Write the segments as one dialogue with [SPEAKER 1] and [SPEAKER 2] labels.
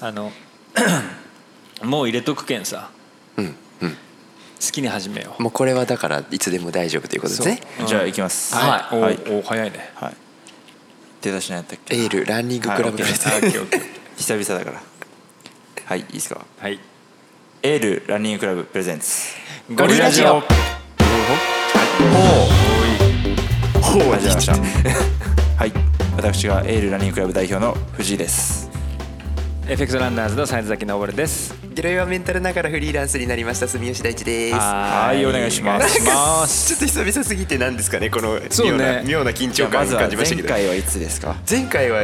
[SPEAKER 1] あの もう入れとくけんさ
[SPEAKER 2] うんうん
[SPEAKER 1] 好きに始めよう
[SPEAKER 2] もうこれはだからいつでも大丈夫ということですね
[SPEAKER 1] うん
[SPEAKER 3] じゃあ行きます
[SPEAKER 1] はい、
[SPEAKER 3] はい
[SPEAKER 1] おお早いね
[SPEAKER 3] はい出だし何やったっけ
[SPEAKER 2] エールランニングクラブプレゼン
[SPEAKER 3] はい OK あ OK OK 久々だからはいいいですか
[SPEAKER 1] はい
[SPEAKER 3] エールランニングクラブプレゼンツ
[SPEAKER 1] ゴリラジオ
[SPEAKER 3] ほうほうました はい私がエールランニングクラブ代表の藤井です
[SPEAKER 1] エフェクトランナーズのサイズ崎昇です
[SPEAKER 2] ゲロイはメンタルながらフリーランスになりました住吉大地です
[SPEAKER 3] はいお願いします
[SPEAKER 1] お願いしま
[SPEAKER 2] ち
[SPEAKER 1] す
[SPEAKER 2] ょっと久々すぎてなんですかねこの
[SPEAKER 1] そう
[SPEAKER 2] 妙な,、
[SPEAKER 1] ね
[SPEAKER 2] 妙な緊張感
[SPEAKER 3] ま
[SPEAKER 2] を
[SPEAKER 3] ずは
[SPEAKER 2] 感じま
[SPEAKER 3] 前
[SPEAKER 2] したけど
[SPEAKER 3] 回はいつですか
[SPEAKER 2] 前回は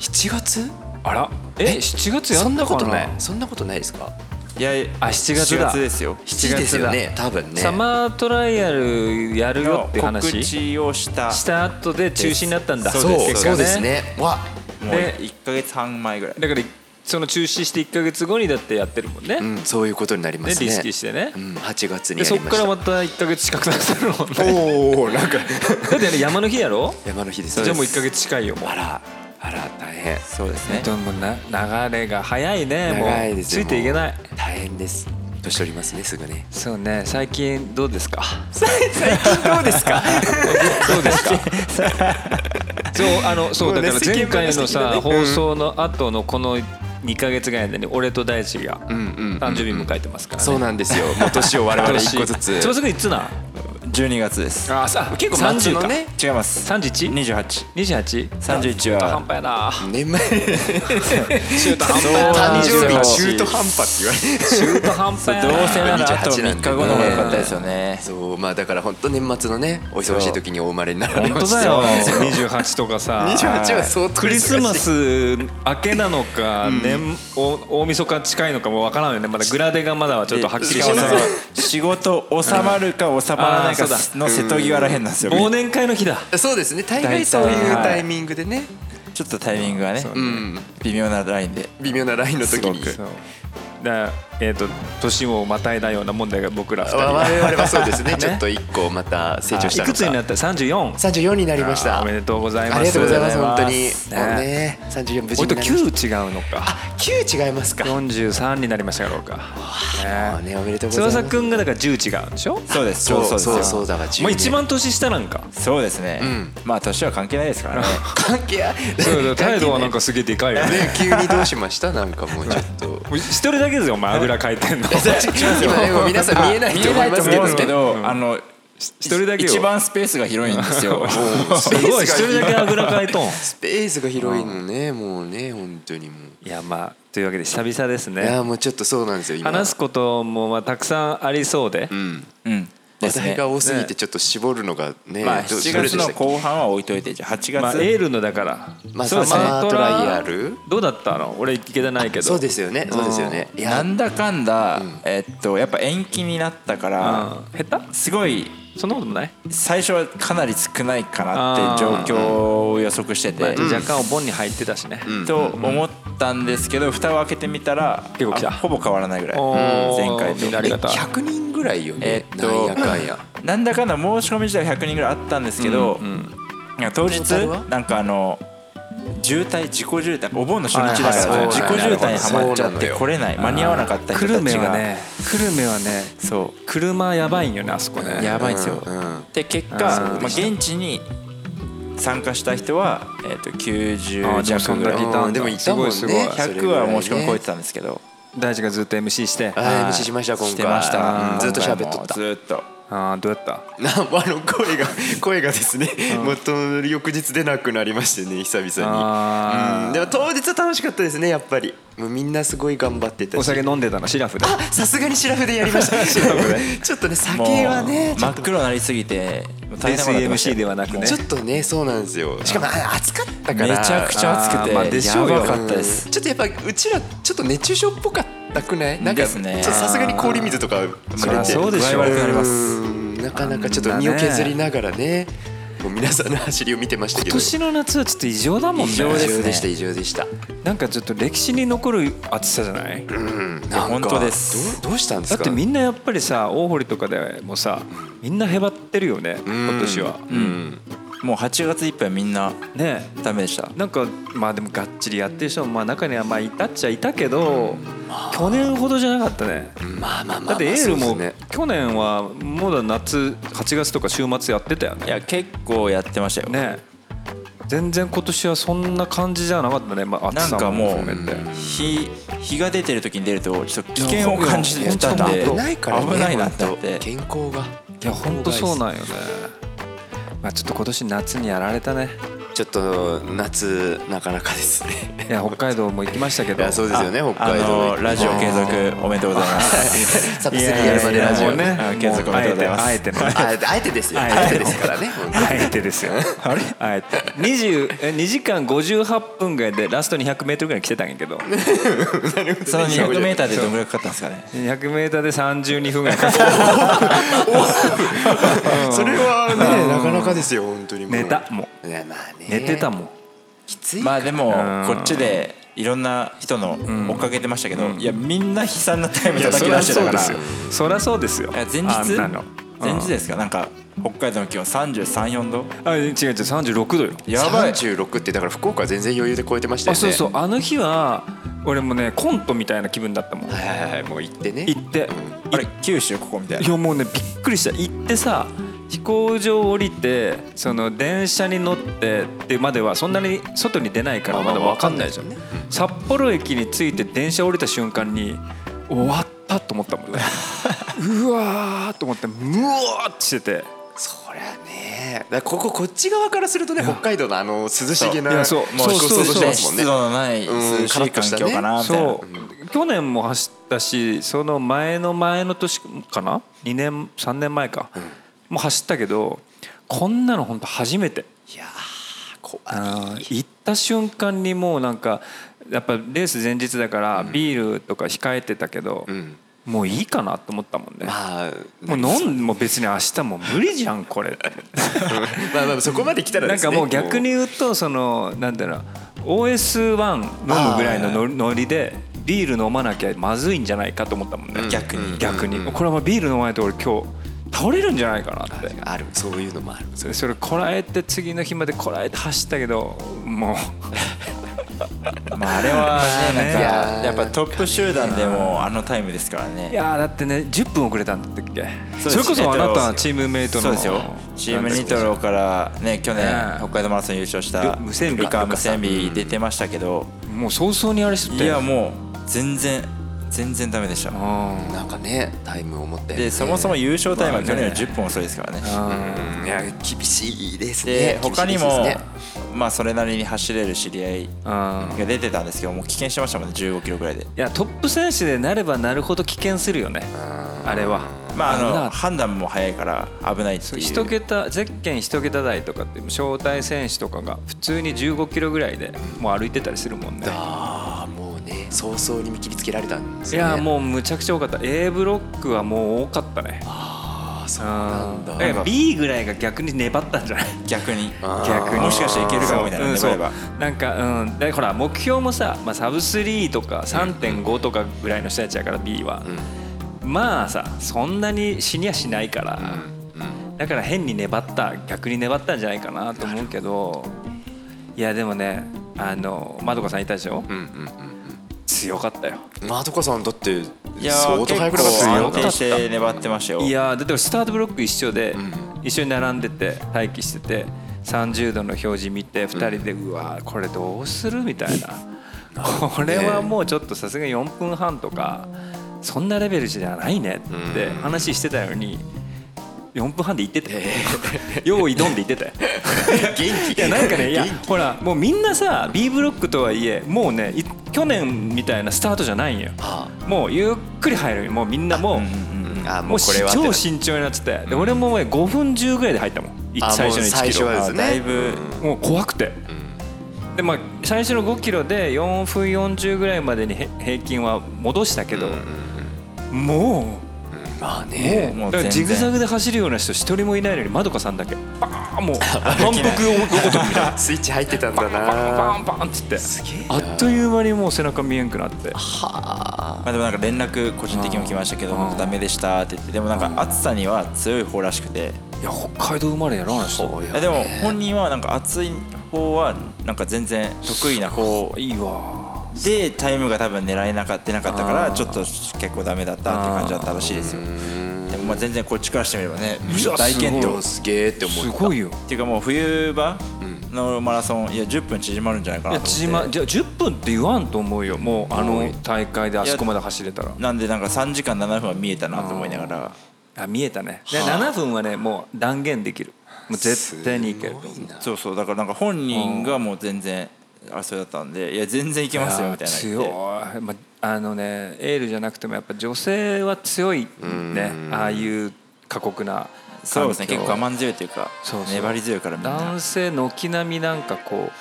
[SPEAKER 2] 7月
[SPEAKER 1] あらえ7月や
[SPEAKER 2] そ
[SPEAKER 1] ったかなん
[SPEAKER 2] なことないそんなことないですか
[SPEAKER 3] いや
[SPEAKER 1] あ7月だ
[SPEAKER 3] 7月ですよ
[SPEAKER 1] 7月だ
[SPEAKER 2] ですよね多分ね
[SPEAKER 1] サマートライアルやるよっていう話
[SPEAKER 3] 告知をした
[SPEAKER 1] した後で中止になったんだ
[SPEAKER 3] そう
[SPEAKER 2] そう
[SPEAKER 3] です
[SPEAKER 1] 結
[SPEAKER 2] そ
[SPEAKER 1] 果
[SPEAKER 2] うですねわ
[SPEAKER 3] もう
[SPEAKER 1] で
[SPEAKER 3] 1か月半前ぐらい
[SPEAKER 1] だからその中止して1か月後にだってやってるもんね,、
[SPEAKER 2] う
[SPEAKER 1] ね
[SPEAKER 2] んそういうことになりますね
[SPEAKER 1] リスキーしてね、
[SPEAKER 2] うん8月に
[SPEAKER 1] で
[SPEAKER 2] や
[SPEAKER 1] そ
[SPEAKER 2] り
[SPEAKER 1] っ
[SPEAKER 2] ま
[SPEAKER 1] から
[SPEAKER 2] し
[SPEAKER 1] また1か月近くなってるもん
[SPEAKER 2] た
[SPEAKER 1] ね
[SPEAKER 2] おお なんか
[SPEAKER 1] だってあれ山の日やろ
[SPEAKER 2] 山の日ですね
[SPEAKER 1] じゃあもう1か月近いよもう
[SPEAKER 2] あらあら大変
[SPEAKER 3] そうですね
[SPEAKER 1] でもな流れが早いねもう
[SPEAKER 2] 長いです
[SPEAKER 1] つ
[SPEAKER 2] よ
[SPEAKER 1] いていけない
[SPEAKER 2] 大変です年取りますねすぐね
[SPEAKER 1] そうね最近どうです か
[SPEAKER 2] どうです か
[SPEAKER 1] どうですか そうあのそうだから
[SPEAKER 2] もうね
[SPEAKER 1] 前回の
[SPEAKER 2] 世間話的なね
[SPEAKER 1] さ放送の後のこの2か月ぐらいでに俺と大地が
[SPEAKER 2] うんうんうん
[SPEAKER 1] 誕生日迎えてますからね
[SPEAKER 2] そうなん ですよもう年を我々一個ずつ
[SPEAKER 1] つばすくんいつな
[SPEAKER 3] 12月です
[SPEAKER 1] あさ
[SPEAKER 2] 結構
[SPEAKER 1] 30
[SPEAKER 2] 夏
[SPEAKER 1] か
[SPEAKER 2] のね
[SPEAKER 3] 違います
[SPEAKER 1] 3128 31
[SPEAKER 3] 28 31
[SPEAKER 1] 中
[SPEAKER 3] は
[SPEAKER 1] 途半端やな
[SPEAKER 2] 年前
[SPEAKER 1] 中途半端や
[SPEAKER 2] 誕
[SPEAKER 1] な
[SPEAKER 2] 生
[SPEAKER 3] そう
[SPEAKER 2] 日中途半端って言われて
[SPEAKER 1] 中途半端
[SPEAKER 3] どう
[SPEAKER 1] やな
[SPEAKER 3] せならあと3日後の方が良かったですよね
[SPEAKER 2] そうまあだから本当年末のねお忙しい時にお生まれになられま
[SPEAKER 1] 本当
[SPEAKER 2] した
[SPEAKER 1] だよ28とかさ
[SPEAKER 2] 28は相当忙しい
[SPEAKER 1] クリスマス明けなのか、年お大晦日近いのかもわからんよねまだグラデがまだはちょっとはっきり
[SPEAKER 3] し
[SPEAKER 1] して
[SPEAKER 3] かも
[SPEAKER 1] な
[SPEAKER 3] そ
[SPEAKER 1] い
[SPEAKER 3] の仕事収まるか収まらない
[SPEAKER 1] うん
[SPEAKER 3] か
[SPEAKER 1] あー
[SPEAKER 3] の瀬戸際らへんなんですよ
[SPEAKER 1] 忘年会の日だ
[SPEAKER 2] そうですね大概そういう
[SPEAKER 3] 大体
[SPEAKER 2] タイミングでね、
[SPEAKER 3] ちょっとタイミングがね
[SPEAKER 1] そう
[SPEAKER 2] うん
[SPEAKER 3] 微妙なラインで
[SPEAKER 2] 微妙なラインの時に
[SPEAKER 1] そうだからえっ、と年をまたいだような問題が僕ら二人
[SPEAKER 2] わ
[SPEAKER 1] は
[SPEAKER 2] 我々はそうです ねちょっと一個また成長した
[SPEAKER 1] い
[SPEAKER 2] の
[SPEAKER 1] くつに
[SPEAKER 2] か
[SPEAKER 1] なった 34?
[SPEAKER 2] 34になりました
[SPEAKER 1] あーおめでとうございます
[SPEAKER 2] ありがとうございます本当に
[SPEAKER 1] ね
[SPEAKER 2] もうね34無事
[SPEAKER 1] 俺
[SPEAKER 2] に
[SPEAKER 1] と
[SPEAKER 2] なりました
[SPEAKER 1] 9違うのか
[SPEAKER 2] 9違いますかも
[SPEAKER 1] 43になりましたかどうか
[SPEAKER 2] うねおめでとうございます
[SPEAKER 1] 翼くんがだから10違うんでしょ
[SPEAKER 3] そうです
[SPEAKER 2] そう
[SPEAKER 3] そう
[SPEAKER 2] そう
[SPEAKER 3] です
[SPEAKER 2] そうだわ
[SPEAKER 1] もう
[SPEAKER 2] 12
[SPEAKER 1] 一番年下なんか
[SPEAKER 3] そうですね
[SPEAKER 2] ん
[SPEAKER 3] まあ年は関係ないですからね
[SPEAKER 2] 関係ある
[SPEAKER 1] そうだ態度はなん
[SPEAKER 2] 関
[SPEAKER 1] かすげえでかいよ
[SPEAKER 2] 係
[SPEAKER 1] ね
[SPEAKER 2] ないね急にどうしましたなんかもうちょっと
[SPEAKER 1] もう一人だけですよお前あぐらかいてんの
[SPEAKER 2] 今ねもう皆さん見えない と思いますけ
[SPEAKER 3] 見え
[SPEAKER 2] ど
[SPEAKER 3] ないと思うんですけどあの
[SPEAKER 1] 一人だけよ
[SPEAKER 3] 一番スペースが広いんですよ
[SPEAKER 1] すごい一人だけあぐらかいとん
[SPEAKER 2] スペースが広いのねもうね本当にもう
[SPEAKER 1] いやまあというわけで久々です
[SPEAKER 2] い
[SPEAKER 1] ね
[SPEAKER 2] やもうちょっとそうなんですよ今
[SPEAKER 1] 話すこともまあたくさんありそうで、
[SPEAKER 2] うん
[SPEAKER 3] うんで
[SPEAKER 2] 話
[SPEAKER 3] す
[SPEAKER 2] 題
[SPEAKER 3] ね
[SPEAKER 2] が多すぎてちょっと絞るのがね
[SPEAKER 3] まあ
[SPEAKER 2] ど
[SPEAKER 3] 7
[SPEAKER 2] どれ
[SPEAKER 3] 月
[SPEAKER 2] でした
[SPEAKER 3] の
[SPEAKER 2] っけ
[SPEAKER 3] 後半は置いといてじゃあ8
[SPEAKER 1] まあ、エ
[SPEAKER 3] 月
[SPEAKER 1] ールのだから、
[SPEAKER 2] まあ
[SPEAKER 1] そう
[SPEAKER 2] サマートライアル
[SPEAKER 1] どうだったの俺行けてないけど
[SPEAKER 2] そうですよねそうですよねい
[SPEAKER 3] な
[SPEAKER 2] や
[SPEAKER 3] んだかんだえっとやっぱ延期になったか
[SPEAKER 1] う
[SPEAKER 3] ら
[SPEAKER 1] ん下
[SPEAKER 3] すごい
[SPEAKER 1] 手そんなこともない、
[SPEAKER 3] 最初はかなり少ないかなっていう
[SPEAKER 1] あー
[SPEAKER 3] 状況を予測して
[SPEAKER 1] まあ
[SPEAKER 3] て、
[SPEAKER 1] 若干お盆に入ってたしね、
[SPEAKER 3] と思ったんですけど蓋を開けてみたら
[SPEAKER 1] 結構来た
[SPEAKER 3] あほぼ変わらないぐらい
[SPEAKER 1] おー
[SPEAKER 3] 前回
[SPEAKER 1] みんなありがた
[SPEAKER 3] と
[SPEAKER 1] い
[SPEAKER 2] 100人ぐらいよね
[SPEAKER 3] えっ
[SPEAKER 2] なん
[SPEAKER 3] と
[SPEAKER 2] やかんや
[SPEAKER 3] なんだかんだ申し込み自体は100人ぐらいあったんですけどなんか当日
[SPEAKER 2] トータルは
[SPEAKER 3] なんかあの渋滞自己渋滞お盆の初日だ
[SPEAKER 1] は
[SPEAKER 3] か
[SPEAKER 1] いはい
[SPEAKER 3] ら
[SPEAKER 1] はい
[SPEAKER 3] 自己渋滞にはまっち
[SPEAKER 2] そうな
[SPEAKER 3] ゃ
[SPEAKER 2] ん
[SPEAKER 3] っ
[SPEAKER 2] だ
[SPEAKER 3] て
[SPEAKER 2] よ
[SPEAKER 3] 来れない間に合わなかった
[SPEAKER 1] 久
[SPEAKER 3] 人
[SPEAKER 1] 留
[SPEAKER 3] た
[SPEAKER 1] 米
[SPEAKER 3] ち
[SPEAKER 1] は
[SPEAKER 3] が
[SPEAKER 1] ね久留米はね
[SPEAKER 3] そ
[SPEAKER 1] 車やばいんよねあそこね
[SPEAKER 3] うやばいんですよ
[SPEAKER 2] うんうん
[SPEAKER 3] で結果
[SPEAKER 1] あー
[SPEAKER 3] まあ現地に参加した人はえっと
[SPEAKER 1] あ
[SPEAKER 3] 90
[SPEAKER 1] ーでもそ
[SPEAKER 3] 弱
[SPEAKER 1] ん
[SPEAKER 3] ぐ
[SPEAKER 1] だ
[SPEAKER 3] ら
[SPEAKER 1] け
[SPEAKER 3] い
[SPEAKER 1] いたんだ
[SPEAKER 2] うんでもいたもんね
[SPEAKER 1] すごいすごい
[SPEAKER 2] それ
[SPEAKER 3] 100
[SPEAKER 2] ぐら
[SPEAKER 3] はい
[SPEAKER 2] ね
[SPEAKER 3] 申し込み超えてたんですけど
[SPEAKER 1] 大地がずっと MC して
[SPEAKER 2] あ
[SPEAKER 3] はい
[SPEAKER 2] ー MC しました今回
[SPEAKER 3] してました、
[SPEAKER 2] うんずっと喋っとっ
[SPEAKER 3] 今回もず
[SPEAKER 2] た
[SPEAKER 3] っと
[SPEAKER 1] ああどうやった
[SPEAKER 2] なんあの声 が声がですねもっと翌日出なくなりましてね久々
[SPEAKER 1] あー
[SPEAKER 2] にうんでも当日は楽しかったですねやっぱりもうみんなすごい頑張ってた
[SPEAKER 1] お
[SPEAKER 2] し
[SPEAKER 1] 酒飲んでたのシラフで
[SPEAKER 2] あさすがにシラフでやりました ちょっとね酒は
[SPEAKER 3] も
[SPEAKER 2] ね
[SPEAKER 3] う
[SPEAKER 2] ちょ
[SPEAKER 3] 真
[SPEAKER 2] っ
[SPEAKER 3] っ
[SPEAKER 2] と
[SPEAKER 3] 黒になりすぎて
[SPEAKER 1] 泥酔 MC で
[SPEAKER 3] は
[SPEAKER 1] はなくね
[SPEAKER 2] ちょっとねそうなんですよしかもあ暑かったか
[SPEAKER 3] めち
[SPEAKER 2] ら
[SPEAKER 3] ゃくちゃ暑く
[SPEAKER 1] あー
[SPEAKER 3] て、
[SPEAKER 1] まあでしょうよ
[SPEAKER 3] やばかったです、
[SPEAKER 2] ちょっとやっぱうちらちょっと熱中症っぽかったくないなんか
[SPEAKER 3] ですね
[SPEAKER 2] ちょっとさすがに氷水とかも
[SPEAKER 1] そりゃそうでしょ
[SPEAKER 3] 具合悪くなります
[SPEAKER 2] うんなかなかちょっと身を削りながらねもう皆さんの走りを見てましたけ
[SPEAKER 1] 今
[SPEAKER 2] ど
[SPEAKER 1] 年の夏はちょっと異常だもんね
[SPEAKER 3] 異常ですね
[SPEAKER 2] でした異常でした
[SPEAKER 1] なんかちょっと歴史に残る暑さじゃない、
[SPEAKER 2] うんなんか
[SPEAKER 3] 本当です
[SPEAKER 2] どうどうしたんです
[SPEAKER 1] だ
[SPEAKER 2] か
[SPEAKER 1] ってみ
[SPEAKER 2] ん
[SPEAKER 1] んなやっぱりさ大堀とかでもさみんなへばってるよね今年は、
[SPEAKER 2] うん
[SPEAKER 3] もう8月いっぱいみんな
[SPEAKER 1] ね
[SPEAKER 3] ダメでした
[SPEAKER 1] なんかまあでもがっちりやってる人もまあ中にはまあいたっちゃいたけど、去年ほどじゃなかったね、
[SPEAKER 2] まあまあまあまあ
[SPEAKER 1] だってエール
[SPEAKER 2] そ
[SPEAKER 1] も
[SPEAKER 2] うですね
[SPEAKER 1] 去年はまだ夏8月とか週末やってたよ
[SPEAKER 3] い
[SPEAKER 1] ね
[SPEAKER 3] や結構やってましたよ、
[SPEAKER 1] ね全然今年はそんな感じじゃなかったね、まあ、暑
[SPEAKER 3] なん
[SPEAKER 1] さ
[SPEAKER 3] かもう
[SPEAKER 1] 含めて
[SPEAKER 3] 日日が出てる時に出るとちょっと危険を感じてたんで
[SPEAKER 2] 危ないからね
[SPEAKER 3] 危ないなってな
[SPEAKER 2] ほ
[SPEAKER 3] っ
[SPEAKER 2] んと
[SPEAKER 3] て
[SPEAKER 2] 健康が
[SPEAKER 1] いや本当そうなんよねまあちょっと今年夏にやられたね
[SPEAKER 2] ちょっと夏なかなかですね
[SPEAKER 1] いや北海道も行きましたけ
[SPEAKER 2] い
[SPEAKER 1] ど
[SPEAKER 2] やそうですよね北
[SPEAKER 3] あ
[SPEAKER 2] 海道
[SPEAKER 3] のラジオ継続おめでとうございます
[SPEAKER 2] サブ
[SPEAKER 1] い
[SPEAKER 2] スリ
[SPEAKER 1] や
[SPEAKER 2] ー
[SPEAKER 1] い
[SPEAKER 2] ア
[SPEAKER 1] やい
[SPEAKER 2] ル
[SPEAKER 1] や
[SPEAKER 2] バでラジオ
[SPEAKER 1] もうね
[SPEAKER 3] あ継続おめでとうございます
[SPEAKER 1] あえてね
[SPEAKER 2] ああえてですよ
[SPEAKER 1] あえて
[SPEAKER 2] あえてですからね本当に
[SPEAKER 1] あえてですよ。あれ？あえて。二十二時間五十八分ぐらいでラスト二百メートルぐらい来てたんやけど、
[SPEAKER 3] その 200m でどんぐらいかかったんですかね
[SPEAKER 1] 二百メーターで三十二分ぐらいかかっ
[SPEAKER 2] それはねなかなかですよ本当にもう
[SPEAKER 1] 寝たも
[SPEAKER 2] いやまあね
[SPEAKER 1] た。寝てたもん。
[SPEAKER 2] きつい
[SPEAKER 3] まあでも
[SPEAKER 1] うん
[SPEAKER 3] こっちでいろんな人の追っかけてましたけど、いやみんな悲惨なタイム叩き出してたから
[SPEAKER 2] いやそりゃそうですよ
[SPEAKER 1] そりゃそうですよ。
[SPEAKER 3] え前
[SPEAKER 1] あん
[SPEAKER 3] 日
[SPEAKER 1] なの。
[SPEAKER 3] 前日ですかなんか北海道の気温334度
[SPEAKER 1] あ違う違う三十六度よ。
[SPEAKER 3] やばい
[SPEAKER 2] 36ってだから福岡は全然余裕で超えてましたよ
[SPEAKER 1] あ
[SPEAKER 2] ね
[SPEAKER 1] そうそうあの日は俺もねコントみたいな気分だったもん。
[SPEAKER 2] はいはいはいもう行ってね
[SPEAKER 1] 行って。
[SPEAKER 3] あれ九州ここみたい
[SPEAKER 1] い
[SPEAKER 3] な
[SPEAKER 1] やもうねびっくりした行ってさ飛行場降りてその電車に乗ってってまではそんなに外に出ないからまだ分かんないじゃん
[SPEAKER 2] まあまあ
[SPEAKER 1] 札幌駅に着いて電車降りた瞬間に終わったと思ったもんねうわーと思ってムワーってしてて
[SPEAKER 2] そりゃねだからこここっち側からするとね北海道のあの涼しげない
[SPEAKER 1] やそう
[SPEAKER 2] もう
[SPEAKER 1] そうそう
[SPEAKER 2] 想像してますもんね
[SPEAKER 3] 湿度のない
[SPEAKER 2] うん
[SPEAKER 3] 涼しい環境かなみたいな
[SPEAKER 1] そう去年も走ったしその前の前の年かな2年3年前かもう走ったけどこんなの本当初めて。
[SPEAKER 2] いやー怖い
[SPEAKER 1] あー行った瞬間にもうなんかやっぱレース前日だからビールとか控えてたけど、
[SPEAKER 2] ん
[SPEAKER 1] もういいかなと思ったもんね、
[SPEAKER 2] まあ
[SPEAKER 1] もう飲んでも別に明日もう無理じゃんこれ
[SPEAKER 2] まあまあそこまで来たら
[SPEAKER 1] な
[SPEAKER 2] で
[SPEAKER 1] ん
[SPEAKER 2] す
[SPEAKER 1] か
[SPEAKER 2] ね
[SPEAKER 1] もう逆に言うとそのなんだろう OS1 飲むぐらいのノノリでビール飲まなきゃまずいんじゃないかと思ったもんね、
[SPEAKER 3] 逆に
[SPEAKER 1] 逆に、これはもうビール飲まないと俺今日倒れるんじゃないかなって
[SPEAKER 2] あるそういうのもある
[SPEAKER 1] それそれこらえて次の日までこらえて走ったけどもう。
[SPEAKER 3] まああれはね
[SPEAKER 2] いや
[SPEAKER 3] なん
[SPEAKER 2] ー
[SPEAKER 3] かやっぱトップ集団でもあのタイムですから
[SPEAKER 1] い
[SPEAKER 3] ね
[SPEAKER 1] やーだってね10分遅れたんだっけ
[SPEAKER 3] そ
[SPEAKER 1] そう
[SPEAKER 3] です
[SPEAKER 1] れこそあなたチームメイトの
[SPEAKER 3] そうですよチームニトロからね去年
[SPEAKER 1] ね
[SPEAKER 3] 北海道マラソン優勝し
[SPEAKER 1] よ
[SPEAKER 3] た
[SPEAKER 1] ムセンビ
[SPEAKER 3] ルカムセンビ出てましたけど
[SPEAKER 1] もう早々にあれしとっ
[SPEAKER 3] い
[SPEAKER 1] た
[SPEAKER 3] や
[SPEAKER 1] よ
[SPEAKER 3] もう全然全然ダメでした
[SPEAKER 1] うん
[SPEAKER 2] なんかねタイムを持って
[SPEAKER 3] でそもそも優勝タイムは去年
[SPEAKER 1] まあ
[SPEAKER 3] の
[SPEAKER 1] ね
[SPEAKER 3] 10分遅いですからね
[SPEAKER 2] うんいや厳しいです
[SPEAKER 3] で
[SPEAKER 2] ね
[SPEAKER 3] 他
[SPEAKER 2] 厳
[SPEAKER 3] に
[SPEAKER 2] しい
[SPEAKER 3] も
[SPEAKER 2] ですね
[SPEAKER 3] まあそれなりに走れる知り合い
[SPEAKER 1] うん
[SPEAKER 3] が出てたんですけどもう棄権してましたもんね15キロぐらいで
[SPEAKER 1] いやトップ選手でなればなるほど危険するよねあれは
[SPEAKER 3] まあ
[SPEAKER 1] あん
[SPEAKER 3] あの
[SPEAKER 1] な
[SPEAKER 3] 判断も早いから危ないって
[SPEAKER 1] そう
[SPEAKER 3] い
[SPEAKER 1] 一
[SPEAKER 3] う
[SPEAKER 1] 桁ゼッケン一桁台とかって招待選手とかが普通に15キロぐらいでもう歩いてたりするもんね
[SPEAKER 2] ああもうね早々に見切りつけられたんです
[SPEAKER 1] い
[SPEAKER 2] よね
[SPEAKER 1] やもうむちゃくちゃ多かった A ブロックはもう多かったね
[SPEAKER 2] あーそうなんだ
[SPEAKER 1] うん B ぐらいが逆に粘ったんじゃない
[SPEAKER 3] 逆に
[SPEAKER 2] あー
[SPEAKER 1] 逆に
[SPEAKER 3] もしかしていけるかもみたいな
[SPEAKER 1] うんそ
[SPEAKER 3] 粘
[SPEAKER 1] う
[SPEAKER 3] れば
[SPEAKER 1] なんかうんでほら目標もさ、まあ、サブ3とか3.5とかぐらいの人たちやから B は、まあさそんなに死にはしないから、だから変に粘った逆に粘ったんじゃないかなと思うけどいやでもねあのまどかさんいたでしょ、
[SPEAKER 2] うんうん
[SPEAKER 1] 強かったよ
[SPEAKER 2] うんマートカさんだって
[SPEAKER 3] いや
[SPEAKER 2] 相当
[SPEAKER 3] ー結構
[SPEAKER 2] 早くなかった
[SPEAKER 1] よ
[SPEAKER 3] 安
[SPEAKER 2] です
[SPEAKER 3] 定して粘ってましたよ
[SPEAKER 1] いやーだって俺スタートブロック一緒で、一緒に並んでて待機してて30度の表示見て2人で、うわーこれどうするみたいなこれはもうちょっとさすがに4分半とかそんなレベルじゃないねって話してたのに4分半で行ってて、用意どんで行 ってたよ
[SPEAKER 2] 元
[SPEAKER 1] い
[SPEAKER 2] 気
[SPEAKER 1] やなんかねいや
[SPEAKER 2] 元気
[SPEAKER 1] ほらもうみんなさ B ブロックとはいえもうねい去年みたいなスタートじゃないんよ
[SPEAKER 2] あ
[SPEAKER 1] もうゆっくり入るもうみんなもう、
[SPEAKER 2] ーあー
[SPEAKER 1] も
[SPEAKER 2] も
[SPEAKER 1] う
[SPEAKER 2] うこれはって
[SPEAKER 1] 超
[SPEAKER 2] な
[SPEAKER 1] 慎重になってて、で俺もね5分10ぐらいで入ったもんい
[SPEAKER 2] あもう
[SPEAKER 1] 最初の1
[SPEAKER 2] 最
[SPEAKER 1] キ
[SPEAKER 2] 初
[SPEAKER 1] ロ
[SPEAKER 2] は
[SPEAKER 1] も
[SPEAKER 2] で
[SPEAKER 1] う
[SPEAKER 2] すね
[SPEAKER 3] だいぶ
[SPEAKER 1] 怖くて、でまあ最初の5キロで4分40ぐらいまでにへ平均は戻したけど、も
[SPEAKER 2] まあ
[SPEAKER 1] う
[SPEAKER 2] ね
[SPEAKER 1] も
[SPEAKER 3] も
[SPEAKER 1] う
[SPEAKER 3] う
[SPEAKER 1] だから
[SPEAKER 3] 全然
[SPEAKER 1] ジグザグで走るような人一人もいないのにまどかさんだけバーンもう反復をごとくみたいな
[SPEAKER 2] スイッチ入ってたんだ
[SPEAKER 1] バ
[SPEAKER 2] な
[SPEAKER 1] ンバンっつって
[SPEAKER 2] げえな
[SPEAKER 1] あっという間にもう背中見えんくなって
[SPEAKER 3] まあ、でもなんか連絡個人的にも来ましたけど
[SPEAKER 1] うん
[SPEAKER 3] ダメでしたって言ってでもなんか暑さには強い方らしくて
[SPEAKER 1] いや北海道生まれやろあの人
[SPEAKER 2] そうや
[SPEAKER 3] えでも本人はなんか熱い方はなんか全然得意な方
[SPEAKER 1] いいわ
[SPEAKER 3] でタイムが多分狙えなかったなかったから
[SPEAKER 1] あー
[SPEAKER 3] ちょっと結構ダメだったっていう感じだったらしいですよでもまあ全然こっちからしてみればねむしろ大健
[SPEAKER 2] す
[SPEAKER 3] 闘
[SPEAKER 2] ごいすげえって思った
[SPEAKER 1] すごいよ
[SPEAKER 3] っていうかもう冬場のマラソンいや10分縮まるんじゃないか
[SPEAKER 1] い
[SPEAKER 3] な
[SPEAKER 1] や
[SPEAKER 3] と思って
[SPEAKER 1] 縮まじゃあ10分って言わんと思うよもうあ
[SPEAKER 3] 多
[SPEAKER 1] の
[SPEAKER 3] い
[SPEAKER 1] 大会であそこまで走れたら
[SPEAKER 3] なんでなんか3時間7分は見えたなと思いながら
[SPEAKER 1] あ見えたねで7分はねもう断言できるもう絶対にいける
[SPEAKER 2] すごいな
[SPEAKER 3] そうそうだからなんか本人がもう全然あそれだったんでいや全然いけますよみたいな言
[SPEAKER 1] 強
[SPEAKER 3] って
[SPEAKER 1] い、まあ、あのねエールじゃなくてもやっぱ女性は強いねああいう過酷な
[SPEAKER 3] そうですね
[SPEAKER 1] 環
[SPEAKER 3] 結
[SPEAKER 1] 境
[SPEAKER 3] 構我慢強いというか
[SPEAKER 1] そうそう
[SPEAKER 3] 粘り強いからみんな
[SPEAKER 1] 男性軒並みなんかこう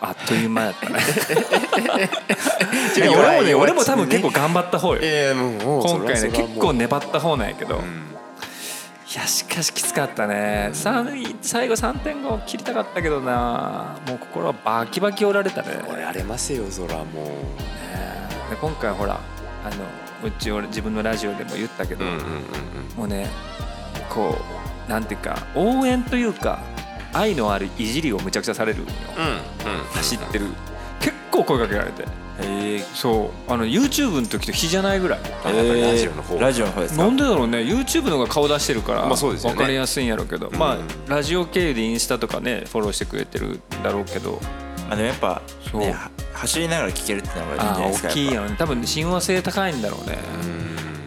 [SPEAKER 1] あっという間やった ねいや俺もね俺も多分結構頑張った方よ
[SPEAKER 2] ええもう
[SPEAKER 1] 今回
[SPEAKER 2] そ
[SPEAKER 1] ね
[SPEAKER 2] らそら
[SPEAKER 1] 結構
[SPEAKER 2] もう
[SPEAKER 1] 粘った方なんやけど、いやしかしきつかったねさん最後3.5を切りたかったけどなもう心はバキバキ折られたね
[SPEAKER 2] 折られますよそらもう
[SPEAKER 1] で今回ほらあのうち俺自分のラジオでも言ったけど、もうねこうなんていうか応援というか愛のあるいじりをむちゃくちゃされるんよ走ってる結構声かけられて
[SPEAKER 3] え
[SPEAKER 1] そうあの YouTube の時と比じゃないぐらい
[SPEAKER 2] あやっぱりラジオの方
[SPEAKER 3] ラジオの方ですか
[SPEAKER 1] なんでだろうね YouTube の方が顔出してるから
[SPEAKER 2] まあそうですよね
[SPEAKER 1] 分かりやすいんやろうけど、ま
[SPEAKER 2] うん
[SPEAKER 1] あラジオ経由でインスタとかねフォローしてくれてるだろうけど
[SPEAKER 3] あでもやっぱ、
[SPEAKER 1] そう
[SPEAKER 3] ね、は走りながら聞けるってのがいいんじゃ
[SPEAKER 1] あ
[SPEAKER 3] ないです
[SPEAKER 1] ー
[SPEAKER 3] か
[SPEAKER 1] 大きい
[SPEAKER 3] やっ
[SPEAKER 1] やろね多分親和性高いんだろうね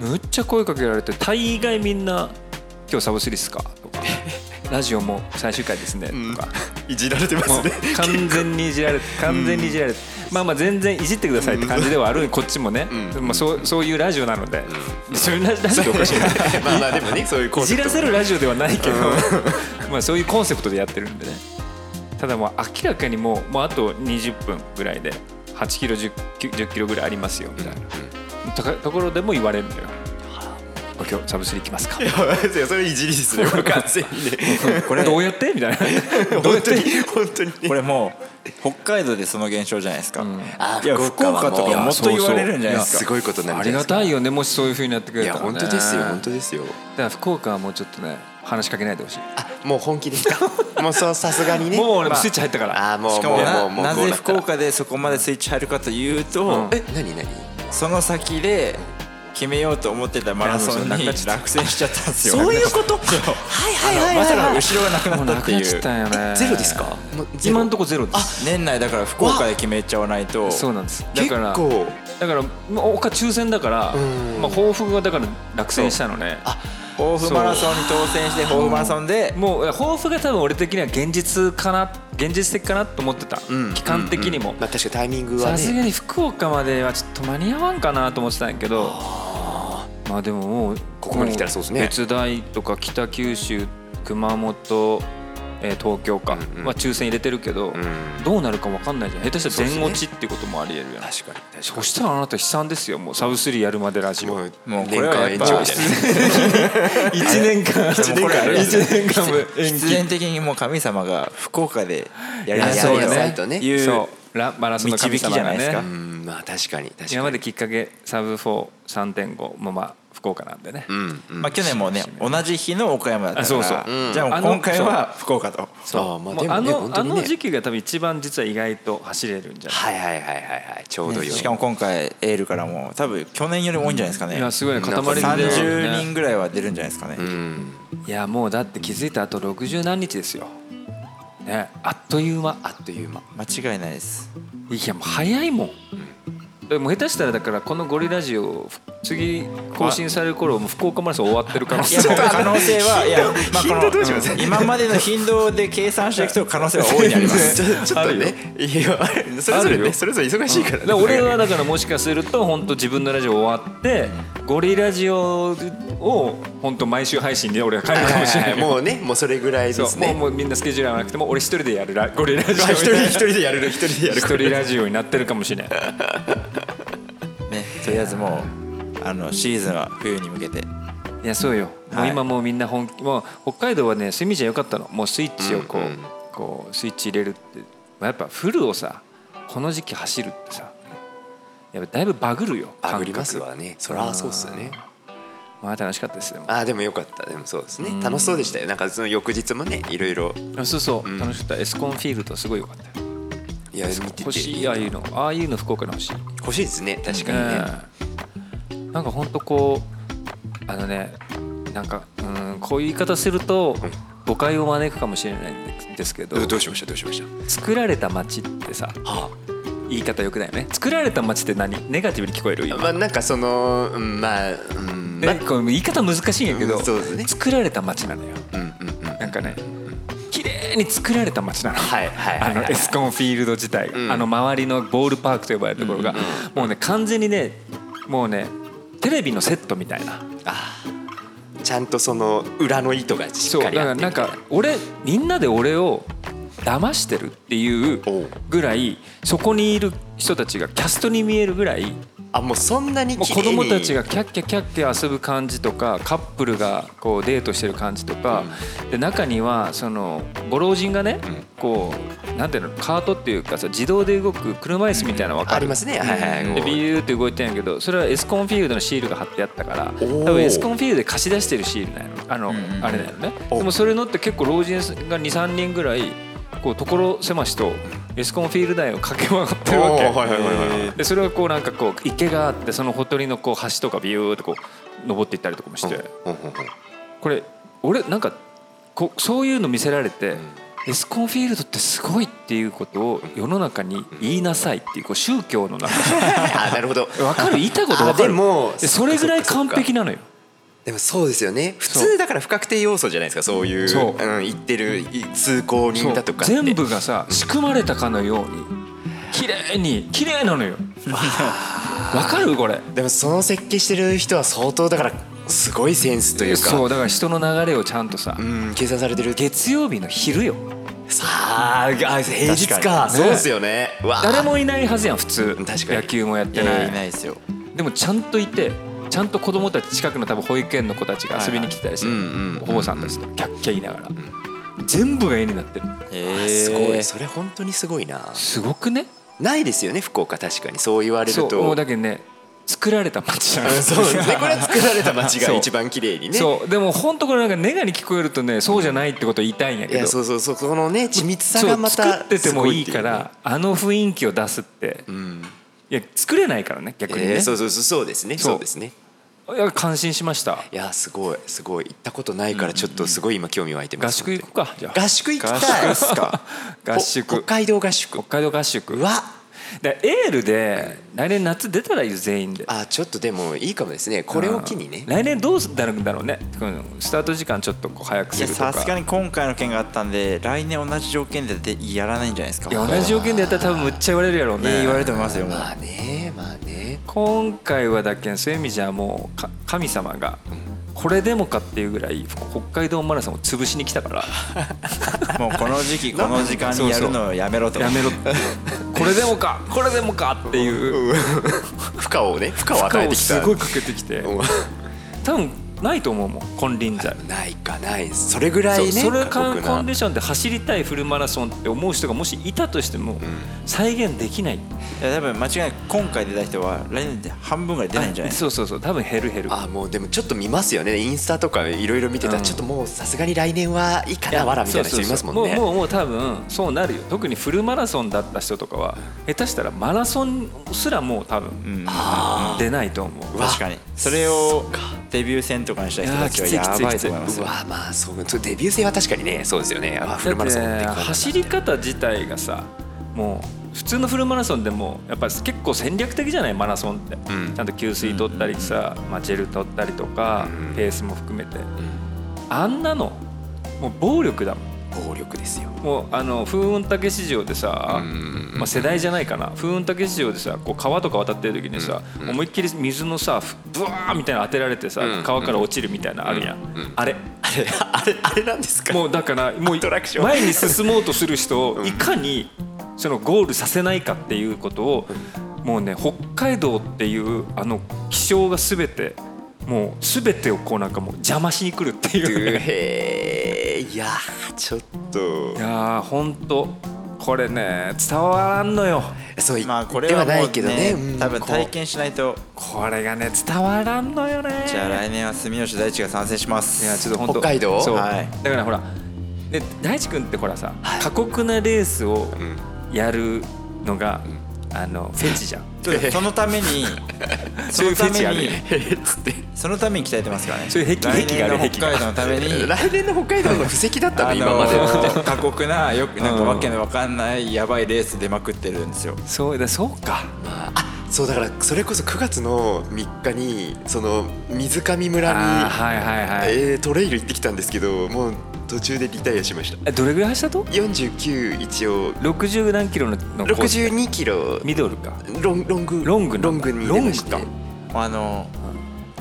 [SPEAKER 1] むっちゃ声かけられて大概みんな「今日サブスリっすか?」とか「ラジオも最終回ですね」とか。
[SPEAKER 2] いじられてま
[SPEAKER 1] も
[SPEAKER 2] す
[SPEAKER 1] う
[SPEAKER 2] ね
[SPEAKER 1] 完全にいじられて完全にいじられて、まあまあ全然いじってくださいって感じではあるこっちもね、
[SPEAKER 2] うん
[SPEAKER 1] まあ、そうそういうラジオなので、そういうラジラジオおかしいな
[SPEAKER 2] まあまあでもねそういうコ
[SPEAKER 1] い
[SPEAKER 2] ンセ
[SPEAKER 1] じ
[SPEAKER 2] プ
[SPEAKER 1] ら
[SPEAKER 2] ト
[SPEAKER 1] せるラジオではないけど、 まあそういうコンセプトでやってるんでねただもう明らかにもうもうあと20分ぐらいで8キロ1 0キロぐらいありますよみたいなとかところでも言われるんだよ「今日サブスリ行き ますか?」
[SPEAKER 2] いやそれいじりですねこれ完全にね
[SPEAKER 1] これどうやって みたいなどうや
[SPEAKER 2] 本
[SPEAKER 1] っ
[SPEAKER 2] 当
[SPEAKER 1] て
[SPEAKER 2] に本当にね
[SPEAKER 3] ぱこれもう北海道でその現象じゃないですか、い
[SPEAKER 2] あ
[SPEAKER 3] や
[SPEAKER 2] 福
[SPEAKER 3] 福
[SPEAKER 2] 岡は
[SPEAKER 3] 岡とかもっと言われるんじゃ
[SPEAKER 2] いや
[SPEAKER 3] ないです
[SPEAKER 2] す
[SPEAKER 3] か
[SPEAKER 2] ごいことになる
[SPEAKER 1] あ
[SPEAKER 2] んじ
[SPEAKER 1] り
[SPEAKER 2] ゃな
[SPEAKER 1] が
[SPEAKER 2] ですか
[SPEAKER 1] たいよねもしそういうふうになってく
[SPEAKER 2] い
[SPEAKER 1] れた
[SPEAKER 2] や
[SPEAKER 1] ら、ね、
[SPEAKER 2] 本当ですよ本当ですよ
[SPEAKER 1] だから福岡はもうちょっとね話しかけないでほしい
[SPEAKER 2] あもう本気ですかもうそうさすがにね
[SPEAKER 1] もう俺も
[SPEAKER 2] まあ
[SPEAKER 1] スイッチ入ったから、
[SPEAKER 2] あーもう
[SPEAKER 3] しかも
[SPEAKER 2] も
[SPEAKER 3] な
[SPEAKER 2] うもう
[SPEAKER 3] な
[SPEAKER 2] もう
[SPEAKER 3] ぜ
[SPEAKER 2] こう
[SPEAKER 3] 福
[SPEAKER 2] なっ
[SPEAKER 3] 岡でそこまでスイッチ入るかというと、
[SPEAKER 2] たらえ何何
[SPEAKER 3] その先で決めようと思ってたマラソン
[SPEAKER 1] い
[SPEAKER 3] に
[SPEAKER 1] やそう
[SPEAKER 3] 落選しちゃったんですよ
[SPEAKER 2] そういうこと
[SPEAKER 3] あ
[SPEAKER 2] は
[SPEAKER 3] のまさか後ろがなくな
[SPEAKER 1] もう
[SPEAKER 3] った
[SPEAKER 1] な
[SPEAKER 3] って
[SPEAKER 1] くなっ
[SPEAKER 3] い
[SPEAKER 1] ちゃ
[SPEAKER 3] う
[SPEAKER 1] ったんよね
[SPEAKER 2] ゼロですかもうゼロ
[SPEAKER 1] 今のとこゼロです
[SPEAKER 3] 年内だから福岡で決めちゃわないと
[SPEAKER 1] そうなんですだ
[SPEAKER 2] 結
[SPEAKER 1] から
[SPEAKER 2] 構
[SPEAKER 1] だからまあ他抽選だから
[SPEAKER 2] ん
[SPEAKER 1] まあ抱負がだから落選したのね
[SPEAKER 3] 抱負マラソンに当選して抱負マラソンで
[SPEAKER 1] もういや抱負が多分俺的には現実かな現実的かなと思ってた、
[SPEAKER 2] ん
[SPEAKER 1] 期間的にも
[SPEAKER 2] まあ確かにタイミングは
[SPEAKER 1] さ
[SPEAKER 2] ね
[SPEAKER 1] すがに福岡まではちょっと間に合わんかなと思ってたんやけどまあでももう
[SPEAKER 2] ここまで来たらそうですね
[SPEAKER 1] も別大とか北九州熊本、えー東京か、
[SPEAKER 2] うんうん
[SPEAKER 1] まあ、抽選入れてるけど、
[SPEAKER 2] うん
[SPEAKER 1] どうなるか分かんないじゃん下手したら全落ちってこともありえるやん、
[SPEAKER 2] 確かに確かに
[SPEAKER 1] そしたらあなた悲惨ですよもうサブスリーやるまでラジオ
[SPEAKER 2] もう
[SPEAKER 3] もうこ
[SPEAKER 2] 年
[SPEAKER 3] れは
[SPEAKER 2] 間
[SPEAKER 3] やっ
[SPEAKER 2] 延
[SPEAKER 3] ぱ
[SPEAKER 2] 長みたい
[SPEAKER 1] 1年間
[SPEAKER 2] 一年間
[SPEAKER 1] 一年間も延 期
[SPEAKER 3] 必然的にもう神様が福岡でやり
[SPEAKER 2] な
[SPEAKER 3] な
[SPEAKER 1] や
[SPEAKER 2] い
[SPEAKER 3] さ
[SPEAKER 1] そ
[SPEAKER 3] いう
[SPEAKER 2] やりなさ
[SPEAKER 1] ね
[SPEAKER 2] いとね
[SPEAKER 3] いう
[SPEAKER 1] そうラマラソンの神様がね
[SPEAKER 3] 導きじゃないですか
[SPEAKER 2] なうんまあ確かに確かに
[SPEAKER 1] 今まできっかけサブ43.5もまあ福岡なんでね、
[SPEAKER 2] うんうん
[SPEAKER 3] まあ去年もね同じ日の岡山だったか
[SPEAKER 1] あそう
[SPEAKER 3] ら
[SPEAKER 1] そう
[SPEAKER 2] うん
[SPEAKER 3] じゃあもう今回は福岡と
[SPEAKER 2] そうまあで
[SPEAKER 1] あ
[SPEAKER 2] もね
[SPEAKER 1] の
[SPEAKER 2] 本当
[SPEAKER 1] あ
[SPEAKER 2] に
[SPEAKER 1] の
[SPEAKER 2] ね
[SPEAKER 1] 時期が多分一番実は意外と走れるんじゃない
[SPEAKER 2] はいはいはいはいはいちょうどよい
[SPEAKER 3] しかも今回エールからも多分去年より多いんじゃないですかね
[SPEAKER 1] いやすごいね塊
[SPEAKER 2] なんか
[SPEAKER 1] で、ね、
[SPEAKER 3] 30人ぐらいは出るんじゃないですかね
[SPEAKER 2] うん
[SPEAKER 1] いやもうだって気づいたあと60何日ですよねあっという間
[SPEAKER 2] あっという間
[SPEAKER 3] 間違いないです
[SPEAKER 1] いやもう早いもん、でも下手したらだからこの「ゴリラジオ」次更新される頃もう福岡マラソン終わってる可能
[SPEAKER 3] いや
[SPEAKER 1] 性
[SPEAKER 3] もう
[SPEAKER 1] も
[SPEAKER 3] 可能性はいやまあこ
[SPEAKER 2] 頻度どうします
[SPEAKER 3] の今までの頻度で計算していくと可能性は大いにあります
[SPEAKER 2] ちょちょっとねいやそれぞれ
[SPEAKER 1] あるよ
[SPEAKER 2] ねそれぞれ忙しいからね
[SPEAKER 1] で俺はだからもしかすると本当自分のラジオ終わってゴリラジオを本当毎週配信で俺が帰るかもしれない
[SPEAKER 2] もうねもうそれぐらいで
[SPEAKER 1] そう
[SPEAKER 2] す
[SPEAKER 1] もう
[SPEAKER 2] ね
[SPEAKER 1] もうみんなスケジュール合わなくても俺一人でやるラゴリ ラジオみた
[SPEAKER 2] まあ
[SPEAKER 1] いな
[SPEAKER 2] 一人一人でやる一人でやる
[SPEAKER 1] 一人ラジオになってるかもしれない
[SPEAKER 3] ねとりあえずもうあのシーズンは冬に向けて
[SPEAKER 1] いやそうよ、も
[SPEAKER 3] は
[SPEAKER 1] う
[SPEAKER 3] い
[SPEAKER 1] 今もうみんな本気もう北海道はねそういう意味じゃ良かったのもうスイッチをこう,、こうスイッチ入れるってやっぱフルをさこの時期走るってさやっぱだいぶバグるよ
[SPEAKER 2] あ
[SPEAKER 1] 感
[SPEAKER 2] ぐりま
[SPEAKER 1] 覚
[SPEAKER 2] すわねそらそうっすよね
[SPEAKER 1] まあ楽しかったですよ
[SPEAKER 2] ああでもよかったでもそうですね楽しそうでしたよなんかその翌日もねいろいろ
[SPEAKER 1] あそうそう、
[SPEAKER 2] うん
[SPEAKER 1] 楽しかったエスコンフィールドすごい良かったよ
[SPEAKER 2] いや見てて
[SPEAKER 1] 欲しいああいうのああいうの福岡の欲しい
[SPEAKER 2] 欲しいですね確かにね、
[SPEAKER 1] うんなんかほんとこうあのねなんかうんこういう言い方すると
[SPEAKER 2] うん
[SPEAKER 1] 誤解を招くかもしれないんですけど
[SPEAKER 2] どうどうしましたどうしました
[SPEAKER 1] 作られた街ってさ
[SPEAKER 2] は
[SPEAKER 1] 言い方よくないよね作られた街って何ネガティブに聞こえる
[SPEAKER 2] あ
[SPEAKER 1] 今
[SPEAKER 2] まあなんかそのうんまあうんまあ
[SPEAKER 1] ねこう言い方難しいんやけど、
[SPEAKER 2] うんそうですね
[SPEAKER 1] 作られた街なのよ
[SPEAKER 2] うんうんうん
[SPEAKER 1] なんかね綺麗に作られた街なの。
[SPEAKER 2] はいはいは
[SPEAKER 1] あ
[SPEAKER 2] いは
[SPEAKER 1] の
[SPEAKER 2] い
[SPEAKER 1] エスコンフィールド自体が、
[SPEAKER 2] うん
[SPEAKER 1] あの周りのボールパークと呼ばれるところが、もうね完全にねもうねテレビのセットみたいな
[SPEAKER 2] あーちゃんとその裏の糸がし
[SPEAKER 1] そ
[SPEAKER 2] っ
[SPEAKER 1] うだ
[SPEAKER 2] かり
[SPEAKER 1] か
[SPEAKER 2] あ
[SPEAKER 1] ら
[SPEAKER 2] って
[SPEAKER 1] なんか俺みんなで俺を騙してるっていう
[SPEAKER 2] おう
[SPEAKER 1] ぐらいそこにいる人たちがキャストに見えるぐらい
[SPEAKER 2] あもうそんなに
[SPEAKER 1] もう
[SPEAKER 2] 綺
[SPEAKER 1] 子
[SPEAKER 2] 麗に
[SPEAKER 1] 供たちがキャッキャキャッキャ遊ぶ感じとかカップルがこうデートしてる感じとか、で中にはそのご老人がね、こうなんていうのカートっていうかさ自動で動く車椅子みたいなの分か
[SPEAKER 2] あ
[SPEAKER 1] る
[SPEAKER 2] りますねはいはい
[SPEAKER 1] で
[SPEAKER 2] こう
[SPEAKER 1] ビューって動いてんやけどそれはエスコンフィールドのシールが貼ってあったから多
[SPEAKER 2] おー
[SPEAKER 1] 分エスコンフィールドで貸し出してるシールなんやろあの、あれだよね
[SPEAKER 2] お
[SPEAKER 1] でもそれのって結構老人が23人ぐらいこう所狭しとエスコンフィールド内を駆け回ってるわけ、
[SPEAKER 2] おーはいはいはいはい
[SPEAKER 1] でそれはこうなんかこう池があってそのほとりのこう橋とかビューってこう登っていったりとかもして、
[SPEAKER 2] うんうんうん
[SPEAKER 1] これ俺なんかこうそういうの見せられて、エスコンフィールドってすごいっていうことを世の中に言いなさいっていうこう宗教の中
[SPEAKER 2] あなるほど
[SPEAKER 1] わかる言いたいことわかる
[SPEAKER 2] あでも
[SPEAKER 1] でそれぐらい完璧なのよ
[SPEAKER 2] でもそうですよね普
[SPEAKER 1] そ
[SPEAKER 2] 通だから不確定要素じゃないですかそういう、
[SPEAKER 1] そうん
[SPEAKER 2] 言ってるい通
[SPEAKER 1] そ
[SPEAKER 2] 行人
[SPEAKER 1] う
[SPEAKER 2] だとかって
[SPEAKER 1] 全部がさ仕組まれたかのように綺麗に綺麗なの よわかるこれ
[SPEAKER 2] でもその設計してる人は相当だからすごいセンスというか
[SPEAKER 1] そうだから人の流れをちゃんとさ
[SPEAKER 2] うん計算されてる
[SPEAKER 1] 月曜日の昼よ
[SPEAKER 2] さああ平日か
[SPEAKER 3] 確か
[SPEAKER 1] に
[SPEAKER 2] そうですよねうわ
[SPEAKER 1] 誰もいないはずやん普通
[SPEAKER 2] 確かに
[SPEAKER 1] 野球もやっ
[SPEAKER 3] い
[SPEAKER 1] て
[SPEAKER 3] やいやい
[SPEAKER 1] な
[SPEAKER 3] ない
[SPEAKER 1] い
[SPEAKER 3] ですよ
[SPEAKER 1] でもちゃんといてちゃんと子供たち近くの多分保育園の子たちが遊びに来てたりして
[SPEAKER 2] はいはいうんうん
[SPEAKER 1] お坊さんたちとキャッキャ言いながら全部が絵になってる
[SPEAKER 3] え
[SPEAKER 2] すごいそれ本当にすごいな
[SPEAKER 1] すごくね
[SPEAKER 2] ないですよね福岡確かにそう言われる
[SPEAKER 1] そ
[SPEAKER 2] と
[SPEAKER 1] うもうだけどね作られた街なの
[SPEAKER 2] うん そうですねこれは作られた街が
[SPEAKER 1] そう
[SPEAKER 2] 一番綺麗にね
[SPEAKER 1] そうでも本当これなんかネガに聞こえるとねそうじゃないってことを言いたいんや
[SPEAKER 2] い
[SPEAKER 1] けど
[SPEAKER 2] やそうそうそうこのね緻密さ
[SPEAKER 1] そ
[SPEAKER 2] が
[SPEAKER 1] う
[SPEAKER 2] ま
[SPEAKER 1] 作
[SPEAKER 2] た
[SPEAKER 1] っててもいい
[SPEAKER 2] すご
[SPEAKER 1] か
[SPEAKER 2] ってうね
[SPEAKER 1] らあの雰囲気を出すって、
[SPEAKER 2] うん
[SPEAKER 1] いや作れないからね逆にね、
[SPEAKER 2] えーそうそうそうそうですね
[SPEAKER 1] そう
[SPEAKER 2] そうですね
[SPEAKER 1] いや感心しました
[SPEAKER 2] いやすごいすごい行ったことないからちょっとすごい今興味湧いてま
[SPEAKER 1] 合
[SPEAKER 2] す
[SPEAKER 1] 宿行くかじゃあ
[SPEAKER 2] 合宿行きたいですか
[SPEAKER 1] 合宿
[SPEAKER 2] ほ北海道合宿
[SPEAKER 1] 北海道合宿
[SPEAKER 2] うわ
[SPEAKER 1] でエールで来年夏出たらいいよ全員で
[SPEAKER 2] あちょっとでもいいかもですねこれを機にね
[SPEAKER 1] 来年どうなるんだろうねこのスタート時間ちょっとこう早く
[SPEAKER 3] い
[SPEAKER 1] す
[SPEAKER 3] や
[SPEAKER 1] るとか
[SPEAKER 3] さすがに今回の件があったんで来年同じ条件ででやらないんじゃないですか
[SPEAKER 1] いや同じ条件でやったら多分むっちゃ言われるやろう
[SPEAKER 3] えー
[SPEAKER 1] ね
[SPEAKER 3] 言われると思いますよもう
[SPEAKER 2] まあねまあね
[SPEAKER 1] 今回はだけんそういう意味じゃもうか神様がこれでもかっていうぐらい北海道マラソンを潰しに来た から
[SPEAKER 3] もうこの時 期この時間にやるのをやめろと
[SPEAKER 1] やめろって これでもかこれでもかっていう
[SPEAKER 2] 負荷をね負荷を
[SPEAKER 1] 負
[SPEAKER 2] 与
[SPEAKER 1] 荷
[SPEAKER 2] え
[SPEAKER 1] を
[SPEAKER 2] てきた
[SPEAKER 1] すごいかけてきて
[SPEAKER 2] うん
[SPEAKER 1] 多分ないと思うもん金輪際。
[SPEAKER 2] ないかないそれぐら
[SPEAKER 1] そ
[SPEAKER 2] いうね
[SPEAKER 1] それ
[SPEAKER 2] 過
[SPEAKER 1] か
[SPEAKER 2] 酷な
[SPEAKER 1] コンディションで走りたいフルマラソンって思う人がもしいたとしても再現できない
[SPEAKER 3] いや多分間違いなく今回出た人は来年で半分ぐらい出ないんじゃないですか
[SPEAKER 1] そうそうそう多分減る減る
[SPEAKER 2] あもうでもちょっと見ますよねインスタとかいろいろ見てたら、
[SPEAKER 1] うん
[SPEAKER 2] ちょっともうさすがに来年はいいかなわらみたいな人いますもんね
[SPEAKER 1] そうそうそうもうもうもう多分そうなるよ特にフルマラソンだった人とかは下手したらマラソンすらもう多分
[SPEAKER 3] うん
[SPEAKER 2] あ
[SPEAKER 1] 出ないと思う
[SPEAKER 2] うわ
[SPEAKER 3] 確かにそれをデビュー戦とかにした人たちはい
[SPEAKER 1] やーきつ
[SPEAKER 3] や
[SPEAKER 1] い
[SPEAKER 3] ばい
[SPEAKER 1] きつい
[SPEAKER 3] と思いま
[SPEAKER 1] きつ
[SPEAKER 3] す
[SPEAKER 2] う
[SPEAKER 3] よ
[SPEAKER 2] わまあそうそうデビュー戦は確かにねそうですよねあフルマラソンって
[SPEAKER 1] だって走り方自体がさもう普通のフルマラソンでもやっぱり結構戦略的じゃないマラソンって、
[SPEAKER 2] うん
[SPEAKER 1] ちゃんと給水取ったりさ、まあ、ジェル取ったりとか、
[SPEAKER 2] うん
[SPEAKER 1] ペースも含めて
[SPEAKER 2] うん
[SPEAKER 1] あんなのもう暴力だもん
[SPEAKER 2] 暴力ですよ
[SPEAKER 1] もうあの風雲竹市場でさ、
[SPEAKER 2] うん
[SPEAKER 1] まあ、世代じゃないかな風雲竹市場でさこう川とか渡ってる時にさ、思いっきり水のさふブワーみたいなの当てられてさ、
[SPEAKER 2] うん
[SPEAKER 1] 川から落ちるみたいなのあるやん、あれ
[SPEAKER 2] あれあれあれなんですか
[SPEAKER 1] もうだからもう
[SPEAKER 2] アトラクション
[SPEAKER 1] 前に進もうとする人をいかにそのゴールさせないかっていうことをもうね北海道っていうあの気象が全てもう全てをこうなんかもう邪魔しに来るっていうね
[SPEAKER 2] へえいやーちょっと
[SPEAKER 1] いやーほんとこれね伝わらんのよ
[SPEAKER 2] そう言
[SPEAKER 3] まあ
[SPEAKER 2] っ
[SPEAKER 3] こ
[SPEAKER 2] て
[SPEAKER 3] れ
[SPEAKER 2] は
[SPEAKER 3] は
[SPEAKER 2] な
[SPEAKER 3] も
[SPEAKER 2] いうけどね
[SPEAKER 3] ね
[SPEAKER 2] うん
[SPEAKER 3] 多分体験しないと
[SPEAKER 1] これがね伝わらんのよね
[SPEAKER 3] じゃあ来年は住吉大地が参戦します
[SPEAKER 1] いやちょっと本当
[SPEAKER 2] 北海道
[SPEAKER 1] そう、
[SPEAKER 3] はい
[SPEAKER 1] だからほらで大地君ってほらさ、過酷なレースを
[SPEAKER 2] ん
[SPEAKER 1] やるのが、あのフェチじゃん
[SPEAKER 3] そうですそのためにそ
[SPEAKER 1] そうい
[SPEAKER 3] の
[SPEAKER 1] うフ
[SPEAKER 3] た
[SPEAKER 1] ェチあ
[SPEAKER 3] め
[SPEAKER 1] る
[SPEAKER 3] に
[SPEAKER 1] よね
[SPEAKER 2] つって
[SPEAKER 3] そのために鍛えてますからね
[SPEAKER 1] そういう癖
[SPEAKER 3] 来
[SPEAKER 1] 癖があ
[SPEAKER 3] 年
[SPEAKER 1] る
[SPEAKER 3] の
[SPEAKER 1] 癖
[SPEAKER 3] 北
[SPEAKER 1] が
[SPEAKER 3] 海道のために
[SPEAKER 2] 来年の北海道の布石だったの
[SPEAKER 3] あ
[SPEAKER 2] 今まで
[SPEAKER 3] の過酷なよくなんかわけのわかんないやばいレース出まくってるんですよ
[SPEAKER 1] そうだそうか
[SPEAKER 2] そうだからそれこそ9月の3日にその水上
[SPEAKER 1] あー
[SPEAKER 2] 村
[SPEAKER 1] はいはいはい、
[SPEAKER 2] に、えートレイル行ってきたんですけどもう途中でリタイアしました
[SPEAKER 1] えどれぐらい走ったと
[SPEAKER 2] 49一応
[SPEAKER 1] 60何キロののコース
[SPEAKER 2] 62キロ
[SPEAKER 1] ミドルか
[SPEAKER 2] ロンロング
[SPEAKER 1] ロングの
[SPEAKER 2] ロングに出まして
[SPEAKER 1] ロングか
[SPEAKER 3] あの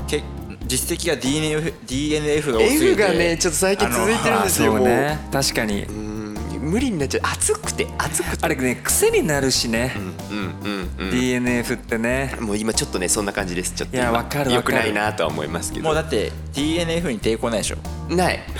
[SPEAKER 3] け実績が DNF, DNF が多すぎ
[SPEAKER 2] F
[SPEAKER 3] て
[SPEAKER 2] がねちょっと最近続いてるん
[SPEAKER 1] あ
[SPEAKER 2] ですよ
[SPEAKER 1] そう
[SPEAKER 2] もう
[SPEAKER 1] ね確かに
[SPEAKER 2] うーん無理になっちゃう暑くて暑くて
[SPEAKER 1] あれね癖になるしね、
[SPEAKER 2] うんうん
[SPEAKER 1] DNF って ね
[SPEAKER 2] うんもう今ちょっとねそんな感じですちょっと
[SPEAKER 1] いや
[SPEAKER 2] 今
[SPEAKER 1] わかる
[SPEAKER 2] 良
[SPEAKER 1] わ
[SPEAKER 2] く
[SPEAKER 1] かる
[SPEAKER 2] ないなとは思いますけど
[SPEAKER 3] もうだって DNF に抵抗ないでしょ
[SPEAKER 2] ない
[SPEAKER 3] 全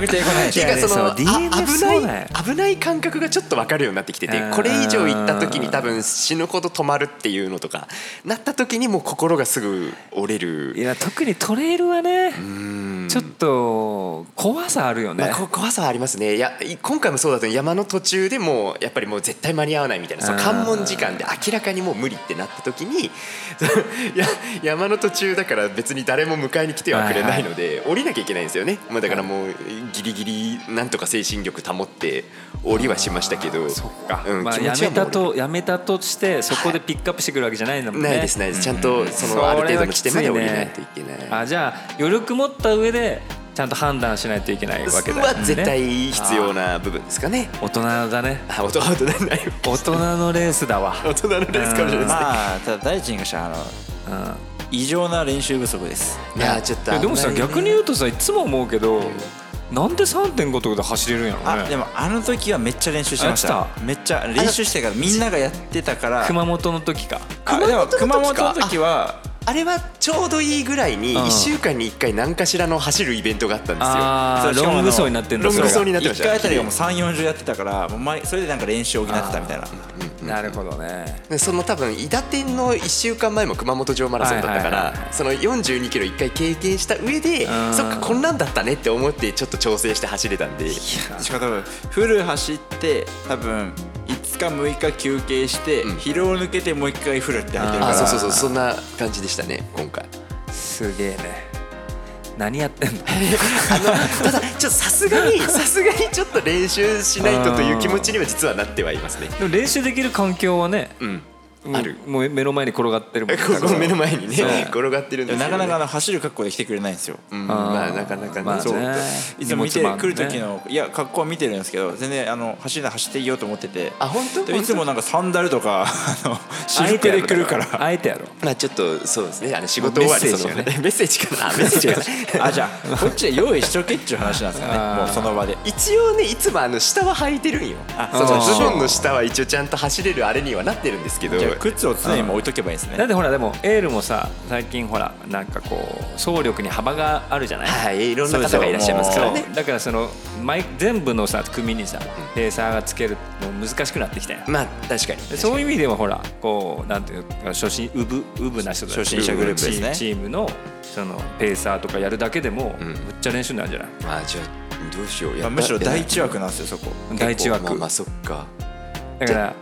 [SPEAKER 3] く抵抗ないでし ょ
[SPEAKER 1] いや
[SPEAKER 2] てかそ
[SPEAKER 1] そ
[SPEAKER 2] の
[SPEAKER 1] う
[SPEAKER 2] あ
[SPEAKER 1] DNF
[SPEAKER 2] 危
[SPEAKER 1] そう
[SPEAKER 2] な
[SPEAKER 1] ね
[SPEAKER 2] い危ない感覚がちょっと分かるようになってきてて
[SPEAKER 1] うん
[SPEAKER 2] これ以上行った時に多分死ぬほど止まるっていうのとかなった時にもう心がすぐ折れ
[SPEAKER 1] い
[SPEAKER 2] る
[SPEAKER 1] や特にトレイルはね
[SPEAKER 2] うん
[SPEAKER 1] ちょっと怖さあるよね、
[SPEAKER 2] まあ、こ怖さはありますねいやい今回もそうだと山の途中でもうやっぱりもう絶対間に合わないみたいなその関門時間で明らかにもう無理ってなった時に そのいや山の途中だから別に誰も迎えに来てはくれないので、降りなきゃいけないんですよね、まあ、だからもうギリギリなんとか精神力保って降りはしましたけど
[SPEAKER 1] そっか、
[SPEAKER 2] うん
[SPEAKER 1] まあ、
[SPEAKER 2] 気
[SPEAKER 1] や
[SPEAKER 2] 持ち
[SPEAKER 1] め
[SPEAKER 2] はもう
[SPEAKER 1] たとやめたとしてそこでピックアップしてくるわけじゃないんだもんね
[SPEAKER 2] ないですないです、ちゃんとそのある程度の地点まで降りないといけない。
[SPEAKER 1] あじゃあ余力持った上でちゃんと判断しないといけないわけだよね
[SPEAKER 2] は絶対必要な部分ですかね。
[SPEAKER 1] 大人だね
[SPEAKER 2] あ、音大人になりました
[SPEAKER 1] 大人のレースだわ、
[SPEAKER 2] 大人のレースかもしれないですね。
[SPEAKER 3] まあただ大臣がしたあの
[SPEAKER 1] うん
[SPEAKER 3] 異常な練習不足です
[SPEAKER 2] いやちょっと
[SPEAKER 1] いやでもさ
[SPEAKER 2] 危ないね
[SPEAKER 1] 逆に言うとさいつも思うけどなんで3.5とかで走れるんやろ
[SPEAKER 3] あ
[SPEAKER 1] ね
[SPEAKER 3] でもあの時はめっちゃ練習してまし
[SPEAKER 1] やったてた
[SPEAKER 3] めっちゃ練習してからみんながやってたから
[SPEAKER 1] 熊本の時か
[SPEAKER 3] あでも
[SPEAKER 2] 熊
[SPEAKER 3] 熊
[SPEAKER 2] 本の時
[SPEAKER 3] 本
[SPEAKER 2] か
[SPEAKER 3] の時は
[SPEAKER 2] あれはちょうどいいぐらいに
[SPEAKER 1] うん
[SPEAKER 2] 1週間に1回何かしらの走るイベントがあったんですよ。
[SPEAKER 1] あ
[SPEAKER 3] そう
[SPEAKER 1] あ
[SPEAKER 3] しか
[SPEAKER 1] ロ
[SPEAKER 3] もあの
[SPEAKER 1] ング走になってんだ
[SPEAKER 2] ロング走
[SPEAKER 1] それ
[SPEAKER 2] になってまし
[SPEAKER 3] 1
[SPEAKER 2] た
[SPEAKER 3] 回あたりがもう340やってたからもう毎それでなんか練習を補ってたみたいな
[SPEAKER 1] がなるほどね
[SPEAKER 2] でその多分伊達店の1週間前も熊本城マラソンだっ
[SPEAKER 1] は
[SPEAKER 2] たか
[SPEAKER 1] いはいはい
[SPEAKER 2] らその42キロ1回経験した上で
[SPEAKER 1] うん
[SPEAKER 2] そっかこんなんだったねって思ってちょっと調整して走れたんで
[SPEAKER 3] しかも多分フル走って多分5日6日休憩して、
[SPEAKER 2] うん
[SPEAKER 3] 疲労抜けてもう1回フルって入ってるか
[SPEAKER 2] あ
[SPEAKER 3] ら
[SPEAKER 2] そうそうそうそんな感じでしたね今回
[SPEAKER 1] すげえね何やってんの
[SPEAKER 2] あのただちょっとさすがにさすがにちょっと練習しないとという気持ちには実はなってはいますね
[SPEAKER 1] でも練習できる環境はね
[SPEAKER 2] うん
[SPEAKER 1] うん
[SPEAKER 2] ある
[SPEAKER 1] もう目の前に転がって るもんね
[SPEAKER 2] ここ目の前にね
[SPEAKER 1] そう
[SPEAKER 2] 転がってるん
[SPEAKER 3] で
[SPEAKER 2] です
[SPEAKER 3] もな
[SPEAKER 2] け
[SPEAKER 3] か
[SPEAKER 2] どね
[SPEAKER 3] なかあの走る格好で来てくれないんですよ、
[SPEAKER 2] うんまあなかなかね
[SPEAKER 1] まあね
[SPEAKER 2] そう
[SPEAKER 3] いつも見て
[SPEAKER 1] 荷物もあ
[SPEAKER 3] く
[SPEAKER 1] る
[SPEAKER 3] る
[SPEAKER 1] ね
[SPEAKER 3] 時のいや格好は見てるんですけど全然あの走るの走っていいよと思ってて
[SPEAKER 2] あ本当
[SPEAKER 3] でもいつもなんかサンダルとか あの私
[SPEAKER 1] あえ
[SPEAKER 3] 服
[SPEAKER 1] て
[SPEAKER 3] で
[SPEAKER 1] や
[SPEAKER 3] 来るから
[SPEAKER 1] あえてやろ
[SPEAKER 2] まあちょっとそうですねあの仕事終わり
[SPEAKER 3] メッセー
[SPEAKER 2] そ
[SPEAKER 3] ジ
[SPEAKER 2] の
[SPEAKER 3] が
[SPEAKER 2] メ
[SPEAKER 3] ね
[SPEAKER 2] ッセージかなあメッセージかな
[SPEAKER 3] あじゃあこっちで用意しとけっちゅう話なんですか
[SPEAKER 1] あー
[SPEAKER 3] ねもうその場で
[SPEAKER 2] 一応ねいつもあの下は履いてるんよ
[SPEAKER 3] あ
[SPEAKER 2] そ
[SPEAKER 1] そう
[SPEAKER 2] の
[SPEAKER 1] そう
[SPEAKER 2] ズボンの下は一応ちゃんと走れるあれにはなってるんですけど
[SPEAKER 3] じゃあ靴を常にもう置いとけばいいですね
[SPEAKER 1] だってほらでもエールもさ最近ほらなんかこう総力に幅があるじゃない
[SPEAKER 2] はいいろんな方がいらっしゃいますからね
[SPEAKER 1] そうだからその毎全部のさ組にさレーサーがつけるの難しくなってきたよ
[SPEAKER 2] まあ確かに
[SPEAKER 1] でそういう意味ではほらこうなんていうか初心うぶうぶな人たち
[SPEAKER 3] 初心者グループですね
[SPEAKER 1] チームのそのペーサーとかやるだけでも
[SPEAKER 2] うん
[SPEAKER 1] むっちゃ練習になるんじゃない
[SPEAKER 2] まあじゃあどうしよう
[SPEAKER 3] まあ
[SPEAKER 2] や
[SPEAKER 3] むしろ第一枠なんですよそこ
[SPEAKER 1] 第一枠
[SPEAKER 2] まあまあそっか
[SPEAKER 1] だから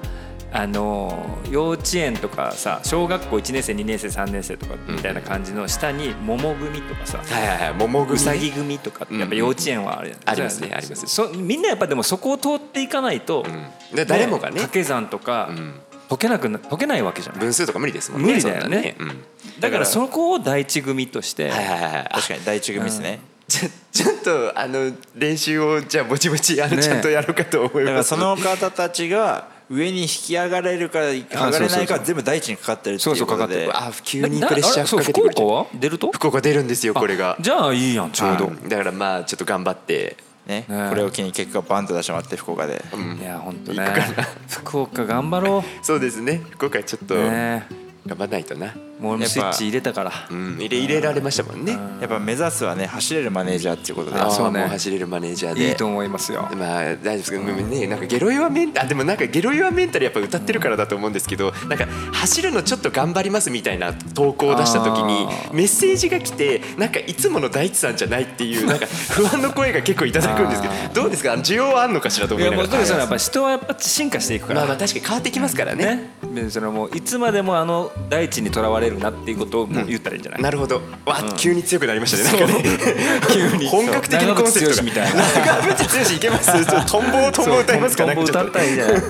[SPEAKER 1] あのー幼稚園とかさ小学校1年生2年生3年生とかみたいな感じの下に桃組とかさ、
[SPEAKER 2] はいはいはい桃
[SPEAKER 1] う
[SPEAKER 2] 組
[SPEAKER 1] さ
[SPEAKER 2] ね
[SPEAKER 1] ぎ組とかってやっ
[SPEAKER 2] うん
[SPEAKER 1] ぱ幼稚園はあるじゃない
[SPEAKER 2] ありますねあります
[SPEAKER 1] そみんなやっぱでもそこを通っていかないと、
[SPEAKER 2] うんで誰もがね
[SPEAKER 1] 掛け算とか、
[SPEAKER 2] うん
[SPEAKER 1] 解けなくな解けないわけじゃない
[SPEAKER 2] 分数とか無理ですもんね
[SPEAKER 1] 無理だよね
[SPEAKER 2] そんなうん
[SPEAKER 1] だからそこを第一組として、
[SPEAKER 2] はいはいはいはい
[SPEAKER 3] 確かに第一組ですね、
[SPEAKER 2] ちょちょっとあの練習をじゃあぼちぼちあの
[SPEAKER 1] ね
[SPEAKER 2] ちゃんとやろうかと思いま
[SPEAKER 3] だから
[SPEAKER 2] す。
[SPEAKER 3] その方たちが上に引き上がれるか上がれないか全部第一にかかってるっていう
[SPEAKER 1] そ
[SPEAKER 3] こ
[SPEAKER 1] うそうかか
[SPEAKER 3] と
[SPEAKER 1] ってる
[SPEAKER 3] で
[SPEAKER 2] あ急にプレッシャ
[SPEAKER 1] なあれそ
[SPEAKER 2] ー
[SPEAKER 1] う
[SPEAKER 2] かけてくれ
[SPEAKER 1] 福
[SPEAKER 2] ちゃ
[SPEAKER 1] 岡
[SPEAKER 2] う
[SPEAKER 1] は出ると
[SPEAKER 2] 福岡出るんですよこれが。
[SPEAKER 1] じゃあいいやんちょうど、
[SPEAKER 2] うんだからまあちょっと頑張って。
[SPEAKER 3] ね
[SPEAKER 1] ね
[SPEAKER 3] これを機に結果バンと出してもらって福岡で
[SPEAKER 1] いや本当ね
[SPEAKER 2] 行くかな
[SPEAKER 1] 福岡頑張ろ
[SPEAKER 2] そうですね。福岡ちょっと
[SPEAKER 1] うね
[SPEAKER 2] 頑張らないとな、
[SPEAKER 1] もう
[SPEAKER 3] やっぱ
[SPEAKER 1] スイッチ入れたから
[SPEAKER 2] うん、入れ入れられましたもんね
[SPEAKER 3] やっぱ目指すはね走れるマネージャーっていうことで
[SPEAKER 2] あー
[SPEAKER 1] そうね
[SPEAKER 2] もう走れるマネージャーで
[SPEAKER 1] いいと思いますよ
[SPEAKER 2] まあ大丈夫ですけど、ねなんかゲロイはメンタルでもなんかゲロイはメンタルやっぱ歌ってるからだと思うんですけどなんか走るのちょっと頑張りますみたいな投稿を出した時に
[SPEAKER 1] あー
[SPEAKER 2] メッセージが来てなんかいつもの大地さんじゃないっていうなんか不安の声が結構いただくんですけど
[SPEAKER 1] あー
[SPEAKER 2] どうですかあの需要はあんのかしらと
[SPEAKER 1] い
[SPEAKER 2] 思い
[SPEAKER 1] や
[SPEAKER 2] な
[SPEAKER 1] も
[SPEAKER 2] が
[SPEAKER 1] うと
[SPEAKER 2] ら
[SPEAKER 1] にかくそのやっぱ人はやっぱ進化していくから
[SPEAKER 2] まあまあ確かに変わってきますからね
[SPEAKER 1] ね、でそのもういつまでもあの大地にとらわれるなっていうことをもう言ったらいいんじゃない、
[SPEAKER 2] なるほどわ、急に強くなりましたねなんかね 急に本格的なコンセプト
[SPEAKER 1] 長渕剛
[SPEAKER 2] が
[SPEAKER 1] みたいな
[SPEAKER 2] 長渕剛いけますちょっとトンボをトンボ歌いますか
[SPEAKER 1] ト
[SPEAKER 2] な
[SPEAKER 1] ン
[SPEAKER 2] ん
[SPEAKER 1] ボ
[SPEAKER 2] かちょ
[SPEAKER 1] 歌っ
[SPEAKER 2] っと
[SPEAKER 1] たらいいんじゃない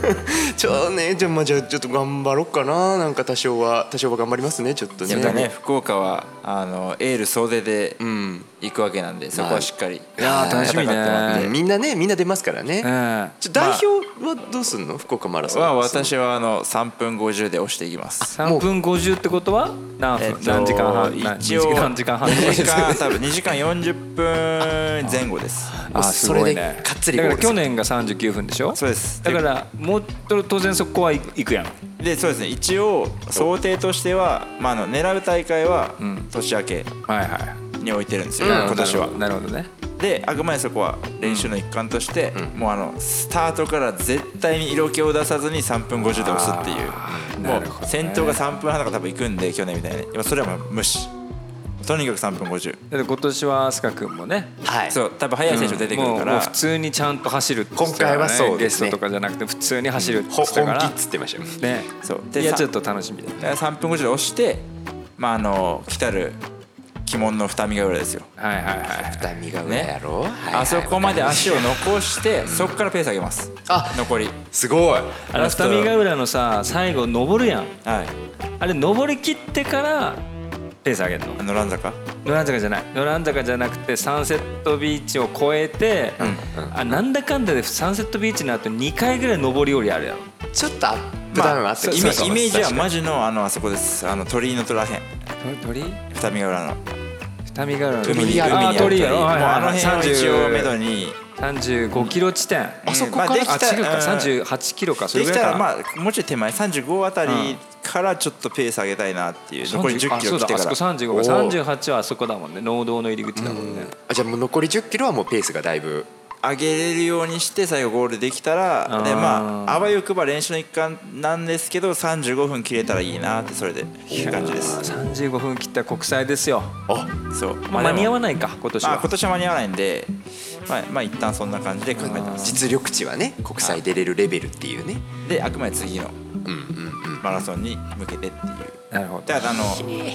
[SPEAKER 2] ちょねじゃあまあじゃあちょっと頑張ろうかななんか多少は多少は頑張りますねちょっとね
[SPEAKER 3] やっぱね福岡はあのエール総出で行くわけなんでそこはしっかり
[SPEAKER 1] いやー楽しみね
[SPEAKER 3] 戦ってもらって
[SPEAKER 2] うんみんなねみんな出ますからね、
[SPEAKER 1] うん
[SPEAKER 2] ちょ代表はどうすんの福岡マラソン
[SPEAKER 3] は私はあの3分50で押していきます
[SPEAKER 1] 3分50ってことは何分、
[SPEAKER 3] えっと
[SPEAKER 1] 何時間半
[SPEAKER 3] 一応
[SPEAKER 1] 何時間半
[SPEAKER 3] 2時間多分2時間40分前後です
[SPEAKER 1] あすごい
[SPEAKER 2] それ
[SPEAKER 1] ね
[SPEAKER 2] でかっつり
[SPEAKER 1] だから
[SPEAKER 2] ゴールす
[SPEAKER 1] 去
[SPEAKER 2] る
[SPEAKER 1] 年が39分でしょ
[SPEAKER 3] そうです
[SPEAKER 1] だからもう当然そこはいいくやん
[SPEAKER 3] でそうですね一応想定としては、まあ、あの狙う大会は
[SPEAKER 1] ん
[SPEAKER 3] 年明け
[SPEAKER 1] はいは
[SPEAKER 3] に置いてるんですよ、
[SPEAKER 1] い
[SPEAKER 3] 今年は
[SPEAKER 1] なるほどね
[SPEAKER 3] であくまでそこは練習の一環として、もうあのスタートから絶対に色気を出さずに3分50で押すっていうも
[SPEAKER 1] なるほど
[SPEAKER 3] う
[SPEAKER 1] ね
[SPEAKER 3] 先頭が3分半とか多分行くんで去年みたいに今それはもう無視とにかく3分50
[SPEAKER 1] だって今年は飛鳥君もね
[SPEAKER 2] はい
[SPEAKER 3] そう多分速い選手出てくるか
[SPEAKER 1] もうもう
[SPEAKER 3] ら
[SPEAKER 1] 普通にちゃんと走るって言ってた
[SPEAKER 2] 今
[SPEAKER 1] よね
[SPEAKER 2] 回はそう
[SPEAKER 1] ゲ
[SPEAKER 2] で
[SPEAKER 1] ス
[SPEAKER 2] すね
[SPEAKER 1] トとかじゃなくて普通に走るって言
[SPEAKER 2] ほ
[SPEAKER 1] ってたか
[SPEAKER 2] 本
[SPEAKER 1] ら
[SPEAKER 2] 気っつってましたよ
[SPEAKER 1] ね
[SPEAKER 3] そう
[SPEAKER 1] い
[SPEAKER 3] で
[SPEAKER 1] や
[SPEAKER 3] さ
[SPEAKER 1] ちょっと楽しみだね
[SPEAKER 3] 3分50で押してまああの来たる鬼門の二見ヶ浦ですよ
[SPEAKER 1] はいはいはい
[SPEAKER 2] 二見が上やろ、はいはい
[SPEAKER 3] あそこまで足を残してそこからペース上げます
[SPEAKER 2] あ
[SPEAKER 3] 残り
[SPEAKER 2] すごい
[SPEAKER 1] あの二見ヶ浦のさ最後登るやん
[SPEAKER 3] はい
[SPEAKER 1] あれ登り切ってからペース上げるの
[SPEAKER 3] あのラン坂
[SPEAKER 1] 野良坂じゃない野良坂じゃなくてサンセットビーチを越えて、
[SPEAKER 3] う
[SPEAKER 1] あなんだかんだでサンセットビーチの後2回ぐらい上り下りあるやろ
[SPEAKER 2] ちょっとアップダウンあった
[SPEAKER 3] イメ
[SPEAKER 2] 気がしま
[SPEAKER 3] ー
[SPEAKER 2] す
[SPEAKER 3] ジイメージは
[SPEAKER 2] 確か
[SPEAKER 3] マジのあのあそこですあの鳥居の虎辺
[SPEAKER 1] 鳥
[SPEAKER 3] 二見ヶ浦の
[SPEAKER 1] 二見ヶ浦の
[SPEAKER 3] 海に
[SPEAKER 2] 鳥居
[SPEAKER 3] 海に
[SPEAKER 2] あ
[SPEAKER 3] あ
[SPEAKER 1] あ
[SPEAKER 3] る
[SPEAKER 1] 鳥居やろ
[SPEAKER 3] もう
[SPEAKER 1] はいはい
[SPEAKER 3] あの辺を一応
[SPEAKER 1] 30
[SPEAKER 3] めどに
[SPEAKER 1] 35キロ地点あ
[SPEAKER 2] あそこから
[SPEAKER 3] までき
[SPEAKER 1] 違う
[SPEAKER 3] た
[SPEAKER 1] か
[SPEAKER 3] うん
[SPEAKER 1] 38キロかそれ
[SPEAKER 3] で
[SPEAKER 1] ぐ
[SPEAKER 3] き
[SPEAKER 1] らいか
[SPEAKER 3] た
[SPEAKER 1] ら
[SPEAKER 3] まあもうちょい手前35あたりからちょっとペース上げたいなっていう残り10キロ
[SPEAKER 1] あそ
[SPEAKER 3] 来てか
[SPEAKER 1] うだ
[SPEAKER 3] ら
[SPEAKER 1] あそこ35
[SPEAKER 2] お
[SPEAKER 1] か
[SPEAKER 2] ー
[SPEAKER 1] 38はあそこだもんね農道の入り口だもんね
[SPEAKER 2] あじゃあもう残り10キロはもうペースがだいぶ
[SPEAKER 3] 上げれるようにして最後ゴールできた
[SPEAKER 1] あ
[SPEAKER 3] ら
[SPEAKER 1] ー
[SPEAKER 3] でまああわよくば練習の一環なんですけど35分切れたらいいなってそれでいう感じです
[SPEAKER 1] 35分切った国際ですよ
[SPEAKER 2] あ
[SPEAKER 3] そう
[SPEAKER 1] まあ間に合わ
[SPEAKER 3] ない
[SPEAKER 1] ないか今年
[SPEAKER 3] まあ
[SPEAKER 1] は
[SPEAKER 3] 今年は間に合わないんでまあまあ一旦そんな感じで考えてます
[SPEAKER 2] 実力値はね国際出れるレベルっていうね
[SPEAKER 3] であくまで次のマラソンに向けてっていう
[SPEAKER 1] なるほど
[SPEAKER 3] だからあの、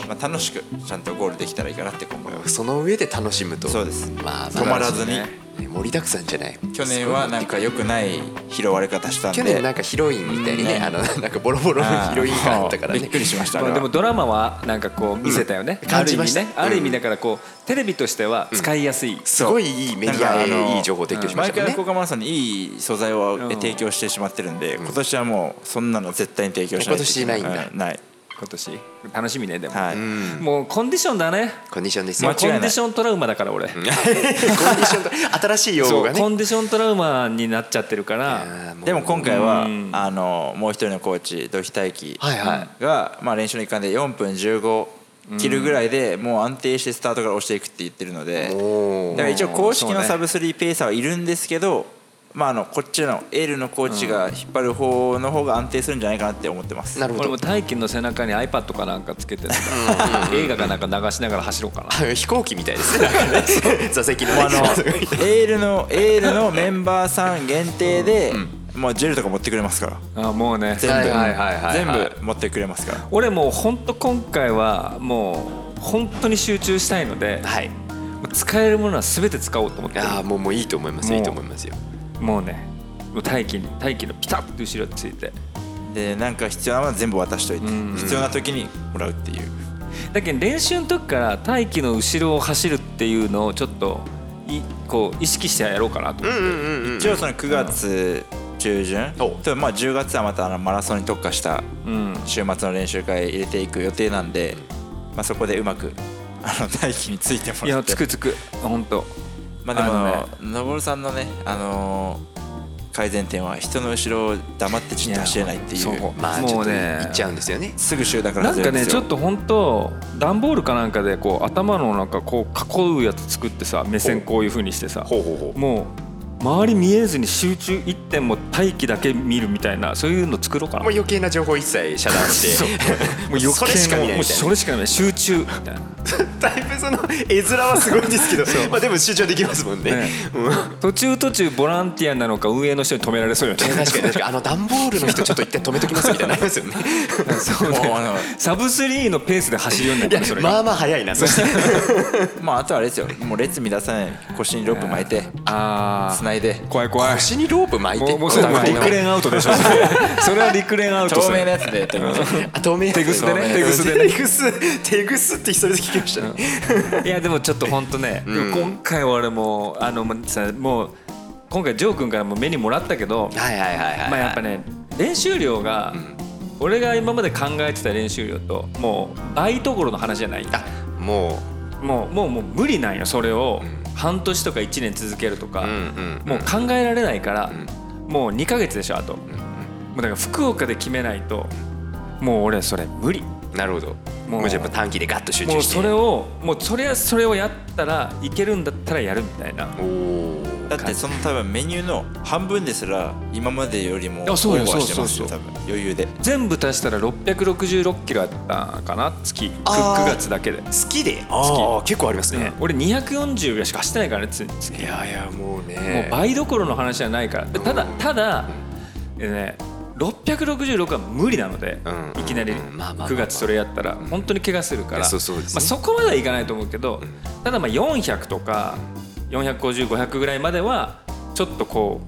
[SPEAKER 3] まあ、楽しくちゃんとゴールできたらいいかなって今回は
[SPEAKER 2] その上で楽しむと
[SPEAKER 3] そうです
[SPEAKER 2] まあ
[SPEAKER 3] 止まらずに
[SPEAKER 1] 素晴らし
[SPEAKER 2] ね盛りだくさんじゃない
[SPEAKER 3] 去年はなんか良くない拾われ方したんで
[SPEAKER 2] 去年なんかヒロインみたいにね、
[SPEAKER 3] うん
[SPEAKER 2] あのなんかボロボロの
[SPEAKER 3] あー
[SPEAKER 2] ヒロイン感あったからね
[SPEAKER 3] びっくりしましたあれ
[SPEAKER 1] まあ
[SPEAKER 3] は
[SPEAKER 1] でもドラマはなんかこう見せたよね
[SPEAKER 2] うん
[SPEAKER 1] あ
[SPEAKER 2] 感
[SPEAKER 1] る
[SPEAKER 2] じ
[SPEAKER 1] 意
[SPEAKER 2] まし
[SPEAKER 1] 味
[SPEAKER 2] た
[SPEAKER 1] ねある意味だからこうテレビとしては使いやすい
[SPEAKER 2] すごいいいメディア
[SPEAKER 3] なんかあの
[SPEAKER 2] へいい情報を提供しましたも
[SPEAKER 3] 毎
[SPEAKER 2] ん
[SPEAKER 3] 回
[SPEAKER 2] ね
[SPEAKER 3] 福岡マラソンにいい素材を
[SPEAKER 1] うん
[SPEAKER 3] 提供してしまってるんで、今年はもうそんなの絶対に提供しな
[SPEAKER 2] 今
[SPEAKER 3] いとけ
[SPEAKER 2] 年ないんだ
[SPEAKER 3] うない
[SPEAKER 1] 今年楽しみねでも
[SPEAKER 3] はい、
[SPEAKER 1] もうコンディションだね
[SPEAKER 2] コンディションです
[SPEAKER 1] も
[SPEAKER 2] よ
[SPEAKER 1] うコ
[SPEAKER 3] 間違いない
[SPEAKER 1] ンディショントラウマだから俺
[SPEAKER 2] コンディションと新しい用語
[SPEAKER 1] そう
[SPEAKER 2] がね
[SPEAKER 1] コンディショントラウマになっちゃってるから
[SPEAKER 2] あーう
[SPEAKER 3] でも今回は、
[SPEAKER 1] うん
[SPEAKER 3] あのもう一人のコーチ土肥大輝が、
[SPEAKER 2] はいは
[SPEAKER 3] まあ、練習の一環で4分15切るぐらいで、もう安定してスタートから押していくって言ってるので
[SPEAKER 2] おー
[SPEAKER 3] だから一応公式
[SPEAKER 1] そう
[SPEAKER 3] の
[SPEAKER 1] ね
[SPEAKER 3] サブスリーペーサーはいるんですけど、まあ、あのこっちのエールのコーチが引っ張る方の方が安定するんじゃないかなって思ってます。
[SPEAKER 2] なるほ
[SPEAKER 1] 俺も
[SPEAKER 2] ど
[SPEAKER 1] 大輝の背中に iPad かなんかつけてなんか映画かなんか流しながら走ろうかな
[SPEAKER 2] 飛行機みたいですねなん かね座席のね
[SPEAKER 3] あ の エールのエールのメンバーさん限定で、もうジェルとか持ってくれますから
[SPEAKER 1] あもうね
[SPEAKER 3] 全部、
[SPEAKER 2] はいはいはいはいはい
[SPEAKER 3] 全部持ってくれますから
[SPEAKER 1] 俺もう本当今回はもう本当に集中したいので
[SPEAKER 2] はい
[SPEAKER 1] もう使えるものは全て使おうと思ってる
[SPEAKER 2] ああもうもういいと思います
[SPEAKER 1] もう
[SPEAKER 2] いいと思いますよ
[SPEAKER 1] もうねもう大輝に大輝のピタッと後ろついて
[SPEAKER 3] でなんか必要なものは全部渡しといて、必要な時にもらうっていう
[SPEAKER 1] だけど練習の時から大輝の後ろを走るっていうのをちょっといこう意識してやろうかなと思って、
[SPEAKER 3] 一応その9月中旬、
[SPEAKER 2] お
[SPEAKER 3] とまあ10月はまたあのマラソンに特化した
[SPEAKER 1] うん
[SPEAKER 3] 週末の練習会入れていく予定なんで、まあ、そこでうまくあの大輝についてもらって
[SPEAKER 1] いやつくつく本当
[SPEAKER 3] まあでも
[SPEAKER 1] あ
[SPEAKER 3] のぼるさんのねあのー改善点は人の後ろを黙ってじっと走れないってい
[SPEAKER 1] そう
[SPEAKER 3] う
[SPEAKER 2] まあちょっ
[SPEAKER 1] も
[SPEAKER 2] と
[SPEAKER 1] うね
[SPEAKER 2] 行っちゃうんですよね
[SPEAKER 3] すぐ集団から
[SPEAKER 1] なん
[SPEAKER 3] 外
[SPEAKER 1] か
[SPEAKER 3] れるんで
[SPEAKER 1] ね
[SPEAKER 3] す
[SPEAKER 1] ち
[SPEAKER 3] よ
[SPEAKER 1] ょっと本当段ボールかなんかでこう頭の中こう囲うやつ作ってさ目線こういう風にしてさ
[SPEAKER 2] ほうほうほう
[SPEAKER 1] もう周り見えずに集中一点も大気だけ見るみたいなそういうの作ろうかな
[SPEAKER 2] もう余計な情報一切遮断してもう余計なそれしか見ない
[SPEAKER 1] もう
[SPEAKER 2] みたい
[SPEAKER 1] そ
[SPEAKER 2] な
[SPEAKER 1] れしかない集中みたいな
[SPEAKER 2] だいぶその絵面はすごいんですけどまあでも集中できますもんね
[SPEAKER 1] ね
[SPEAKER 2] うん
[SPEAKER 1] 途中途中ボランティアなのか運営の人に止められそうよ
[SPEAKER 2] 確
[SPEAKER 1] ね
[SPEAKER 2] かに確かにあの段ボールの人ちょっと一回止めときます みたいになりますよね
[SPEAKER 1] そうね
[SPEAKER 3] もうあの
[SPEAKER 1] サブスリーのペースで走りようになっ
[SPEAKER 2] いや
[SPEAKER 1] たねそれが
[SPEAKER 2] まあまあ早いなそして
[SPEAKER 3] まああとはあれですよもう列乱さないように腰にロープ巻いて
[SPEAKER 1] あ
[SPEAKER 3] 繋いで
[SPEAKER 1] あ怖い怖い
[SPEAKER 2] 腰にロープ巻いて
[SPEAKER 1] もうもうそれ
[SPEAKER 3] お
[SPEAKER 1] もう
[SPEAKER 3] 互い
[SPEAKER 1] 陸
[SPEAKER 3] の
[SPEAKER 1] 連アウト でしょそれそれは陸連アウト
[SPEAKER 3] 透
[SPEAKER 1] そ
[SPEAKER 3] 明
[SPEAKER 1] れ
[SPEAKER 3] のやつでやってみます
[SPEAKER 2] あ透明
[SPEAKER 1] 手ぐすでね
[SPEAKER 2] 透明
[SPEAKER 1] 手ぐすで
[SPEAKER 2] 手ぐす手ぐすって一人で聞きましたね
[SPEAKER 1] いやでもちょっと本当ね、
[SPEAKER 2] ん
[SPEAKER 1] でも今回俺もあのもうさもう今回ジョー君からも目にもらったけど、
[SPEAKER 2] はいはいはいはい
[SPEAKER 1] まあやっぱね練習量が、俺が今まで考えてた練習量ともう倍どころの話じゃない
[SPEAKER 2] あも
[SPEAKER 1] もうもうもう無理なんよそれを
[SPEAKER 2] う
[SPEAKER 1] 半年とか1年続けるとか、
[SPEAKER 2] ううんうん
[SPEAKER 1] もう考えられないから、もう2ヶ月でしょあと、もうだから福岡で決めないともう俺それ無理
[SPEAKER 2] なるほど
[SPEAKER 1] もう
[SPEAKER 2] もうじゃあやっぱ短期でガッと集
[SPEAKER 1] も
[SPEAKER 2] 中
[SPEAKER 1] う
[SPEAKER 2] して
[SPEAKER 1] それをもうそれはそれをやったらいけるんだったらやるみたいな
[SPEAKER 2] おー
[SPEAKER 3] だってその多分メニューの半分ですら今までよりもオーバ
[SPEAKER 1] あ
[SPEAKER 3] ー
[SPEAKER 1] そうよ
[SPEAKER 3] してますよ
[SPEAKER 1] そ
[SPEAKER 3] 多分余裕で
[SPEAKER 1] 全部足したら666キロあったかな月 9,
[SPEAKER 2] あー
[SPEAKER 1] 月だけで、
[SPEAKER 2] 好きで
[SPEAKER 1] 好
[SPEAKER 2] ああ結構あります
[SPEAKER 1] ね
[SPEAKER 2] ね、
[SPEAKER 1] 俺240ぐらいしか走ってないからねつ月
[SPEAKER 2] いやいやもうね
[SPEAKER 1] もう倍どころの話じゃないからただただ、えね、666は無理なので、
[SPEAKER 2] うんうん
[SPEAKER 1] いきなり
[SPEAKER 2] うんまあまあまあまあ
[SPEAKER 1] 9月それやったら本当に怪我するから、
[SPEAKER 2] いやそうそうですね
[SPEAKER 1] まあ、そこまではいかないと思うけど、ただまあ400とか450500ぐらいまではちょっとこ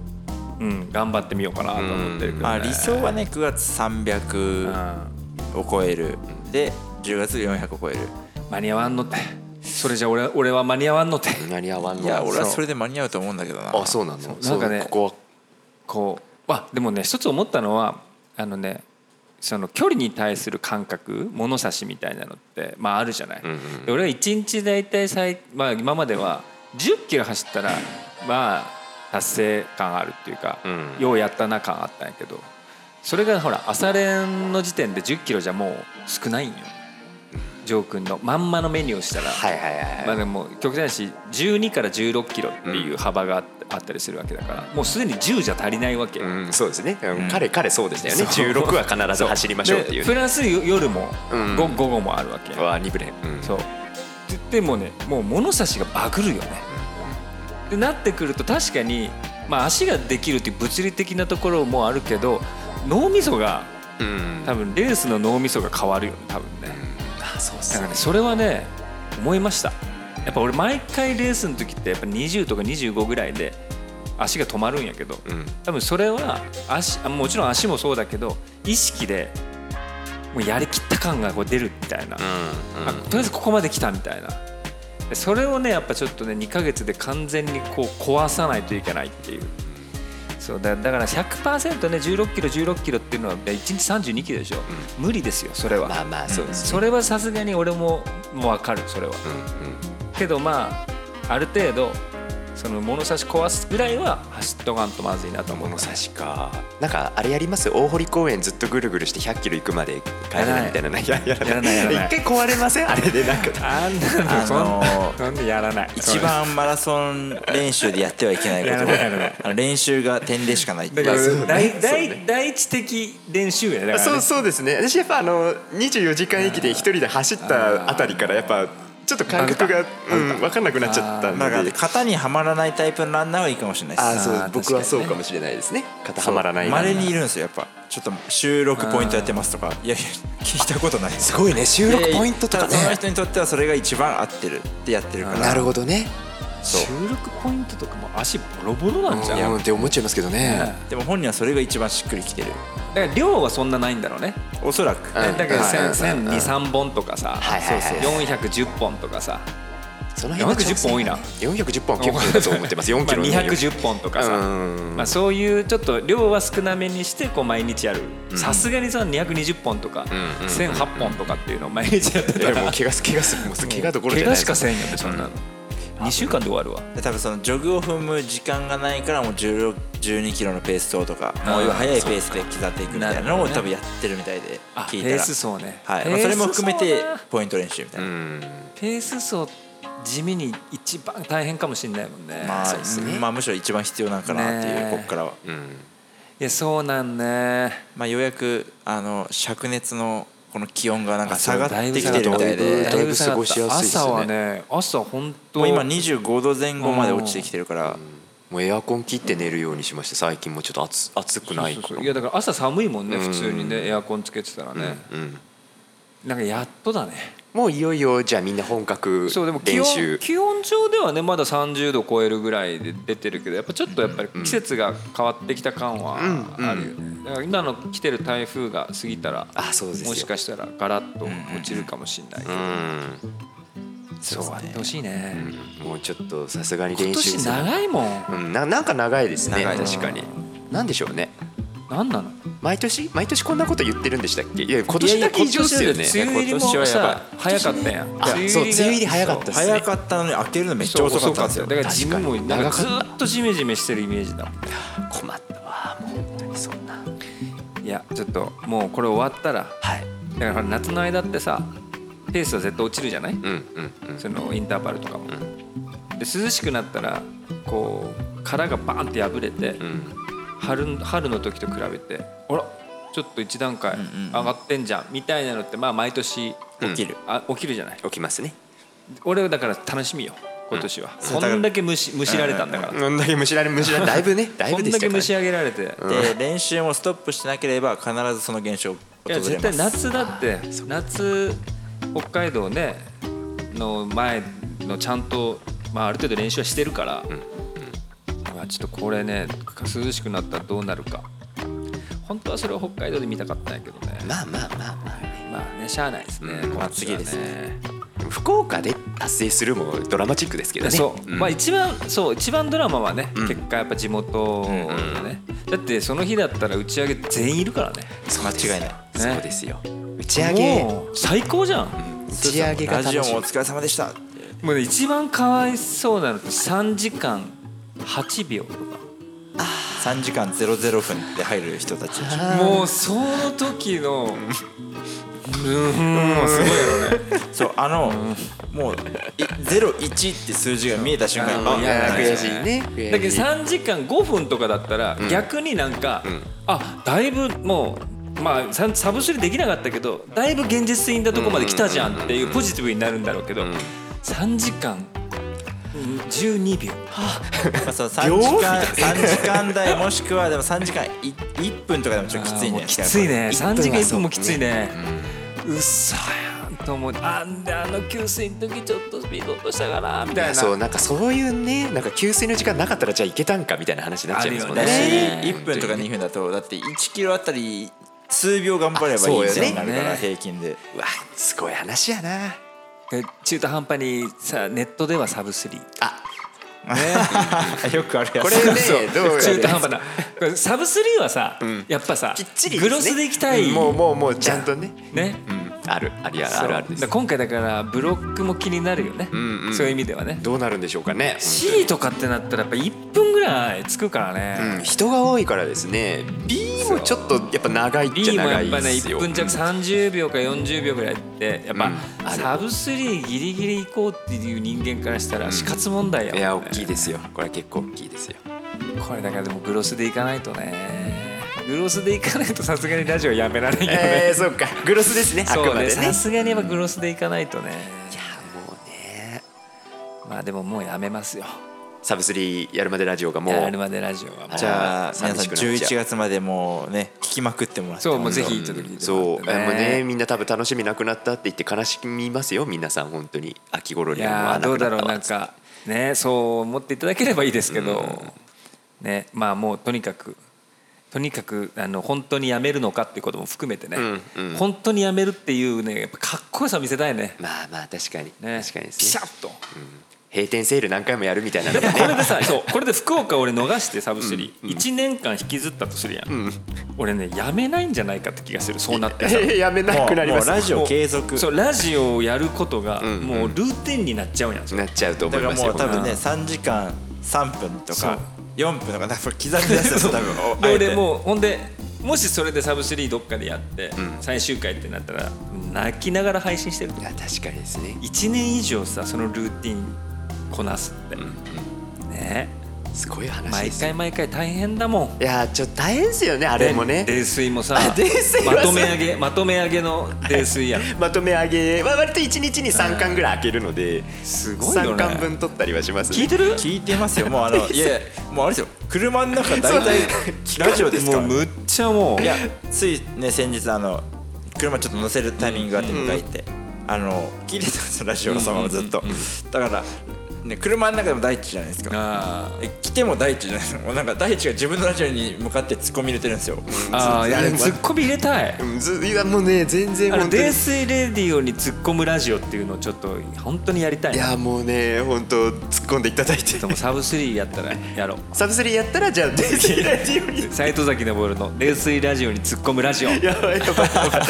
[SPEAKER 1] う、うん、頑張ってみようかなと思ってるけど、ね
[SPEAKER 3] まあ理想はね9月
[SPEAKER 1] うん
[SPEAKER 3] 300を超えるで10月400を超える
[SPEAKER 1] 間に合わんのってそれじゃ俺は俺は間に合わんのって
[SPEAKER 2] 間に合わんの
[SPEAKER 3] いや俺はそれで間に合うと思うんだけどな
[SPEAKER 2] あそうなの
[SPEAKER 1] う
[SPEAKER 2] そう
[SPEAKER 1] なんかね
[SPEAKER 2] ここは
[SPEAKER 1] こうわでもね一つ思ったのはあのねその距離に対する感覚物差しみたいなのって、まあ、あるじゃない、
[SPEAKER 2] んうん
[SPEAKER 1] で俺は1日大体最、まあ、今までは1 0キロ走ったらまあ達成感あるっていうか、
[SPEAKER 2] うん
[SPEAKER 1] ようやったな感あったんやけどそれがほら朝練の時点で1 0キロじゃもう少ないんよジョー君のまんまのメニューをしたら、
[SPEAKER 2] はいはいはい
[SPEAKER 1] まあ、でも極端だし12から16キロっていう幅があっあったりするわけだからもうすでに10じゃ足りないわけ、
[SPEAKER 2] うん、そうですね、うん彼彼そうでしたよね16は必ず走りましょうってい
[SPEAKER 1] で
[SPEAKER 2] う
[SPEAKER 1] プ
[SPEAKER 2] ね
[SPEAKER 1] ラスよ夜も、
[SPEAKER 2] うん
[SPEAKER 1] 午午後もあるわけ
[SPEAKER 2] はリブレ、うん
[SPEAKER 1] そうででもねもう物差しがバグるよねでなってくると確かに、まあ、足ができるっていう物理的なところもあるけど脳みそが
[SPEAKER 2] うん
[SPEAKER 1] 多分レースの脳みそが変わるよね多分ね
[SPEAKER 2] あそうっ
[SPEAKER 1] だ
[SPEAKER 2] す
[SPEAKER 1] から
[SPEAKER 2] ね
[SPEAKER 1] ねそれはね思いましたやっぱ俺毎回レースの時ってやっぱ20とか25ぐらいで足が止まるんやけど
[SPEAKER 2] うん
[SPEAKER 1] 多分それは足あもちろん足もそうだけど意識でもうやりきった感がこう出るみたいな、あとりあえずここまで来たみたいなでそれをねやっぱちょっとね2ヶ月で完全にこう壊さないといけないっていうそうだだから100%ね1 6キロ1 6キロっていうのは1日3 2キロでしょ、無理ですよそれは、
[SPEAKER 2] まあまあそうです
[SPEAKER 1] それはさすがに俺ももう分かるそれは
[SPEAKER 2] うんうん
[SPEAKER 1] けどまあある程度その物差し壊すぐらいは走っとかんとまずいなと思う
[SPEAKER 2] 物差しかなんかあれやります大堀公園ずっとぐるぐるして100キロ行くまで帰らないみたいなのやや
[SPEAKER 1] やらないやらない
[SPEAKER 2] 一回壊れませんあれでなんか
[SPEAKER 1] あんな
[SPEAKER 3] あ
[SPEAKER 1] のそん
[SPEAKER 3] のー
[SPEAKER 1] なんでやらない
[SPEAKER 3] 一番マラソン練習でやってはいけないこ
[SPEAKER 1] やらないやらない
[SPEAKER 3] とあの練習が点でしかないっ
[SPEAKER 1] だ
[SPEAKER 3] てい
[SPEAKER 1] から
[SPEAKER 3] う
[SPEAKER 2] うね
[SPEAKER 1] 第
[SPEAKER 2] そうね
[SPEAKER 1] 第第一的練習やねだからね
[SPEAKER 2] そうそうですね私やっぱあの24時間駅で一人で走ったあたりからやっぱちょっと感覚が、うん、分かんなくなっちゃったんで、
[SPEAKER 3] まあ型にはまらないタイプのランナーはいいかもしれない
[SPEAKER 2] あ
[SPEAKER 3] で
[SPEAKER 2] ー
[SPEAKER 3] す
[SPEAKER 2] そう
[SPEAKER 1] あー
[SPEAKER 2] 僕
[SPEAKER 1] 確
[SPEAKER 2] は
[SPEAKER 1] か
[SPEAKER 2] そ
[SPEAKER 1] にね
[SPEAKER 2] うかもしれないですね肩はまらない
[SPEAKER 3] まれにいるんですよやっぱちょっと収録ポイントやってますとかいやいや聞いたことないです
[SPEAKER 2] すごいね収録ポイントとか
[SPEAKER 3] いやいやただその
[SPEAKER 2] ね
[SPEAKER 3] 人にとってはそれが一番合ってるってやってるから
[SPEAKER 2] なるほどね
[SPEAKER 3] そう
[SPEAKER 1] 収録ポイントとかも足ボロボロなんじゃん
[SPEAKER 2] いやって思っちゃいますけどね
[SPEAKER 3] でも本人はそれが一番しっくりきてる
[SPEAKER 1] だから量はそんなないんだろうね
[SPEAKER 3] おそらく
[SPEAKER 2] うん
[SPEAKER 1] だから
[SPEAKER 2] うんうん
[SPEAKER 1] 1023本とかさ
[SPEAKER 2] はいはいはい
[SPEAKER 1] 410本とかさ
[SPEAKER 2] その辺は
[SPEAKER 1] 410本多いな
[SPEAKER 2] 410本は結構だと思ってます4キロの
[SPEAKER 1] まあ210本とかさ
[SPEAKER 2] うん
[SPEAKER 1] まあそういうちょっと量は少なめにしてこう毎日やるさすがにその220本とか
[SPEAKER 2] うん
[SPEAKER 1] 1008本とかっていうのを毎日やって
[SPEAKER 2] い
[SPEAKER 1] た
[SPEAKER 2] やも
[SPEAKER 1] ら
[SPEAKER 2] う怪我す怪我するもう怪我どころじ
[SPEAKER 1] 怪
[SPEAKER 2] ゃな
[SPEAKER 1] 我
[SPEAKER 2] い
[SPEAKER 1] しかせんよねそんなの2週間で終わるわ
[SPEAKER 3] で多分そのジョグを踏む時間がないからもう1 2キロのペース走とか
[SPEAKER 1] あー
[SPEAKER 3] もう早いペースで刻んでいくみたいなのを多分やってるみたいで
[SPEAKER 1] あ
[SPEAKER 3] 聞いたら
[SPEAKER 1] ペース走ね
[SPEAKER 3] はい
[SPEAKER 1] ペー
[SPEAKER 3] まあ、
[SPEAKER 1] ス
[SPEAKER 3] それも含めて
[SPEAKER 1] 走だ
[SPEAKER 3] ポイント練習みたいな、
[SPEAKER 1] ペース走地味に一番大変かもしれないもんね、
[SPEAKER 3] まあ
[SPEAKER 2] そうですね
[SPEAKER 3] まあ、むしろ一番必要なんかなっていう、
[SPEAKER 1] ねえ
[SPEAKER 3] ここからは、
[SPEAKER 2] うん
[SPEAKER 1] いやそうなんね
[SPEAKER 3] まあ、ようやくあの灼熱のこの気温がなんか
[SPEAKER 1] あそう
[SPEAKER 3] 下がっ
[SPEAKER 1] だい
[SPEAKER 3] て
[SPEAKER 1] ぶ
[SPEAKER 3] きてるみたい
[SPEAKER 2] だいぶ
[SPEAKER 3] で
[SPEAKER 2] 下がっ過ごしやすいっすね
[SPEAKER 1] 朝はね朝本当
[SPEAKER 3] もう今25度前後まで落ちてきてるから
[SPEAKER 2] もうエアコン切って寝るようにしまして最近もちょっと暑暑くない
[SPEAKER 1] そう
[SPEAKER 2] か
[SPEAKER 1] そう
[SPEAKER 2] ら
[SPEAKER 1] そういやだから朝寒いもんね
[SPEAKER 2] うん
[SPEAKER 1] 普通にねエアコンつけてたらね
[SPEAKER 2] うん
[SPEAKER 1] なんかやっとだね
[SPEAKER 2] もういよいよじゃあみんな本格
[SPEAKER 1] そうでも気
[SPEAKER 2] 練
[SPEAKER 1] 温
[SPEAKER 2] 習
[SPEAKER 1] 気温上ではねまだ30度超えるぐらいで出てるけどやっぱちょっとやっぱり季節が変わってきた感はあるよねだから今の来てる台風が過ぎたら
[SPEAKER 2] あそうですよ
[SPEAKER 1] もしかしたらガラッと落ちるかもしれないけ
[SPEAKER 2] う
[SPEAKER 1] ど
[SPEAKER 2] ん
[SPEAKER 1] そうあってほしいね
[SPEAKER 2] もうちょっとさすがに
[SPEAKER 1] 今
[SPEAKER 2] 練習
[SPEAKER 1] 年
[SPEAKER 2] する
[SPEAKER 1] 長いもん
[SPEAKER 2] うんななんか長いですね
[SPEAKER 3] 長い
[SPEAKER 2] 確かになんでしょうね
[SPEAKER 1] 何なの
[SPEAKER 2] 毎年毎年こんなこと言ってるんでしたっけい
[SPEAKER 1] い
[SPEAKER 2] や今
[SPEAKER 1] やい
[SPEAKER 2] 年
[SPEAKER 1] や
[SPEAKER 2] だけ異常ですよ
[SPEAKER 1] 今
[SPEAKER 2] ね
[SPEAKER 1] 年梅雨入りも
[SPEAKER 3] 今年はやばい
[SPEAKER 1] さ早かったやん
[SPEAKER 2] あそう梅雨入り早かったですね
[SPEAKER 3] 早かったのに開けるのめっちゃ
[SPEAKER 1] そう
[SPEAKER 3] 遅か
[SPEAKER 1] 遅
[SPEAKER 3] った
[SPEAKER 1] か
[SPEAKER 3] んで
[SPEAKER 1] っ
[SPEAKER 3] す
[SPEAKER 1] たよ
[SPEAKER 3] よ
[SPEAKER 1] だから自分もなんか
[SPEAKER 2] 確
[SPEAKER 1] ず
[SPEAKER 2] かに
[SPEAKER 1] っとジメジメしてるイメージだもん
[SPEAKER 2] 困ったわもう本当にそんない
[SPEAKER 1] やちょっともうこれ終わったら
[SPEAKER 2] はい
[SPEAKER 1] だからほら夏の間ってさペースは絶対落ちるじゃない
[SPEAKER 2] うんうんうん
[SPEAKER 1] そのインターバルとかもで涼しくなったらこう殻がバーンって破れて
[SPEAKER 2] うん
[SPEAKER 1] 春春の時と比べてあらちょっと一段階上がってんじゃんみたいなのってまあ毎年
[SPEAKER 2] うん
[SPEAKER 3] 起きる
[SPEAKER 1] あ起きるじゃない
[SPEAKER 2] 起きますね
[SPEAKER 1] 俺はだから楽しみよ今年は、
[SPEAKER 3] うだから
[SPEAKER 1] こんだけむしむしられたんだから、
[SPEAKER 2] どんだ けむしられむしられだいぶねだい
[SPEAKER 1] こ
[SPEAKER 2] ぶ
[SPEAKER 1] ん
[SPEAKER 2] で
[SPEAKER 1] だ
[SPEAKER 2] し
[SPEAKER 1] け
[SPEAKER 2] たか
[SPEAKER 1] 蒸
[SPEAKER 2] ら
[SPEAKER 1] し上げられて、い
[SPEAKER 3] で練習もストップしてなければ必ずその現象訪れ
[SPEAKER 1] や
[SPEAKER 3] ます
[SPEAKER 1] 絶対夏だって夏北海道ねの前のちゃんと、まあ、ある程度練習はしてるから、まあちょっとこれね涼しくなったらどうなるか本当はそれを北海道で見たかったんやけどね
[SPEAKER 2] まあまあまあまあね
[SPEAKER 1] まあねしゃあないですね、
[SPEAKER 2] う
[SPEAKER 1] こっ
[SPEAKER 2] ん
[SPEAKER 1] ちは
[SPEAKER 3] まあ次ですね
[SPEAKER 2] でも福岡で達成するもドラマチックですけどね
[SPEAKER 1] そう、
[SPEAKER 2] ん
[SPEAKER 1] まあ一番そう一番ドラマはね、
[SPEAKER 2] ん
[SPEAKER 1] 結果やっぱ地元だね、だってその日だったら打ち上げ全員いるからね
[SPEAKER 3] 間違いない
[SPEAKER 1] ね
[SPEAKER 2] そうですよ打ち上げ
[SPEAKER 1] もう最高じゃん、
[SPEAKER 2] 打ち上げが
[SPEAKER 3] ラ
[SPEAKER 2] 楽し
[SPEAKER 3] ジオも
[SPEAKER 2] み
[SPEAKER 3] お疲れ様でした
[SPEAKER 1] もうね一番かわいそうなのって3時間8秒と
[SPEAKER 3] 3時間00分で入る人たちでしょ
[SPEAKER 1] かもうその時のうーんすごいよね
[SPEAKER 3] そうあのもうい01って数字が見えた瞬間に
[SPEAKER 1] あー
[SPEAKER 3] あ
[SPEAKER 1] い
[SPEAKER 2] や
[SPEAKER 1] 悔
[SPEAKER 2] しいね悔しい
[SPEAKER 1] だけど3時間5分とかだったら逆になんか、あだいぶもうまあササブスリーできなかったけどだいぶ現実的なとこまで来たじゃんっていうポジティブになるんだろうけど3時間うん12秒
[SPEAKER 3] まあその3時間3時間台もしくはでも3時間い1分とかでもちょっときつい
[SPEAKER 1] あーも
[SPEAKER 3] ね
[SPEAKER 1] う きついね
[SPEAKER 2] 一
[SPEAKER 1] 3
[SPEAKER 2] 分
[SPEAKER 1] 時間
[SPEAKER 2] は
[SPEAKER 1] 1
[SPEAKER 2] そう
[SPEAKER 1] 分もきついねうっそやんと思うあんであの給水の時ちょっとスピード落としたかなみたいな
[SPEAKER 2] そうなんかそういうねなんか給水の時間なかったらじゃあいけたんかみたいな話になっちゃいますもん
[SPEAKER 1] あ
[SPEAKER 3] だ
[SPEAKER 1] るよ
[SPEAKER 3] し
[SPEAKER 2] ね
[SPEAKER 1] ね
[SPEAKER 3] 1分とか2分だとだって1キロあたり数秒頑張ればいいみたいになるか
[SPEAKER 1] そうよ
[SPEAKER 3] ら
[SPEAKER 1] ね
[SPEAKER 3] 平均で
[SPEAKER 2] うわすごい話やな
[SPEAKER 1] で中途半端にさネットではサブスリー
[SPEAKER 2] あ
[SPEAKER 3] よくあるやつ
[SPEAKER 2] これ ねどうや
[SPEAKER 1] 中途
[SPEAKER 2] ね
[SPEAKER 1] 半端なこれサブスリーはさ、やっぱさ
[SPEAKER 2] きっちり
[SPEAKER 1] グロスでいきたい、
[SPEAKER 2] うんもうもうもうちゃんとね
[SPEAKER 1] ね、
[SPEAKER 2] あるあるある
[SPEAKER 1] そう
[SPEAKER 2] あるあるで
[SPEAKER 1] だから
[SPEAKER 2] す
[SPEAKER 1] 今回だからブロックも気になるよね、
[SPEAKER 2] んうん
[SPEAKER 1] そういう意味ではね
[SPEAKER 2] どうなるんでしょうかね
[SPEAKER 1] C とかってなったらやっぱ1分ぐらいつくから
[SPEAKER 2] うん
[SPEAKER 1] ね、
[SPEAKER 2] 人が多いからですね B もちょっとやっぱ長いっ
[SPEAKER 1] B
[SPEAKER 2] ちゃ
[SPEAKER 1] も
[SPEAKER 2] 長
[SPEAKER 1] やっ
[SPEAKER 2] い
[SPEAKER 1] ぱね
[SPEAKER 2] です
[SPEAKER 1] 1
[SPEAKER 2] よ
[SPEAKER 1] 分弱30秒か40秒ぐらいってやっぱ、
[SPEAKER 2] うんある
[SPEAKER 1] サブスリーギリギリ行こうっていう人間からしたら死活問題やも
[SPEAKER 2] い
[SPEAKER 1] ん、ね
[SPEAKER 2] や大きいですよこれ結構大き いですよ
[SPEAKER 1] これだからでもグロスでいかないとねグロスでいかないとさすがにラジオやめられないよね、
[SPEAKER 2] えーそうかグロスですねあく
[SPEAKER 1] そう
[SPEAKER 2] ま
[SPEAKER 1] ね
[SPEAKER 2] でね
[SPEAKER 1] さすがにやっぱグロスでいかないとね
[SPEAKER 2] いやもうね
[SPEAKER 1] まあでももうやめますよ
[SPEAKER 2] サブスリーやるまでラジオがもう
[SPEAKER 1] やるまでラジオはもう
[SPEAKER 3] じゃあ皆さん
[SPEAKER 2] 寂しくなっちゃう
[SPEAKER 3] 11月までもうね聞きまくってもらって
[SPEAKER 1] そうもうぜひちょっと聞いて
[SPEAKER 2] そ
[SPEAKER 1] も
[SPEAKER 2] う、
[SPEAKER 1] ら
[SPEAKER 2] え
[SPEAKER 1] って
[SPEAKER 2] もうねみんな多分楽しみなくなったって言って悲しみますよ皆さん本当に秋頃
[SPEAKER 1] い
[SPEAKER 2] にはもう
[SPEAKER 1] やー
[SPEAKER 2] あな
[SPEAKER 1] どう
[SPEAKER 2] くな
[SPEAKER 1] だ
[SPEAKER 2] った
[SPEAKER 1] ろ
[SPEAKER 2] わ
[SPEAKER 1] うなんかねそう思っていただければいいですけど、ねまあもうとにかくとにかくあの本当にやめるのかっていうことも含めてね、
[SPEAKER 2] んうん
[SPEAKER 1] 本当にやめるっていうねやっぱかっこよさ見せたいね
[SPEAKER 2] まあまあ確かに、
[SPEAKER 1] ね
[SPEAKER 2] 確かにです
[SPEAKER 1] ピ
[SPEAKER 2] ね
[SPEAKER 1] シャッと
[SPEAKER 2] 閉店セール何回もやるみたいなのが
[SPEAKER 1] これ
[SPEAKER 2] ね
[SPEAKER 1] でさそうこれで福岡俺逃してサブスリー、1年間引きずったとするやん、俺ねやめないんじゃないかって気がするそうなってさ
[SPEAKER 2] やめなくなります
[SPEAKER 3] もうラジオ継続
[SPEAKER 1] そうラジオをやることが
[SPEAKER 2] ん
[SPEAKER 1] もうルーティンになっちゃうやん、
[SPEAKER 2] なっちゃうと思
[SPEAKER 3] だ
[SPEAKER 2] い
[SPEAKER 3] から
[SPEAKER 2] ます
[SPEAKER 3] も
[SPEAKER 2] よ
[SPEAKER 3] う多分ね3時間3分と
[SPEAKER 1] そう
[SPEAKER 3] か4分とかなんか刻み出すよ 多分お
[SPEAKER 1] で
[SPEAKER 3] あえて
[SPEAKER 1] 俺もうほんでもしそれでサブスリーどっかでやって、最終回ってなったら泣きながら配信してる
[SPEAKER 2] いや確かにですね
[SPEAKER 1] 1年以上さそのルーティンこなすって、ね
[SPEAKER 2] すごい話
[SPEAKER 1] 毎
[SPEAKER 2] ですよ
[SPEAKER 1] 回毎回大変だもん
[SPEAKER 2] いやちょっと大変ですよねあれもね
[SPEAKER 1] 泥酔もさ
[SPEAKER 2] あ泥酔は
[SPEAKER 1] ま
[SPEAKER 2] さ
[SPEAKER 1] とめ上げまとめ上げの泥酔 やん
[SPEAKER 2] まとめ上げは割と1日に3巻ぐらい開けるので、
[SPEAKER 1] すごいよね
[SPEAKER 2] 3巻分取ったりはします、ね、
[SPEAKER 1] 聞いてる
[SPEAKER 3] 聞いてますよも うあのいやいやもうあれですよ車の中大体ラジオですから
[SPEAKER 1] もうむっちゃもう
[SPEAKER 3] いやついね先日あの車ちょっと乗せるタイミングがあって迎えて、あの聞いてたんですよラジオをそのままずっと、だからね車の中でも大地じゃないですか
[SPEAKER 1] あ
[SPEAKER 3] え来ても大地じゃないですかもうなんか大地が自分のラジオに向かって突っ込み入れてるんですよ
[SPEAKER 1] ーあーいやあれ
[SPEAKER 2] ず
[SPEAKER 1] ツッコミ入れたい
[SPEAKER 2] うんずいやもうね全然
[SPEAKER 1] あの
[SPEAKER 2] 本当に
[SPEAKER 1] 泥酔レディオに突っ込むラジオっていうのをちょっと本当にやりたい
[SPEAKER 2] い
[SPEAKER 1] な
[SPEAKER 2] やもうね本当突っ込んでいただいて
[SPEAKER 1] でもサブスリーやったらやろう
[SPEAKER 2] サブスリーやったらじゃあデイジーラジオに
[SPEAKER 1] 斎藤崎昇の「泥酔ラジオに突っ込むラジオ」
[SPEAKER 2] やばいやばいやばい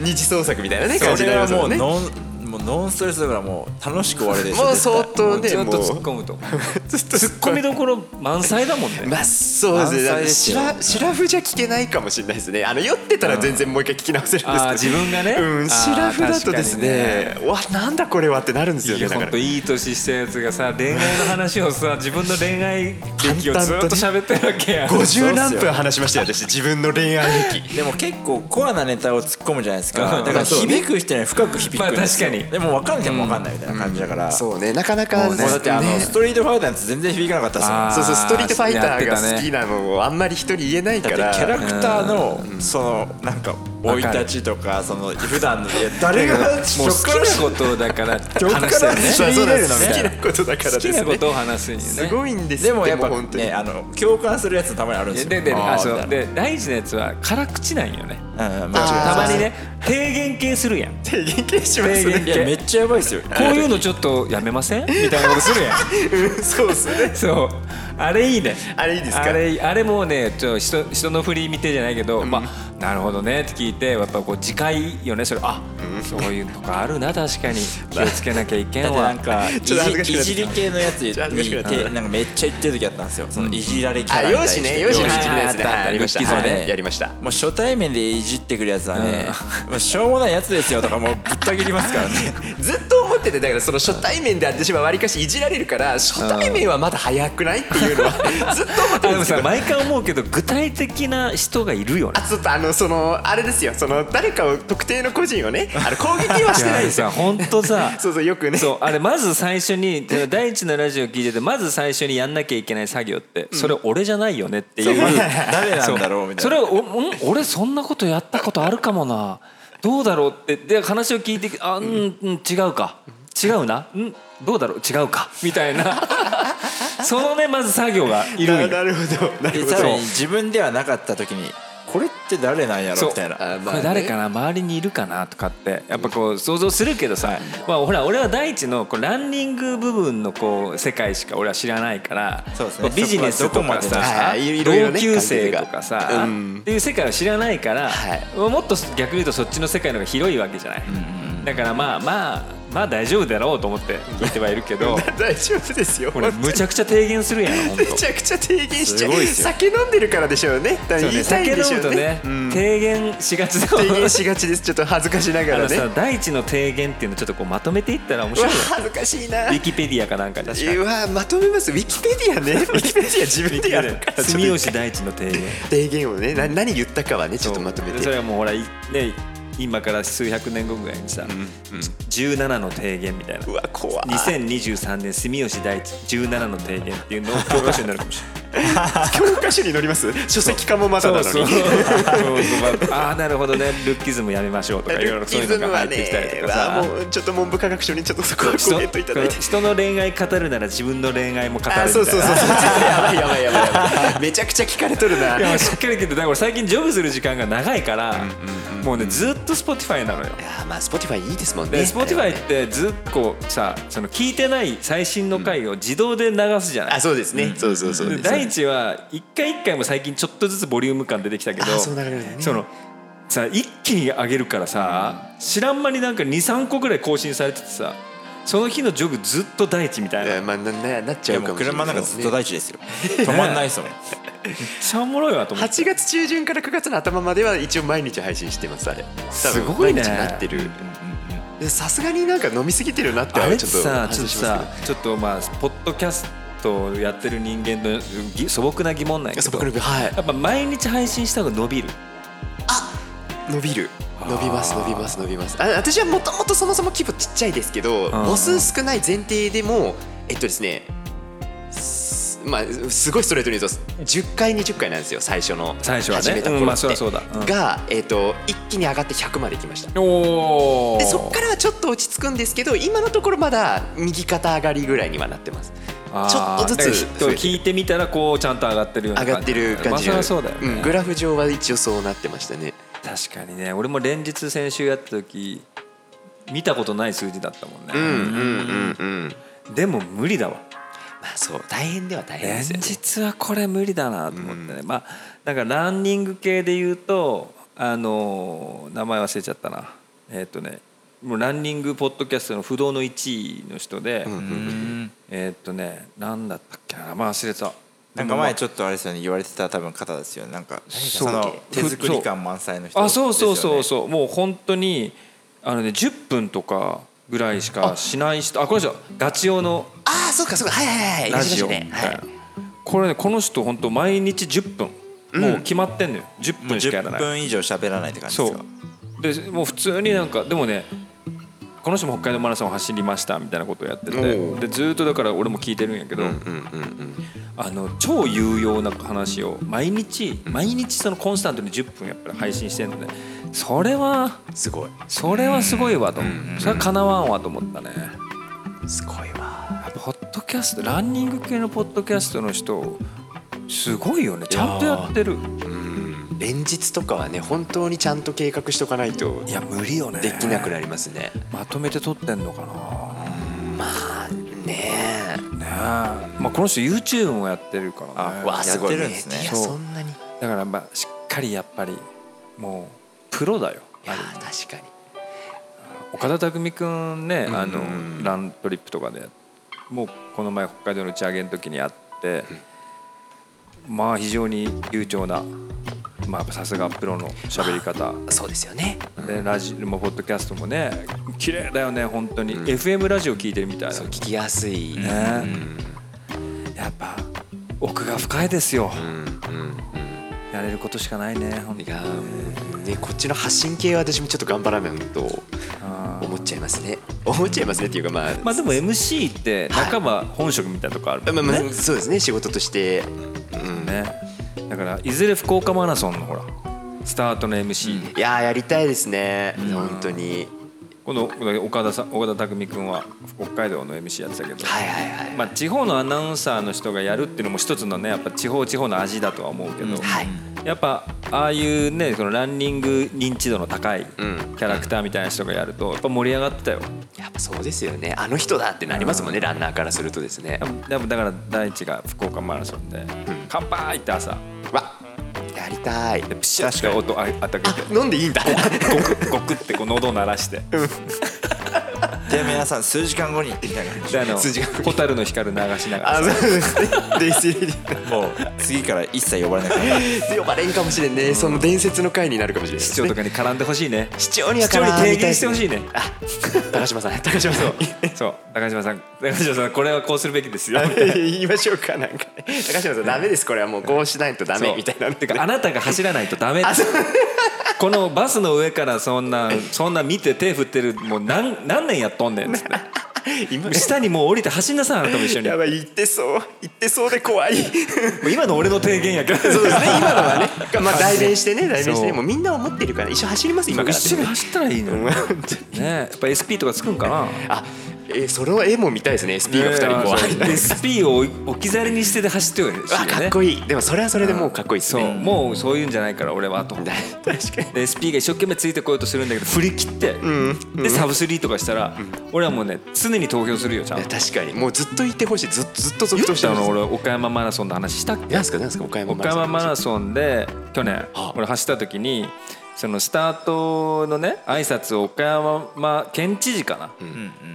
[SPEAKER 2] 二次創作みたいなね感じ
[SPEAKER 3] そ
[SPEAKER 2] に
[SPEAKER 3] れ
[SPEAKER 2] なりますもん
[SPEAKER 3] はもう
[SPEAKER 2] ねも
[SPEAKER 3] ノンもうノンストレスだからもう楽しく終わりでしょ
[SPEAKER 2] う相当ね
[SPEAKER 1] ちゃん
[SPEAKER 2] も
[SPEAKER 1] と
[SPEAKER 2] う
[SPEAKER 1] 突っ込むと
[SPEAKER 2] ずっと
[SPEAKER 1] 突っ込みどころ満載だも んね
[SPEAKER 2] まあそうですねあ
[SPEAKER 3] 満載
[SPEAKER 2] の
[SPEAKER 3] です
[SPEAKER 2] し
[SPEAKER 3] よ
[SPEAKER 2] らしらふじゃ聞けないかもしれないですねあの酔ってたら全然もう一回聞き直せるんですけど
[SPEAKER 1] あー自分がね
[SPEAKER 2] うんしらふだとですね
[SPEAKER 1] あ
[SPEAKER 2] わなんだこれはってなるんですよ
[SPEAKER 1] い
[SPEAKER 2] ね
[SPEAKER 1] や
[SPEAKER 2] だか
[SPEAKER 1] 本
[SPEAKER 2] ら
[SPEAKER 1] 当いい年したやつがさ恋愛の話を さ自分の恋愛劇をずっと喋ってるわけや
[SPEAKER 2] 五十何分話しましたよ私自分の恋愛 劇
[SPEAKER 3] でも結構コアなネタを突っ込むじゃないです
[SPEAKER 1] う
[SPEAKER 3] か
[SPEAKER 1] ん
[SPEAKER 3] だから響く人には深く響くんです
[SPEAKER 1] まあ
[SPEAKER 3] よ、
[SPEAKER 1] 確かに
[SPEAKER 3] でも分かんないも分かんないみたいな感じだから、
[SPEAKER 2] そうねなかなか
[SPEAKER 3] もうだってあのストリートファイターなんて全然響かなかったですもん
[SPEAKER 1] あ
[SPEAKER 2] そうそうストリートファイター
[SPEAKER 1] やってた
[SPEAKER 2] が
[SPEAKER 1] ね
[SPEAKER 2] 好きなのをあんまり人に言えないか
[SPEAKER 3] だ
[SPEAKER 2] ら
[SPEAKER 3] ってキャラクターのそのなんか生い立ちとかその普段のいや誰が
[SPEAKER 1] もう
[SPEAKER 3] 初から
[SPEAKER 1] 好きなことだから話
[SPEAKER 3] 話
[SPEAKER 1] し
[SPEAKER 3] したた
[SPEAKER 1] よ
[SPEAKER 3] よ
[SPEAKER 1] ね
[SPEAKER 3] ね
[SPEAKER 2] そうそうなんです
[SPEAKER 3] 知り入れるのみたいな
[SPEAKER 2] 好きなことだから
[SPEAKER 1] 好き
[SPEAKER 2] です
[SPEAKER 1] な
[SPEAKER 2] ね
[SPEAKER 1] ことを話すにね
[SPEAKER 2] すごいんです
[SPEAKER 3] でもやっぱ
[SPEAKER 2] 本当に
[SPEAKER 3] ねあの共感するやつたまにあるんです
[SPEAKER 1] で
[SPEAKER 3] よ
[SPEAKER 1] でであ
[SPEAKER 3] ー
[SPEAKER 1] そう
[SPEAKER 3] みたい
[SPEAKER 1] で大事なやつは辛口なんよね
[SPEAKER 3] なうん
[SPEAKER 1] た
[SPEAKER 3] 間
[SPEAKER 1] まにね提言系するやんこ
[SPEAKER 2] 提言系します
[SPEAKER 1] 提言
[SPEAKER 2] ね
[SPEAKER 3] 違いないいやめっちゃやばいですよこ
[SPEAKER 1] ういうのちょっとやめませんみたいなことするやん
[SPEAKER 2] うんそうです ね
[SPEAKER 1] そうあれいいね
[SPEAKER 2] あれいいですか
[SPEAKER 1] あれあれもうねちょっと人人の振り見てじゃないけど、まあなるほどねって聞いてやっぱこう次回よねそれあ、そういうとこあるな確かに気をつけなきゃいけん
[SPEAKER 3] だって
[SPEAKER 1] わ
[SPEAKER 3] なんかい
[SPEAKER 2] ちょっと恥ずかし
[SPEAKER 3] じ
[SPEAKER 2] く
[SPEAKER 3] い
[SPEAKER 2] なってきた
[SPEAKER 3] じり系のやつに
[SPEAKER 2] ちょっと恥ずかしくなってき
[SPEAKER 3] てなんかめっちゃ言ってる時あったんですよそのいじられキャ
[SPEAKER 2] あ
[SPEAKER 3] ラ
[SPEAKER 2] 容姿ね容姿の
[SPEAKER 1] 容姿
[SPEAKER 2] 一部のやつね
[SPEAKER 1] はい
[SPEAKER 2] はいありました
[SPEAKER 1] ルッキズムね
[SPEAKER 2] はいやりました
[SPEAKER 3] もう初対面でいじってくるやつはね、もうしょうもないやつですよとかもうぶった切りますからね
[SPEAKER 2] ずっと思っててだからその初対面で私はわりかしいじられるから初対面はまだ早くないっていうのはずっと思って
[SPEAKER 1] あ
[SPEAKER 2] る
[SPEAKER 1] で
[SPEAKER 2] ん
[SPEAKER 1] も
[SPEAKER 2] ですけ
[SPEAKER 1] さ
[SPEAKER 2] ど
[SPEAKER 1] 毎回思うけど具体的な人がいるよね
[SPEAKER 2] あちょっとあのそのあれですよその誰かを特定の個人をねあの攻撃はして ないですよ
[SPEAKER 1] やさ本当さ
[SPEAKER 2] そうそうよくね
[SPEAKER 1] そうあれまず最初にで第一のラジオ聞いててまず最初にやんなきゃいけない作業ってそれ俺じゃないよねっていう
[SPEAKER 3] 誰なんだろうみた
[SPEAKER 1] そ
[SPEAKER 3] いな
[SPEAKER 1] れをおん俺そんなことやったことあるかもなどうだろうってで話を聞いてあうんうん違うか違うなんどうだろう違うかみたいな そのねまず作業がいるん
[SPEAKER 2] な
[SPEAKER 1] よ
[SPEAKER 2] なるほどなる
[SPEAKER 3] で
[SPEAKER 2] ほ
[SPEAKER 3] さ
[SPEAKER 2] ど
[SPEAKER 3] らに自分ではなかった時にこれって誰なんやろみたいな
[SPEAKER 2] あま
[SPEAKER 1] こ
[SPEAKER 2] あね
[SPEAKER 1] れ誰かな周りにいるかなとかってやっぱこう想像するけどさ、まあ、ほら俺は第一のこうランニング部分のこう世界しか俺は知らないから
[SPEAKER 3] そうですね
[SPEAKER 1] こうビジネスと
[SPEAKER 3] そこは
[SPEAKER 1] か
[SPEAKER 3] どこま
[SPEAKER 1] さ
[SPEAKER 3] で
[SPEAKER 2] はいはいいろいろ
[SPEAKER 1] 同
[SPEAKER 2] ね
[SPEAKER 1] 級生とかさ
[SPEAKER 2] 関係がうん
[SPEAKER 1] っていう世界を知らないから、
[SPEAKER 2] はい
[SPEAKER 1] もっと逆に言うとそっちの世界の方が広いわけじゃない。だからまあまあまあ大丈夫だろうと思って聞いてはいるけど
[SPEAKER 2] 大丈夫ですよ
[SPEAKER 1] これ
[SPEAKER 2] 本当
[SPEAKER 1] む
[SPEAKER 2] に
[SPEAKER 1] ちゃくちゃ提言するやん本
[SPEAKER 2] め
[SPEAKER 1] 当
[SPEAKER 2] ちゃくちゃ提言しちゃ
[SPEAKER 3] すご
[SPEAKER 2] う
[SPEAKER 3] いっすよ
[SPEAKER 2] 酒飲んでるからでしょうねだから言いたい
[SPEAKER 1] 酒
[SPEAKER 2] んで
[SPEAKER 1] 飲
[SPEAKER 2] しょ
[SPEAKER 1] む
[SPEAKER 2] う
[SPEAKER 1] とね
[SPEAKER 2] ねうん
[SPEAKER 1] 提言しがちだもん
[SPEAKER 2] 提言しがちですちょっと恥ずかしなが
[SPEAKER 1] あ
[SPEAKER 2] ら
[SPEAKER 1] の
[SPEAKER 2] ね
[SPEAKER 1] さ第一の提言っていうのちょっとこうまとめていったら面
[SPEAKER 2] う
[SPEAKER 1] 白い
[SPEAKER 2] わ
[SPEAKER 1] よ
[SPEAKER 2] 恥ずかしいな
[SPEAKER 1] ウィキペディアかなんかに確か
[SPEAKER 2] うわまとめますウィキペディ アねウィキペディア自分でやるから
[SPEAKER 1] に
[SPEAKER 2] ちょ
[SPEAKER 1] 住
[SPEAKER 2] っと
[SPEAKER 1] 吉第一の提言
[SPEAKER 2] 提言をねな何言ったかはねちょっとまとめ
[SPEAKER 1] それ
[SPEAKER 2] て
[SPEAKER 1] はもうほらいね今から数百年後ぐらいにさ、17の提言みたいな
[SPEAKER 2] うわ怖い
[SPEAKER 1] 2023年住吉第一17の提言っていうのを教科書になるかもしれない
[SPEAKER 2] 教科書に載ります書籍化もまだなのに
[SPEAKER 1] そうそうああなるほどねルッキズムやめましょうとかいろいろそういうのが入ってきたりとかさ
[SPEAKER 2] ルッキズムはねわあもうちょっと文部科学省にちょっとそこは
[SPEAKER 1] 人
[SPEAKER 2] ご検討いただいて
[SPEAKER 1] 人の恋愛語るなら自分の恋愛も語るみたい
[SPEAKER 2] あ
[SPEAKER 1] な
[SPEAKER 2] そうそうそうそう やばいやばいやばいやばいめちゃくちゃ聞かれとるない
[SPEAKER 1] やしっかり聞いてだから俺最近ジョブする時間が長いからもうねずっと Spotify なのよ
[SPEAKER 2] いやーまあ Spotify いいですもんね
[SPEAKER 1] で Spotify ってずっとさその聞いてない最新の回を自動で流すじゃない
[SPEAKER 2] あそうですね、そうそうそう
[SPEAKER 1] で
[SPEAKER 2] です
[SPEAKER 1] 第一は一回一回も最近ちょっとずつボリューム感出てきたけど
[SPEAKER 2] あそうなるよね
[SPEAKER 1] そのさ一気に上げるからさ知らん間になんか23個ぐらい更新されててさその日のジョブずっと第一みたいなめ
[SPEAKER 2] え
[SPEAKER 1] っ
[SPEAKER 2] ーまあなななっち
[SPEAKER 3] い
[SPEAKER 2] ゃ
[SPEAKER 3] や
[SPEAKER 2] うか
[SPEAKER 3] もう
[SPEAKER 2] もしれない
[SPEAKER 3] 車なんかずっと
[SPEAKER 2] ね
[SPEAKER 3] 大事ですよ止まんないですもん
[SPEAKER 1] ちゃおもろいわと思って
[SPEAKER 2] 8月中旬から9月の頭までは一応毎日配信してますあれ多分
[SPEAKER 1] すごいね
[SPEAKER 2] 毎日なってるでさすがになんか飲みすぎてるなって
[SPEAKER 1] あ
[SPEAKER 2] は
[SPEAKER 1] れっ
[SPEAKER 2] ち
[SPEAKER 1] て
[SPEAKER 2] ょっと
[SPEAKER 1] さ
[SPEAKER 2] 反
[SPEAKER 1] ち
[SPEAKER 2] 省
[SPEAKER 1] ょっと
[SPEAKER 2] しますけど
[SPEAKER 1] さちょっとまあポッドキャストをやってる人間のぎ素朴な疑問なんやけ
[SPEAKER 2] そ
[SPEAKER 1] ど
[SPEAKER 2] この
[SPEAKER 1] や
[SPEAKER 2] 分はい
[SPEAKER 1] っぱ毎日配信した方が伸びる
[SPEAKER 2] 伸びる
[SPEAKER 1] あー
[SPEAKER 2] 伸びます伸びます伸びますあ私はもともとそもそも規模ちっちゃいですけど母数少ない前提でもえっとですねすまあすごいストレートに言うと10回20回なんですよ最初の
[SPEAKER 1] 最初はね
[SPEAKER 2] 始めた頃って、
[SPEAKER 1] うんまあそりゃそうだうん
[SPEAKER 2] が、えっと一気に上がって100まで来ました
[SPEAKER 1] おお
[SPEAKER 2] でそっからはちょっと落ち着くんですけど今のところまだ右肩上がりぐらいにはなってますちょっとずつ増えてる
[SPEAKER 1] 聞いてみたらこうちゃんと上がってるような
[SPEAKER 2] 上がってる感じ
[SPEAKER 1] ま
[SPEAKER 2] の
[SPEAKER 1] あそりゃそうだよね、
[SPEAKER 2] んグラフ上は一応そうなってましたね
[SPEAKER 1] 確かにね俺も連日先週やった時見たことない数字だったもんね、
[SPEAKER 2] うんうんうんうん
[SPEAKER 1] でも無理だわ
[SPEAKER 2] まあそう大変では大変
[SPEAKER 1] 連
[SPEAKER 2] ですよね
[SPEAKER 1] 日はこれ無理だなと思ってね、まあなんかランニング系で言うとあのー名前忘れちゃったなえっ、とねもうランニングポッドキャストの不動の1位の人で、えっ、とね何だったっけな名前忘れてた
[SPEAKER 3] なんか前ちょっとあれですよね言われてた多分方ですよねなんか
[SPEAKER 1] そう
[SPEAKER 3] その手作り感満載の人
[SPEAKER 1] あそうそうそう
[SPEAKER 3] う
[SPEAKER 1] そう、もう本当にあのね10分とかぐらいしかしない人あこの人ガチ用の
[SPEAKER 2] ああそうかそうかはいはいはい
[SPEAKER 1] ラジオ、
[SPEAKER 2] いらっしゃいましたねはい
[SPEAKER 1] これねこの人本当毎日10分、もう決まってんのよ10
[SPEAKER 3] もう
[SPEAKER 1] 分しかやら
[SPEAKER 3] 10
[SPEAKER 1] ない
[SPEAKER 3] 分以上喋らないって感じで
[SPEAKER 1] そ
[SPEAKER 3] すか
[SPEAKER 1] うでもう普通になんかでもねこの人も北海道マラソン走りましたみたいなことをやって
[SPEAKER 2] お
[SPEAKER 1] て
[SPEAKER 2] う
[SPEAKER 1] でずっとだから俺も聞いてるんやけど、あの超有用な話を毎日毎日そのコンスタントに10分やっぱり配信してるのでそれは
[SPEAKER 2] すごい
[SPEAKER 1] それはすごいわと思うそれはかなわんわと思ったね
[SPEAKER 2] すごいわ
[SPEAKER 1] ポッドキャストランニング系のポッドキャストの人すごいよねちゃんとやってる
[SPEAKER 2] 連日とかはね本当にちゃんと計画しとかないと
[SPEAKER 1] いや無理よね
[SPEAKER 2] できなくなりますね
[SPEAKER 1] まとめて撮ってんのかな
[SPEAKER 2] ね
[SPEAKER 1] ねえまあこの人 YouTube もやってるから
[SPEAKER 2] え
[SPEAKER 1] ね
[SPEAKER 2] わあすごい
[SPEAKER 3] や
[SPEAKER 2] メデ
[SPEAKER 3] ってるんですね
[SPEAKER 2] ィア
[SPEAKER 1] そう
[SPEAKER 2] そんなにい
[SPEAKER 1] だからまあしっかりやっぱりもうプロだよ
[SPEAKER 2] やー確かに
[SPEAKER 1] 岡田匠君ねあのラントリップとかでもうこの前北海道の打ち上げの時に会ってまあ非常に流暢なまあさすがプロの喋り方
[SPEAKER 2] そうですよね
[SPEAKER 1] でラジオもポッドキャストもね綺麗だよね本当に FM ラジオ聞いてるみたいな
[SPEAKER 2] そう聞きやすい
[SPEAKER 1] ねやっぱ奥が深いですよやれることしかないね本当
[SPEAKER 2] いやーねこっちの発信系は私もちょっと頑張らないと思っちゃいますね思っちゃいますねっていうかまあ、
[SPEAKER 1] まあでも MC って半ば本職みたいなとこあるもん
[SPEAKER 2] まあまあ
[SPEAKER 1] ね
[SPEAKER 2] そうですね仕事として、うん、
[SPEAKER 1] ねだからいずれ福岡マラソンのほらスタートの MC、
[SPEAKER 2] いやーやりたいですね本当に
[SPEAKER 1] この岡田さん岡田匠君は北海道の MC やってたけど、
[SPEAKER 2] はいはいはい
[SPEAKER 1] まあ、地方のアナウンサーの人がやるっていうのも一つのねやっぱ地方地方の味だとは思うけど、
[SPEAKER 2] はい
[SPEAKER 1] やっぱああいうねそのランニング認知度の高いキ
[SPEAKER 2] ん
[SPEAKER 1] ャラクターみたいな人がやるとやっぱ盛り上がってたよ
[SPEAKER 2] やっぱそうですよねあの人だってなりますもんねランナーからするとですね
[SPEAKER 1] やっぱだから第一が福岡マラソンで「乾杯!」って朝
[SPEAKER 2] わやりたい
[SPEAKER 1] でピシャッて音ああったけて
[SPEAKER 2] 飲んでいいんだ
[SPEAKER 1] ゴクゴクってこう喉を鳴らして
[SPEAKER 3] で皆さん数時間後にみたいな
[SPEAKER 1] であの
[SPEAKER 2] 筋が
[SPEAKER 1] 蛍の光流しながら
[SPEAKER 2] あそうですね冷静に
[SPEAKER 3] もう次から一切呼ばれなくなる
[SPEAKER 2] 呼ばれんかもしれんね、その伝説の回になるかもしれない
[SPEAKER 1] 市長とかに絡んでほしいね
[SPEAKER 2] 市長には
[SPEAKER 1] 市長
[SPEAKER 2] 絡
[SPEAKER 1] に
[SPEAKER 2] みたい
[SPEAKER 1] 提
[SPEAKER 2] で
[SPEAKER 1] 言し
[SPEAKER 2] す
[SPEAKER 1] て
[SPEAKER 2] ね
[SPEAKER 1] ほしいね
[SPEAKER 2] あ高島さん高島さん
[SPEAKER 1] そう高島さん高島さんこれはこうするべきですよ
[SPEAKER 2] 言いましょうかなんか高島さんダメですこれはもうこうしないとダメみたいな
[SPEAKER 1] てかあなたが走らないとダメですこの バスの上からそんなそんな見て手振ってるもう何何年やっとんねんっつって
[SPEAKER 2] 今
[SPEAKER 1] 下にもう降りて走んなさいあなたも一緒に
[SPEAKER 2] やばい言ってそう言ってそうで怖い
[SPEAKER 1] もう今の俺の提言やけど
[SPEAKER 2] そうですね今のはねまあ代弁してね代弁して
[SPEAKER 1] そ
[SPEAKER 2] ね
[SPEAKER 1] う
[SPEAKER 2] もうみんな思ってるから一緒走ります今からって
[SPEAKER 1] 一緒に走ったらいいのよね
[SPEAKER 2] うん
[SPEAKER 1] やっぱ SP とかつくんかな
[SPEAKER 2] あえーそれは絵も見たいですね SP が2人怖い
[SPEAKER 1] ねえそう SP を置き去りにしてで走ってるよね
[SPEAKER 2] あかっこ
[SPEAKER 1] いい
[SPEAKER 2] いいでもそれはそれでもうかっこいいです
[SPEAKER 1] そう
[SPEAKER 2] ね
[SPEAKER 1] もうそういうんじゃないから俺はと
[SPEAKER 2] 確かに
[SPEAKER 1] で SP が一生懸命ついてこようとするんだけど振り切ってでサブスリーとかしたら俺はもうね常に投票するよちゃん
[SPEAKER 2] い
[SPEAKER 1] と
[SPEAKER 2] や確かにもうずっといてほしいずっとずっと続
[SPEAKER 1] 言
[SPEAKER 2] 投
[SPEAKER 1] っ
[SPEAKER 2] して
[SPEAKER 1] た
[SPEAKER 2] ほしい
[SPEAKER 1] の俺岡山マラソンの話したっけ
[SPEAKER 2] なんすかなんすか岡山マ
[SPEAKER 1] 岡
[SPEAKER 2] ラソン
[SPEAKER 1] 山マラソンで去年
[SPEAKER 2] あ
[SPEAKER 1] 俺走った時にそのスタートのね挨拶を岡山県知事かな、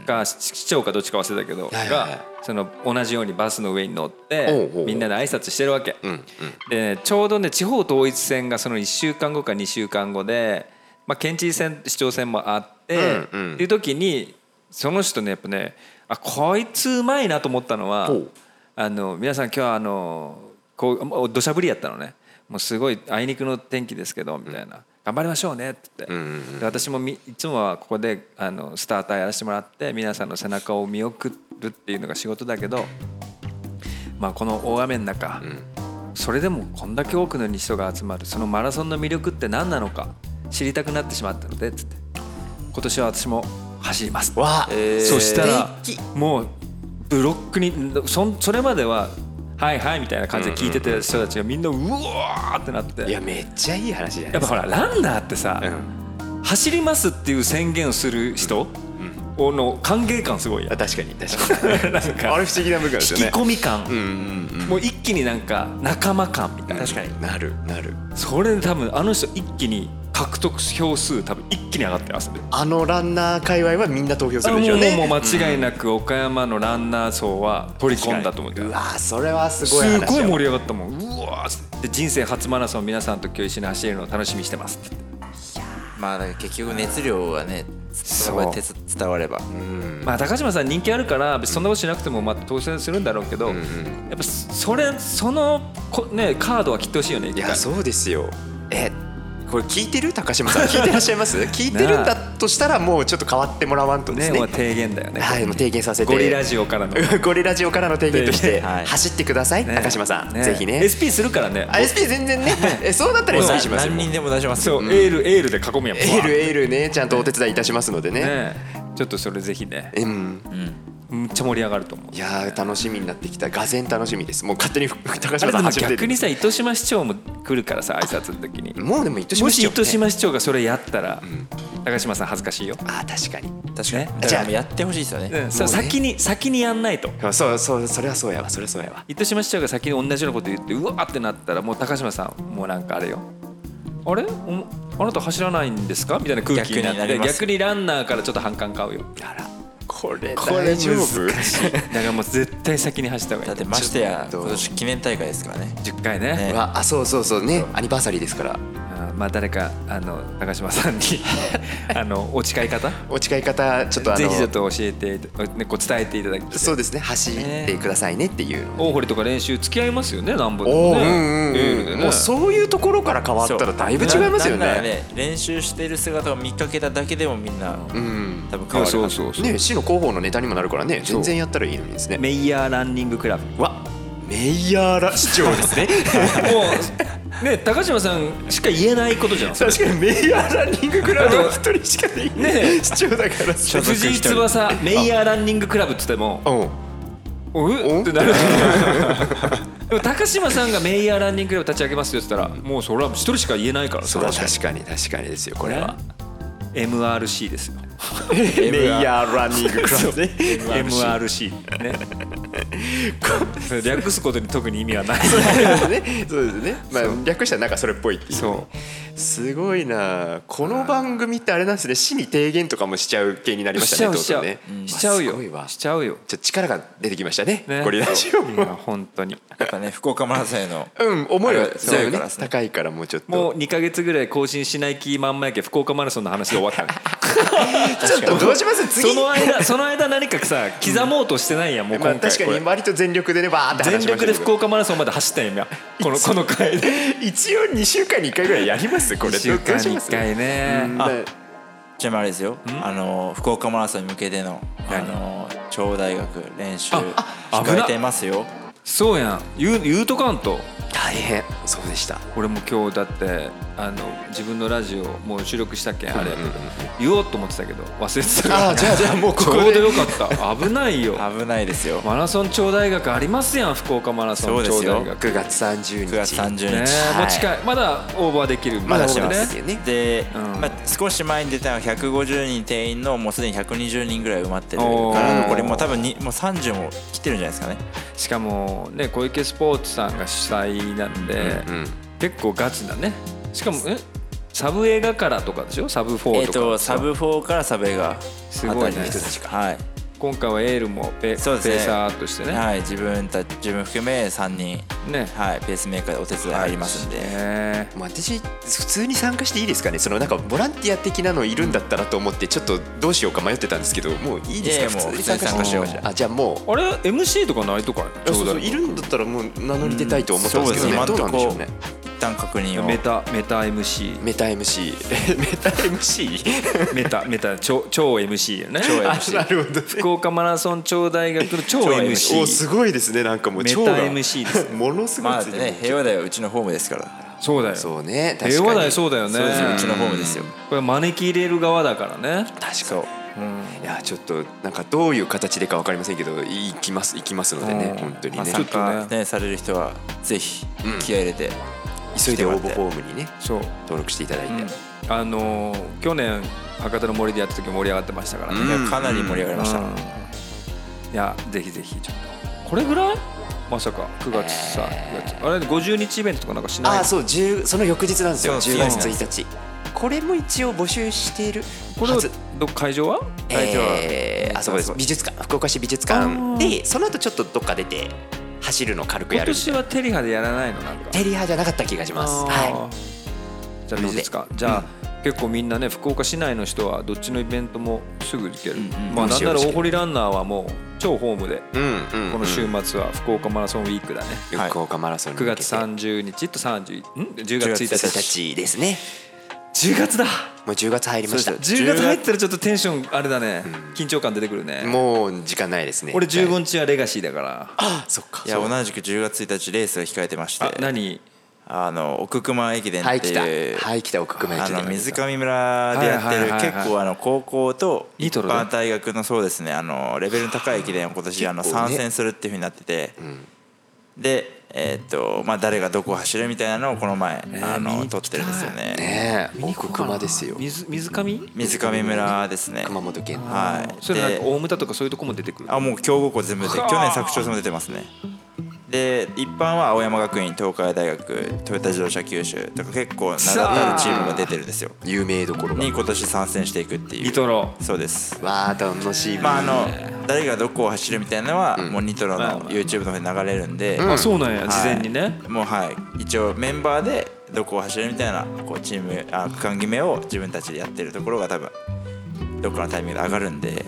[SPEAKER 1] か市市長かどっちか忘れたけど、
[SPEAKER 2] はいはいはい
[SPEAKER 1] がその同じようにバスの上に乗っ
[SPEAKER 2] おう
[SPEAKER 1] て
[SPEAKER 2] おうおう
[SPEAKER 1] みんなで挨拶してるわけ、
[SPEAKER 2] んうん
[SPEAKER 1] でちょうどね地方統一選がその1週間後か2週間後で、まあ、県知事選市長選もあって、
[SPEAKER 2] うんうん
[SPEAKER 1] っていう時にその人ねやっぱねあこいつうまいなと思ったのは
[SPEAKER 2] ほう
[SPEAKER 1] あの皆さん今日はあのこうもう土砂降りやったのねもうすごいあいにくの天気ですけどみたいな、頑張りましょうねって言って、
[SPEAKER 2] うんうん
[SPEAKER 1] で私もみいつもはここであのスターターやらせてもらって皆さんの背中を見送るっていうのが仕事だけど、まあ、この大雨の中、それでもこんだけ多くの人が集まるそのマラソンの魅力って何なのか知りたくなってしまったのでつって今年は私も走ります
[SPEAKER 2] わあ
[SPEAKER 3] えー
[SPEAKER 1] そしたら
[SPEAKER 2] 素敵
[SPEAKER 1] もうブロックにそんそれまでは「はいはい」みたいな感じで聞いてた人たちがみんなうわーってなって
[SPEAKER 2] いや
[SPEAKER 1] や
[SPEAKER 2] めっちゃいい話じゃない
[SPEAKER 1] っ
[SPEAKER 2] で
[SPEAKER 1] ぱ
[SPEAKER 2] すか
[SPEAKER 1] ほらランナーってさ、
[SPEAKER 2] うん
[SPEAKER 1] 走りますっていう宣言をする人の歓迎感すごいや
[SPEAKER 2] あ
[SPEAKER 1] ん
[SPEAKER 2] 確かに確か に
[SPEAKER 1] なんか
[SPEAKER 2] あれ不思議な部分です
[SPEAKER 1] 引
[SPEAKER 2] よ
[SPEAKER 1] き
[SPEAKER 2] ね
[SPEAKER 1] 込み感、
[SPEAKER 2] うんうんうん
[SPEAKER 1] もう一気になんか仲間感みたいな
[SPEAKER 3] 確かに
[SPEAKER 2] なるなる
[SPEAKER 1] それで多分あの人一気に獲得票数多分一気に上がってますね
[SPEAKER 2] あのランナー界隈はみんな投票す
[SPEAKER 1] あ
[SPEAKER 2] るでし
[SPEAKER 1] も
[SPEAKER 2] ょ
[SPEAKER 1] う
[SPEAKER 2] う
[SPEAKER 1] もう
[SPEAKER 2] ね
[SPEAKER 1] もう間違いなく岡山のランナー層は取り込んだと思うけど
[SPEAKER 2] うわあそれはす
[SPEAKER 1] す
[SPEAKER 2] ごい話だ
[SPEAKER 1] ごい盛り上がったもんうわーで人生初マラソン皆さんと今日一緒に走れるのを楽しみにしてますって言って
[SPEAKER 3] まあだから結局熱量はね伝
[SPEAKER 1] そう
[SPEAKER 3] わって伝われば
[SPEAKER 1] まあ高島さん人気あるから別にそんなことしなくてもまあ当選するんだろうけど、
[SPEAKER 2] うんうん
[SPEAKER 1] やっぱそれそのこねカードは切ってほしいよね
[SPEAKER 2] い
[SPEAKER 1] 一
[SPEAKER 2] や
[SPEAKER 1] 回
[SPEAKER 2] そうですよえこれ聞いてる高島さん聞いてらっしゃいます聞いてるんだとしたらもうちょっと変わってもらわんとです
[SPEAKER 1] ね
[SPEAKER 2] ね
[SPEAKER 1] もう提言だよね、
[SPEAKER 2] はいもう提言させて
[SPEAKER 1] ゴリラジオからの
[SPEAKER 2] ゴリラジオからの提言として
[SPEAKER 3] 提言はい
[SPEAKER 2] 走ってください
[SPEAKER 1] ね
[SPEAKER 2] 高島さん
[SPEAKER 1] ね
[SPEAKER 2] ぜひね
[SPEAKER 1] SP するからね
[SPEAKER 2] あ SP 全然ねえそうだったら
[SPEAKER 3] もう
[SPEAKER 2] SP
[SPEAKER 3] な
[SPEAKER 2] しますよ
[SPEAKER 3] 何人でも出します
[SPEAKER 1] そ
[SPEAKER 3] よ
[SPEAKER 1] う、エールエールで囲むやん
[SPEAKER 2] エールエールねちゃんとお手伝いいたしますのでね
[SPEAKER 1] ねちょっとそれぜひね
[SPEAKER 2] うん
[SPEAKER 1] めっちゃ盛り上がると思う
[SPEAKER 2] いやー楽しみになってきたがぜ楽しみですもう勝手に 高
[SPEAKER 1] あれ
[SPEAKER 2] 島
[SPEAKER 1] で
[SPEAKER 2] さん
[SPEAKER 1] も
[SPEAKER 2] 始めて
[SPEAKER 1] 逆にさ糸島市長も来るからさ挨拶の時に
[SPEAKER 2] もうでも糸島
[SPEAKER 1] も
[SPEAKER 2] 市
[SPEAKER 1] し
[SPEAKER 2] 長ね
[SPEAKER 1] 糸島市長がそれやったら、高島さん恥ずかしいよ、
[SPEAKER 2] あー確かに
[SPEAKER 3] 確か
[SPEAKER 1] ね
[SPEAKER 3] にだからもうやってほしいですよ
[SPEAKER 1] う
[SPEAKER 3] ね
[SPEAKER 1] んさ
[SPEAKER 2] もうね
[SPEAKER 1] 先に先にやんないと
[SPEAKER 2] あそうそうそれはそうやわそれはそうやわ
[SPEAKER 1] 糸島市長が先に同じようなこと言ってうわーってなったらもう高島さんもうなんかあれよあれおあなた走らないんですかみたいな空気になって
[SPEAKER 3] 逆になります
[SPEAKER 1] 逆にランナーからちょっと反感買うよ
[SPEAKER 2] あらこれ
[SPEAKER 1] これ
[SPEAKER 2] 大丈夫
[SPEAKER 1] 難しいだからもう絶対先に走った方が
[SPEAKER 3] だ
[SPEAKER 1] い
[SPEAKER 3] っ
[SPEAKER 1] い
[SPEAKER 3] てましてや
[SPEAKER 2] ちょっと
[SPEAKER 3] 今年記念大会ですからね
[SPEAKER 1] 10回ね
[SPEAKER 3] ね
[SPEAKER 2] わあそうそうそうねアニバーサリーですから
[SPEAKER 1] あーまあ誰かあの高島さんに あのお誓い方
[SPEAKER 2] お誓い方ちょっとあの
[SPEAKER 1] ぜひちょっと教えてねこう伝えていただきたい
[SPEAKER 2] そうですね走ってくださいねっていうのを
[SPEAKER 1] 大堀とか練習付き合いますよねなんぼで
[SPEAKER 2] お
[SPEAKER 1] も
[SPEAKER 2] おう
[SPEAKER 1] ね
[SPEAKER 2] んうん
[SPEAKER 1] エール
[SPEAKER 2] う
[SPEAKER 1] で
[SPEAKER 2] ん
[SPEAKER 1] ね
[SPEAKER 2] もうそういうところから変わったらだいぶ違いますよ
[SPEAKER 3] ななんなら
[SPEAKER 2] ね
[SPEAKER 3] 練習してる姿を見かけただけでもみんな
[SPEAKER 2] うん
[SPEAKER 3] 多分変
[SPEAKER 1] いやそ
[SPEAKER 3] わるは
[SPEAKER 1] う
[SPEAKER 3] ず
[SPEAKER 1] そうそう、
[SPEAKER 2] ね市の広報のネタにもなるからね全然やったらいいのにですね
[SPEAKER 1] メイヤーランニングク ラブも
[SPEAKER 2] わメイヤーら市長ですね
[SPEAKER 1] うね高島さんしか言えないことじゃんそれ
[SPEAKER 2] 確かにメイヤーランニングクラブは一人しかいない
[SPEAKER 1] ね
[SPEAKER 2] 市長だから
[SPEAKER 3] 所属
[SPEAKER 1] 藤井翼メイヤーランニングクラブって言っても
[SPEAKER 2] うん
[SPEAKER 1] お
[SPEAKER 2] お
[SPEAKER 1] うってなるでも高島さんがメイヤーランニングクラブ立ち上げますよって言ったらもうそれは一人しか言えないから
[SPEAKER 2] そうだ確かに確かにですよこ
[SPEAKER 1] こ
[SPEAKER 2] れ
[SPEAKER 1] れ
[SPEAKER 2] は
[SPEAKER 1] は MRC ですよ
[SPEAKER 2] メイヤーランニングクラブね
[SPEAKER 1] MRC ね略すことに特に意味はない
[SPEAKER 2] そうですねそうですねまあ
[SPEAKER 1] そう
[SPEAKER 2] 略したらなんかそれっぽいっていう
[SPEAKER 1] そ
[SPEAKER 2] すごいなこの番組ってあれなんですね死に提言とかもしちゃう系になり
[SPEAKER 1] う
[SPEAKER 2] まし
[SPEAKER 1] したちゃ
[SPEAKER 2] ね
[SPEAKER 1] う
[SPEAKER 2] とう
[SPEAKER 1] しちゃう
[SPEAKER 2] とね
[SPEAKER 1] しちゃう
[SPEAKER 2] わすごいわ
[SPEAKER 1] よし
[SPEAKER 2] ちょ
[SPEAKER 1] ちゃうよ
[SPEAKER 2] っと力が出てきましたね
[SPEAKER 1] ね
[SPEAKER 2] ゴリラジオ
[SPEAKER 1] い
[SPEAKER 2] も
[SPEAKER 1] や本当に
[SPEAKER 3] やっぱね福岡マラソンへの
[SPEAKER 2] うん思いは
[SPEAKER 3] 強
[SPEAKER 2] 強い
[SPEAKER 3] いか
[SPEAKER 2] ね
[SPEAKER 3] らですね
[SPEAKER 2] 高いからもうちょっ
[SPEAKER 1] も
[SPEAKER 2] と
[SPEAKER 1] う2か月ぐらい更新しない気満々やけ福岡マラソンの話で終わ ったね
[SPEAKER 2] ちょっとどうします次
[SPEAKER 1] その間その間何かさ刻 もうとしてないやんもう
[SPEAKER 2] まあ
[SPEAKER 1] 今回
[SPEAKER 2] 確か
[SPEAKER 1] こ
[SPEAKER 2] に
[SPEAKER 1] れ
[SPEAKER 2] 割と全力でねバーって話
[SPEAKER 1] 全
[SPEAKER 2] しましたけ
[SPEAKER 1] 力
[SPEAKER 2] ど
[SPEAKER 1] で福岡マラソンまで走ったん や今このこの回で
[SPEAKER 2] 一応2週間に1回ぐらいやりますこれ
[SPEAKER 1] 1週
[SPEAKER 2] ど
[SPEAKER 1] 間
[SPEAKER 2] うし
[SPEAKER 1] に
[SPEAKER 2] ます
[SPEAKER 1] 1回ね
[SPEAKER 2] うん
[SPEAKER 1] あ
[SPEAKER 2] まあ
[SPEAKER 3] ちなみにあれですよあの福岡マラソンに向けてのあの超大学練習
[SPEAKER 1] あ危な
[SPEAKER 3] 控えてますよ
[SPEAKER 1] そうやん言う言うとかんと
[SPEAKER 2] 大変そうでした
[SPEAKER 1] 俺も今日だってあの自分のラジオもう収録したけんあれ言おうと思ってたけど忘れてたから
[SPEAKER 2] あ ーじゃあじゃあもうこ
[SPEAKER 1] ちょ
[SPEAKER 2] こ
[SPEAKER 1] う
[SPEAKER 2] で
[SPEAKER 1] どよかった危ないよ
[SPEAKER 3] 危ないですよ
[SPEAKER 1] マラソン超大学ありますやん福岡マラソ
[SPEAKER 3] そう
[SPEAKER 1] ン
[SPEAKER 3] です
[SPEAKER 1] 超
[SPEAKER 3] よ
[SPEAKER 1] 大学
[SPEAKER 2] 9月30日
[SPEAKER 3] 9月30
[SPEAKER 1] ね
[SPEAKER 3] 日
[SPEAKER 1] もう近いまだオーバーできる
[SPEAKER 2] まだ
[SPEAKER 1] ね
[SPEAKER 2] してますよね
[SPEAKER 3] で、
[SPEAKER 1] うん
[SPEAKER 3] まあ、少し前に出たのは150人定員のもうすでに120人ぐらい埋まってるか
[SPEAKER 1] おー
[SPEAKER 3] らこれもう多分にもう30も来てるんじゃないですかね
[SPEAKER 1] しかもね小池スポーツさんが主催なんで
[SPEAKER 2] うん
[SPEAKER 1] 結構ガチだねしかもえサブ映画からとかでしょサブ
[SPEAKER 3] え
[SPEAKER 1] 4
[SPEAKER 3] っ、
[SPEAKER 1] とか、
[SPEAKER 3] とサブ4からサブ映画
[SPEAKER 1] すごいね
[SPEAKER 3] あたりの人たちかはい
[SPEAKER 1] 今回はエールもペ,、ペ
[SPEAKER 3] そう
[SPEAKER 1] ー
[SPEAKER 3] ですね
[SPEAKER 1] サーとしてね
[SPEAKER 3] はい、自分たち自分含め3人、
[SPEAKER 1] ね
[SPEAKER 3] はい、ペースメーカーでお手伝いありますんで、
[SPEAKER 1] ね
[SPEAKER 2] まあ私普通に参加していいですかねそのなんかボランティア的なのいるんだったらと思ってちょっとどうしようか迷ってたんですけどもういいです
[SPEAKER 3] い
[SPEAKER 2] か
[SPEAKER 3] やいやもう
[SPEAKER 2] 普通に参加
[SPEAKER 3] 普通に参加
[SPEAKER 2] し
[SPEAKER 3] してよ
[SPEAKER 2] も
[SPEAKER 3] うじゃ
[SPEAKER 2] あじゃあもう
[SPEAKER 1] あれ MC とかないとか
[SPEAKER 2] あそうそういるんだったらもう名乗り出たいと思ったんですけどね、
[SPEAKER 3] うん
[SPEAKER 2] どうなんでしょう
[SPEAKER 3] そうで
[SPEAKER 2] ね
[SPEAKER 3] す一旦確認を
[SPEAKER 1] メタメタ MC
[SPEAKER 2] メタ MC メタ MC
[SPEAKER 1] メタ メタ超超 MC よね
[SPEAKER 3] 超 MC
[SPEAKER 2] あなるほどね
[SPEAKER 1] 福岡マラソン超大学の超
[SPEAKER 3] 超
[SPEAKER 1] MC
[SPEAKER 2] おすごいですねなんかもう
[SPEAKER 1] メタ
[SPEAKER 2] 超が
[SPEAKER 1] MC です
[SPEAKER 2] ものすご
[SPEAKER 3] ま
[SPEAKER 2] い
[SPEAKER 3] あ
[SPEAKER 2] ついてる
[SPEAKER 3] ね平和だようちのホームですから
[SPEAKER 1] そうだよ
[SPEAKER 2] そうね確かに
[SPEAKER 1] 平和台そうだよね
[SPEAKER 3] そうですようちのホームですよ
[SPEAKER 1] これ招き入れる側だからね
[SPEAKER 2] 確か
[SPEAKER 3] そう
[SPEAKER 2] にいやちょっとなんかどういう形でかわかりませんけど行きます行きますのでね
[SPEAKER 1] うん
[SPEAKER 2] 本当に
[SPEAKER 3] まあ
[SPEAKER 2] ね
[SPEAKER 1] ちょ
[SPEAKER 3] 参
[SPEAKER 1] っと
[SPEAKER 3] 加、ね、される人はぜひ
[SPEAKER 2] うん
[SPEAKER 3] 気合い入れて、
[SPEAKER 2] 急いで応募フォームにね
[SPEAKER 1] そう
[SPEAKER 2] 登録していただいて、
[SPEAKER 1] あのー去年博多の森でやった時盛り上がってましたからね、
[SPEAKER 2] うん
[SPEAKER 3] いやかなり盛り上がりました、
[SPEAKER 1] うんいやぜひぜひちょっとこれぐらいまさか9月さ、9月あれ50日イベントとかなんかしない
[SPEAKER 2] あ
[SPEAKER 1] の
[SPEAKER 2] あそう10その翌日なんですよ
[SPEAKER 3] そう
[SPEAKER 2] 10月1日これも一応募集している
[SPEAKER 1] これ
[SPEAKER 2] は
[SPEAKER 1] を
[SPEAKER 2] ず
[SPEAKER 1] ど会場は
[SPEAKER 3] 会場は
[SPEAKER 2] えーあそこです美術館福岡市美術
[SPEAKER 1] あ
[SPEAKER 2] 館
[SPEAKER 1] ー
[SPEAKER 2] でその後ちょっとどっか出て走るの軽くや
[SPEAKER 1] 今
[SPEAKER 2] るみ
[SPEAKER 1] 年
[SPEAKER 2] たいな
[SPEAKER 1] はテリハでやらないのなんか
[SPEAKER 2] テリー派じゃなかった気がしますはい
[SPEAKER 1] じゃあ美術館じゃあ、結構みんなね福岡市内の人はどっちのイベントもすぐ行ける、
[SPEAKER 3] うんうん
[SPEAKER 1] まあ
[SPEAKER 2] も
[SPEAKER 1] なん
[SPEAKER 2] し
[SPEAKER 1] な
[SPEAKER 2] よろ
[SPEAKER 1] ら
[SPEAKER 2] しければ
[SPEAKER 1] 大堀ランナーはもう超ホームで
[SPEAKER 2] うんうん
[SPEAKER 1] この週末は福岡マラソンウィークだね、
[SPEAKER 2] うん
[SPEAKER 3] はい
[SPEAKER 2] 福岡マラソンに
[SPEAKER 1] 9
[SPEAKER 2] 向けて
[SPEAKER 1] 月30日と30ん10月
[SPEAKER 3] 10
[SPEAKER 1] 1
[SPEAKER 2] 1
[SPEAKER 1] 日
[SPEAKER 2] 日ですね
[SPEAKER 1] 10月だ
[SPEAKER 2] もう10月入りました
[SPEAKER 3] そうで
[SPEAKER 1] 10月入ったらちょっとテンションあれだね、緊張感出てくるね
[SPEAKER 2] もう時間ないですね
[SPEAKER 1] 俺15日はレガシーだからあ
[SPEAKER 2] あそっか
[SPEAKER 3] いや同じく10月1日レースが控えてまして
[SPEAKER 1] 何
[SPEAKER 3] あの奥熊駅伝っ
[SPEAKER 2] はい
[SPEAKER 3] て
[SPEAKER 2] 来た
[SPEAKER 3] いう、
[SPEAKER 2] はい来た奥久米
[SPEAKER 3] あ
[SPEAKER 2] 駅
[SPEAKER 3] の
[SPEAKER 2] 伝
[SPEAKER 3] 水上村でやって
[SPEAKER 1] はいはい
[SPEAKER 3] る
[SPEAKER 1] はいはい
[SPEAKER 3] 結構あの高校と
[SPEAKER 1] ニ
[SPEAKER 3] 一
[SPEAKER 1] トロで
[SPEAKER 3] 般大学のそうですねあのレベルの高い駅伝を今年あの
[SPEAKER 2] 結構ね
[SPEAKER 3] 参戦するっていうふうになってて
[SPEAKER 2] ん
[SPEAKER 3] でえーっとまあ誰がどこを走るみたいなのをこの前
[SPEAKER 1] ー
[SPEAKER 3] あ
[SPEAKER 1] 見
[SPEAKER 3] の
[SPEAKER 1] に行
[SPEAKER 3] 撮
[SPEAKER 1] き
[SPEAKER 3] ったて
[SPEAKER 1] い
[SPEAKER 3] るんですよね
[SPEAKER 2] ねえ奥久米ですよ
[SPEAKER 1] 水水上
[SPEAKER 3] 水上村ですね
[SPEAKER 2] 熊本県の
[SPEAKER 3] はい
[SPEAKER 1] それなんか
[SPEAKER 3] で
[SPEAKER 1] 大牟田とかそういうとこも出てくる
[SPEAKER 3] あもう強豪校全部出て
[SPEAKER 1] はあ
[SPEAKER 3] 去年作長戦も出てますねで一般は青山学院東海大学トヨタ自動車九州とか結構名だたるチームが出てるんですよ
[SPEAKER 2] 有名どころが
[SPEAKER 3] に今年参戦していくっていう
[SPEAKER 1] ニトロ
[SPEAKER 3] そうです
[SPEAKER 2] わあ楽しみ
[SPEAKER 3] まああの誰がどこを走るみたいなのは、もうニトロ
[SPEAKER 1] まあま
[SPEAKER 3] の
[SPEAKER 1] あ
[SPEAKER 3] YouTube の方に流れるんで、
[SPEAKER 1] あそうなんや
[SPEAKER 3] はい
[SPEAKER 1] 事前にね
[SPEAKER 3] もうはい一応メンバーでどこを走るみたいなこうチームあ区間決めを自分たちでやってるところが多分どっかのタイミングで上がるんで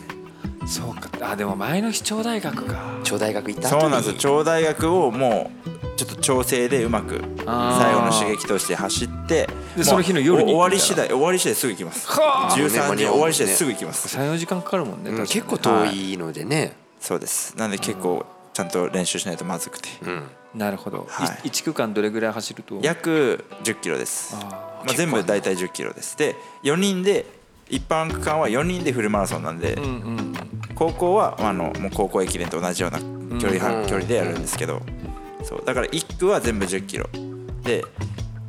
[SPEAKER 1] そうかあでも前の市長大学か
[SPEAKER 2] 超大学行った後
[SPEAKER 3] そ
[SPEAKER 2] に
[SPEAKER 3] うなんですよ超大学をもうちょっと調整でうまく最
[SPEAKER 1] あー
[SPEAKER 3] 後の刺激として走ってもう
[SPEAKER 1] その日の夜に行
[SPEAKER 3] お終
[SPEAKER 1] くみたい
[SPEAKER 3] わ
[SPEAKER 1] な
[SPEAKER 3] り次第終わり次第すぐ行きます
[SPEAKER 1] はあ
[SPEAKER 3] 13時終わり次第すぐ行きます
[SPEAKER 1] 34時間かかるもんね
[SPEAKER 2] うん結
[SPEAKER 1] 確か
[SPEAKER 2] 構
[SPEAKER 1] に
[SPEAKER 2] 遠いのでね
[SPEAKER 3] そうですなんで結構ちゃんと練習しないとまずくて、
[SPEAKER 2] うん
[SPEAKER 1] なるほど
[SPEAKER 3] はい
[SPEAKER 1] 1区間どれぐらい走ると
[SPEAKER 3] 約1 0キロです
[SPEAKER 1] あ
[SPEAKER 3] まあ、全部大体1 0キロですで4人で一般区間は4人でフルマラソンなんで、
[SPEAKER 1] うんうん
[SPEAKER 3] 高校はまああのもう高校駅伝と同じような距離,、
[SPEAKER 2] うん
[SPEAKER 3] 距離でやるんですけどそうだから1区は全部1 0キロで、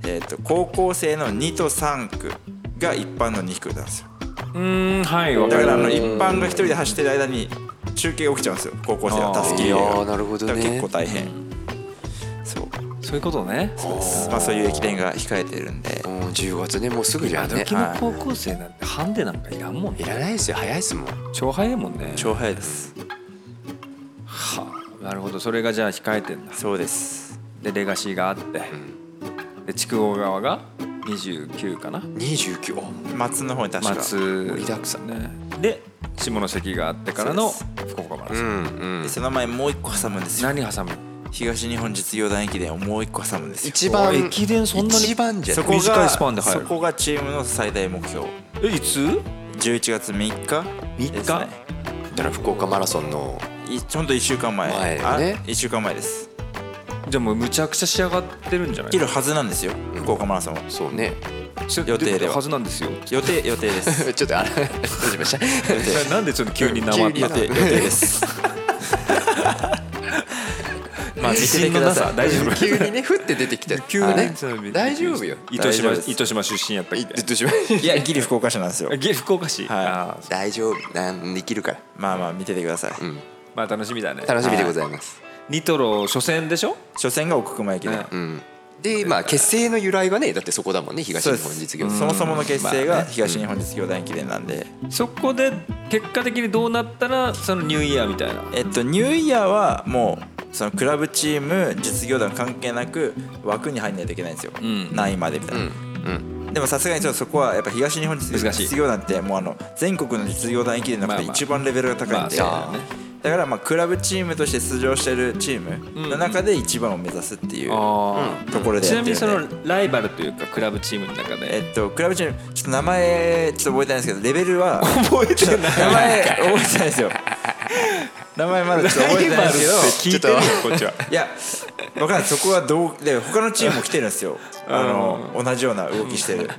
[SPEAKER 3] えー、と高校生の2と3区が一般の2区なんですよ
[SPEAKER 1] うーんはいわ
[SPEAKER 3] だ
[SPEAKER 1] か
[SPEAKER 3] からあ
[SPEAKER 1] る
[SPEAKER 3] の一般が1人で走ってる間に中継が起きちゃうんですよ高校生はたすき
[SPEAKER 2] い
[SPEAKER 3] リ
[SPEAKER 2] や
[SPEAKER 3] レー
[SPEAKER 2] ー
[SPEAKER 3] が
[SPEAKER 2] なるほど
[SPEAKER 3] だから
[SPEAKER 2] ね
[SPEAKER 3] 結構大変そう
[SPEAKER 1] そういうことね
[SPEAKER 3] まあそういう駅伝が控えてるんで
[SPEAKER 2] うん10月ねもうすぐじゃ
[SPEAKER 1] 今
[SPEAKER 2] んね
[SPEAKER 1] 時の高校生なんてハンデなんかいらんもん
[SPEAKER 2] い
[SPEAKER 1] ね
[SPEAKER 2] らないですよ早いですもん
[SPEAKER 1] 超早いもんね
[SPEAKER 3] 超早いです
[SPEAKER 1] はあなるほどそれがじゃあ控えてんだ
[SPEAKER 3] そうです
[SPEAKER 1] でレガシーがあってで筑王側が29かな
[SPEAKER 2] 29あ
[SPEAKER 3] 松の方に確か
[SPEAKER 1] 松
[SPEAKER 2] 盛りだくさん
[SPEAKER 1] ねで下関があってからの
[SPEAKER 3] そ
[SPEAKER 1] 福岡マラソ
[SPEAKER 2] う
[SPEAKER 1] ン、
[SPEAKER 2] んうん
[SPEAKER 3] でその前もう一個挟むんですよ
[SPEAKER 1] 何挟む
[SPEAKER 3] 東日本実業団駅伝をもう一個挟むんですよ
[SPEAKER 2] 一番
[SPEAKER 1] 駅伝そんなに
[SPEAKER 2] 一番じゃ
[SPEAKER 3] そ
[SPEAKER 2] ない
[SPEAKER 3] こが
[SPEAKER 1] 短いスパンで入る
[SPEAKER 3] そこがチームの最大目標
[SPEAKER 1] えいつ
[SPEAKER 3] 11月3日ですね
[SPEAKER 2] だから福岡マラソンの
[SPEAKER 3] いちょうど1週間前
[SPEAKER 2] 前だね
[SPEAKER 3] 1週間前です
[SPEAKER 1] じゃあもうむちゃくちゃ仕上がってるんじゃない
[SPEAKER 3] 切るはずなんですよ福岡マラソンは
[SPEAKER 2] そうね
[SPEAKER 1] し
[SPEAKER 3] 予定では
[SPEAKER 1] はずなんですよ
[SPEAKER 3] 予定予定です
[SPEAKER 2] ちょっとあらどうしまし た
[SPEAKER 1] ななんでちょっと急に生っ
[SPEAKER 2] 急に
[SPEAKER 1] た
[SPEAKER 3] 予定予定です まあ見ててください
[SPEAKER 1] 大丈夫
[SPEAKER 2] 急にねふって出てきた
[SPEAKER 1] 急に
[SPEAKER 2] ね
[SPEAKER 1] そうびっくり
[SPEAKER 2] 大丈夫よ
[SPEAKER 1] 糸島
[SPEAKER 3] 大丈夫です
[SPEAKER 1] 糸島出身やったっ
[SPEAKER 2] い
[SPEAKER 1] け
[SPEAKER 2] どうしま
[SPEAKER 3] いやギリ福岡市なんですよ
[SPEAKER 1] あ岐福岡市、
[SPEAKER 3] はい
[SPEAKER 1] あー
[SPEAKER 2] 大丈夫なんできるから
[SPEAKER 3] まあまあ見ててください、
[SPEAKER 1] まあ楽しみだね
[SPEAKER 2] 楽しみでございます
[SPEAKER 1] ニトロ初戦でしょ
[SPEAKER 3] 初戦が奥久間駅で、
[SPEAKER 1] ね
[SPEAKER 2] うんでまあ結成の由来はねだってそこだもんね東日本実業
[SPEAKER 3] そ
[SPEAKER 2] 団
[SPEAKER 3] もそもの結成が東日本実業団駅伝なんで、
[SPEAKER 1] そこで結果的にどうなったらそのニューイヤーみたいな
[SPEAKER 3] えっと、ニューイヤーはもうそのクラブチーム実業団関係なく枠に入んないといけないんですよ、
[SPEAKER 1] ん
[SPEAKER 3] 何位までみたいな、でもさすがにちょっとそこはやっぱ東日本実
[SPEAKER 1] 難しい
[SPEAKER 3] 実業団ってもうあの全国の実業団駅伝の中
[SPEAKER 1] まあ
[SPEAKER 3] で
[SPEAKER 1] まあ
[SPEAKER 3] 一番レベルが高いんで、
[SPEAKER 1] まあそうだよね
[SPEAKER 3] だからまあクラブチームとして出場してるチームの中で一番を目指すっていうと
[SPEAKER 1] あー
[SPEAKER 3] ころで
[SPEAKER 1] ち
[SPEAKER 3] や
[SPEAKER 1] な
[SPEAKER 3] っ
[SPEAKER 1] み
[SPEAKER 3] てるんで
[SPEAKER 1] にそのライバルというかクラブチームの中で
[SPEAKER 3] えっと、クラブチームちょっと名前ちょっと覚えてないんですけどレベル は覚えてない 名前覚えてないですよ名前まだちょっと覚えてないです
[SPEAKER 1] 聞
[SPEAKER 3] けど
[SPEAKER 1] いてるよこっちはい
[SPEAKER 3] や分かんないそこはどうで他のチームも来てるんですよ あの同じような動きしてる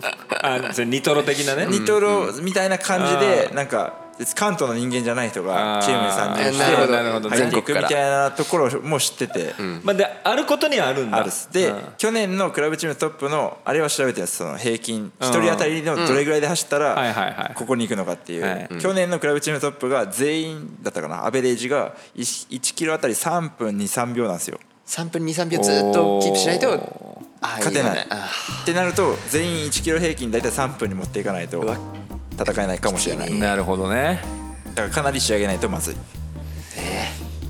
[SPEAKER 1] あそれニトロ的なね
[SPEAKER 3] ニトロみたいな感じで
[SPEAKER 1] あ
[SPEAKER 3] なんか関東の人間じゃない人がチームに参
[SPEAKER 1] あ
[SPEAKER 3] 入
[SPEAKER 1] ー
[SPEAKER 3] して
[SPEAKER 1] なるほど
[SPEAKER 3] 入って
[SPEAKER 2] 全
[SPEAKER 3] いく
[SPEAKER 2] 国から
[SPEAKER 3] みたいなところも知ってて
[SPEAKER 1] まあであることにはあるんだ
[SPEAKER 3] あるっすで
[SPEAKER 1] うん
[SPEAKER 3] 去年のクラブチームトップのあれは調べてますその平均1人当たりのどれぐらいで走った
[SPEAKER 1] はいはいはい
[SPEAKER 3] らここに行くのかってい
[SPEAKER 1] はいう
[SPEAKER 3] 去年のクラブチームトップが全員だったかなアベレージが1キロ当たり3分23秒なんですよ
[SPEAKER 2] 3分23秒ずっとキープしないと
[SPEAKER 1] お
[SPEAKER 2] あー
[SPEAKER 3] 勝てない
[SPEAKER 2] やあ
[SPEAKER 3] ってなると全員1キロ平均大体3分に持っていかないと
[SPEAKER 2] わ
[SPEAKER 3] 戦えないかもしれないだ
[SPEAKER 1] なるほどね
[SPEAKER 3] からかなり仕上げないとまずい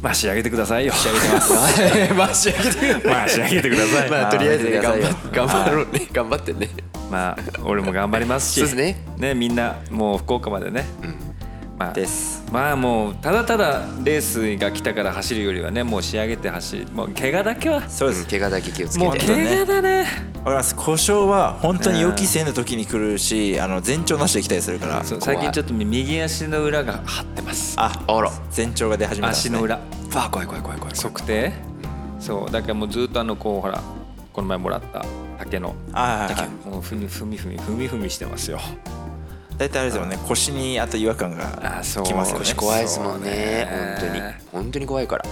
[SPEAKER 1] まあ仕上げてくださいよ仕上げてます
[SPEAKER 2] ーまあ仕上げてくれ
[SPEAKER 1] まあ仕上げてください
[SPEAKER 2] まあとりあえずね頑
[SPEAKER 3] 頑張って
[SPEAKER 2] 張
[SPEAKER 3] くだ
[SPEAKER 2] っ頑張ろうね 頑張ってね
[SPEAKER 1] まあ俺も頑張りますし
[SPEAKER 2] そうですね
[SPEAKER 1] みんなもう福岡までね、まあ、
[SPEAKER 3] です
[SPEAKER 1] まあもうただただレースが来たから走るよりはねもう仕上げて走るもう怪我だけは
[SPEAKER 3] そうで
[SPEAKER 2] うん
[SPEAKER 3] す
[SPEAKER 2] 怪我だけ気をつけ
[SPEAKER 1] もう
[SPEAKER 2] て
[SPEAKER 3] け
[SPEAKER 1] 怪我だね
[SPEAKER 3] わかります故障は本当に予期せぬ時に来るしあの前兆なしで来たりするから
[SPEAKER 1] そう
[SPEAKER 3] 怖い
[SPEAKER 1] 最近ちょっと右足の裏が張ってます
[SPEAKER 3] あ
[SPEAKER 2] あら
[SPEAKER 3] 前兆が出始めたんです
[SPEAKER 1] 足
[SPEAKER 3] ね
[SPEAKER 1] の裏
[SPEAKER 2] わあ怖い怖い怖い怖い
[SPEAKER 1] 測定そうだからもうずっとあのこうほらこの前もらった竹の
[SPEAKER 3] あーはいはい
[SPEAKER 1] もうふみふみふみふみふみしてますよ
[SPEAKER 3] 大体あれですよね腰にあと違和感が
[SPEAKER 1] あそう
[SPEAKER 3] きますよ
[SPEAKER 2] 腰
[SPEAKER 3] ね
[SPEAKER 2] 怖いですもんね
[SPEAKER 1] そう
[SPEAKER 2] 本当に
[SPEAKER 1] ね
[SPEAKER 2] 本当に怖いから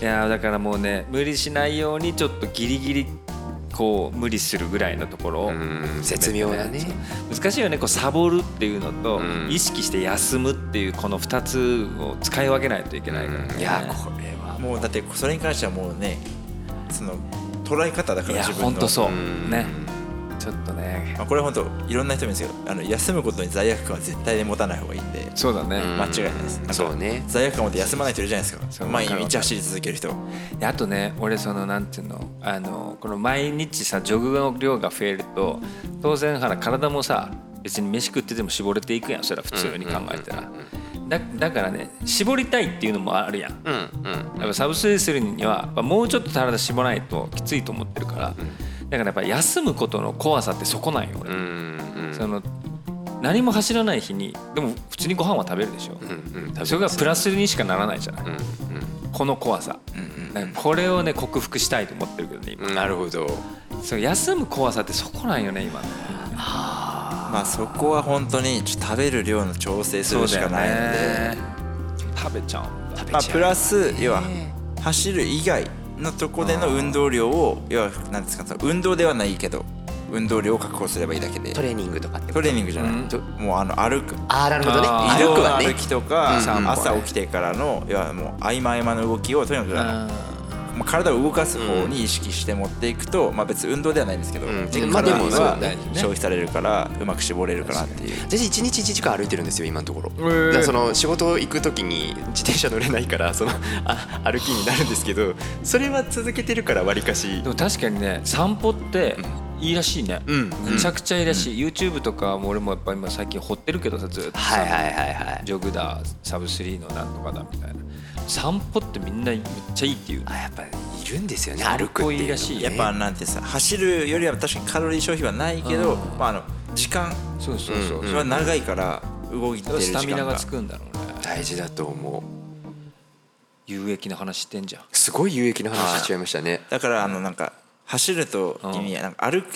[SPEAKER 1] いやーだからもうね無理しないようにちょっとギリギリこう無理するぐらいのところを
[SPEAKER 2] うん絶妙だね
[SPEAKER 1] 難しいよねこうサボるっていうのと、
[SPEAKER 2] うん
[SPEAKER 1] 意識して休むっていうこの2つを使い分けないといけないから、ね
[SPEAKER 2] いやーこれは
[SPEAKER 3] もうだってそれに関してはもうねその捉え方だか
[SPEAKER 1] い
[SPEAKER 3] ら
[SPEAKER 1] や
[SPEAKER 3] 自
[SPEAKER 1] ほ
[SPEAKER 3] 分
[SPEAKER 1] ん
[SPEAKER 3] の
[SPEAKER 1] とそう、
[SPEAKER 2] ん
[SPEAKER 1] ねちょっとね
[SPEAKER 3] まあこれは本当いろんな人もいるんですけどあの休むことに罪悪感は絶対に持たない方がいいんで
[SPEAKER 1] そうだね、
[SPEAKER 2] うん
[SPEAKER 3] 間違いないですなんか
[SPEAKER 2] そうね
[SPEAKER 3] 罪悪感持って休まない人いるじゃないで
[SPEAKER 1] そ
[SPEAKER 3] す
[SPEAKER 1] う
[SPEAKER 3] か毎
[SPEAKER 1] わかるわか
[SPEAKER 3] 日
[SPEAKER 1] る
[SPEAKER 3] 走り続ける人
[SPEAKER 1] であとね俺そのなんていうのあのこの毎日さジョグの量が増えると当然ほら体もさ別に飯食ってても絞れていくやんそれは普通に考えたらだだからね絞りたいっていうのもあるやん
[SPEAKER 2] うんうん
[SPEAKER 1] やっぱサブスリーするにはやっぱもうちょっと体絞らないときついと思ってるからだからやっぱ休むことの怖さってそこなんよ俺、
[SPEAKER 2] うんうん
[SPEAKER 1] その何も走らない日にでも普通にご飯は食べるでしょ、
[SPEAKER 2] うんうん
[SPEAKER 1] それがプラスにしかならないじゃない、この怖さ、なんかこれをね克服したいと思ってるけどね今、
[SPEAKER 2] うんなるほど
[SPEAKER 1] そう休む怖さってそこなんよね今ね
[SPEAKER 3] まあそこは本当にちょっと食べる量の調整するしかないので、
[SPEAKER 1] ね食べちゃうんだ
[SPEAKER 3] まあ、プラス要は走る以外のとこでの運動量を要は何ですかその運動ではないけど運動量を確保すればいいだけで
[SPEAKER 2] トレーニングとかって
[SPEAKER 3] トレーニングじゃない、
[SPEAKER 2] と
[SPEAKER 3] もうあの歩く
[SPEAKER 2] ああなるほどね
[SPEAKER 1] あー
[SPEAKER 2] 移動はね
[SPEAKER 3] 歩きとか、
[SPEAKER 1] うんうん
[SPEAKER 3] 朝起きてからの要はもう合間合間の動きをとにかくあのまあ、体を動かす方に意識して持っていくと、まあ、別に運動ではないんですけど、
[SPEAKER 2] ん
[SPEAKER 3] 体
[SPEAKER 2] まあでも
[SPEAKER 3] は
[SPEAKER 2] そうだよね
[SPEAKER 3] 消費されるからうまく絞れるかなっていう
[SPEAKER 2] 私1日1時間歩いてるんですよ今のところ、
[SPEAKER 1] ー
[SPEAKER 2] だからその仕事行く時に自転車乗れないからそのあ歩きになるんですけどそれは続けてるからわりかし
[SPEAKER 1] でも確かにね散歩っていいらしいね、
[SPEAKER 2] うん
[SPEAKER 1] めちゃくちゃいいらしい、YouTube とかも俺もやっぱ今最近掘ってるけどさずっとさ
[SPEAKER 2] はいはいはいはい
[SPEAKER 1] ジョグだサブスリーのなんとかだみたいな散歩ってみんなめっちゃいいっていう
[SPEAKER 2] あやっぱいるんですよね歩くっていうのもね
[SPEAKER 1] らしい
[SPEAKER 3] やっぱなんてさ走るよりは確かにカロリー消費はないけど、まあ、あの時間
[SPEAKER 1] そうそうそう、
[SPEAKER 3] は長いから、動いてる時
[SPEAKER 1] ス
[SPEAKER 3] 間が
[SPEAKER 1] タミナがつくんだろうね
[SPEAKER 2] 大事だと思う
[SPEAKER 1] 有益な話してんじゃん
[SPEAKER 2] すごい有益な話しちゃいましたね
[SPEAKER 3] だからあのなんか走るときになんか歩く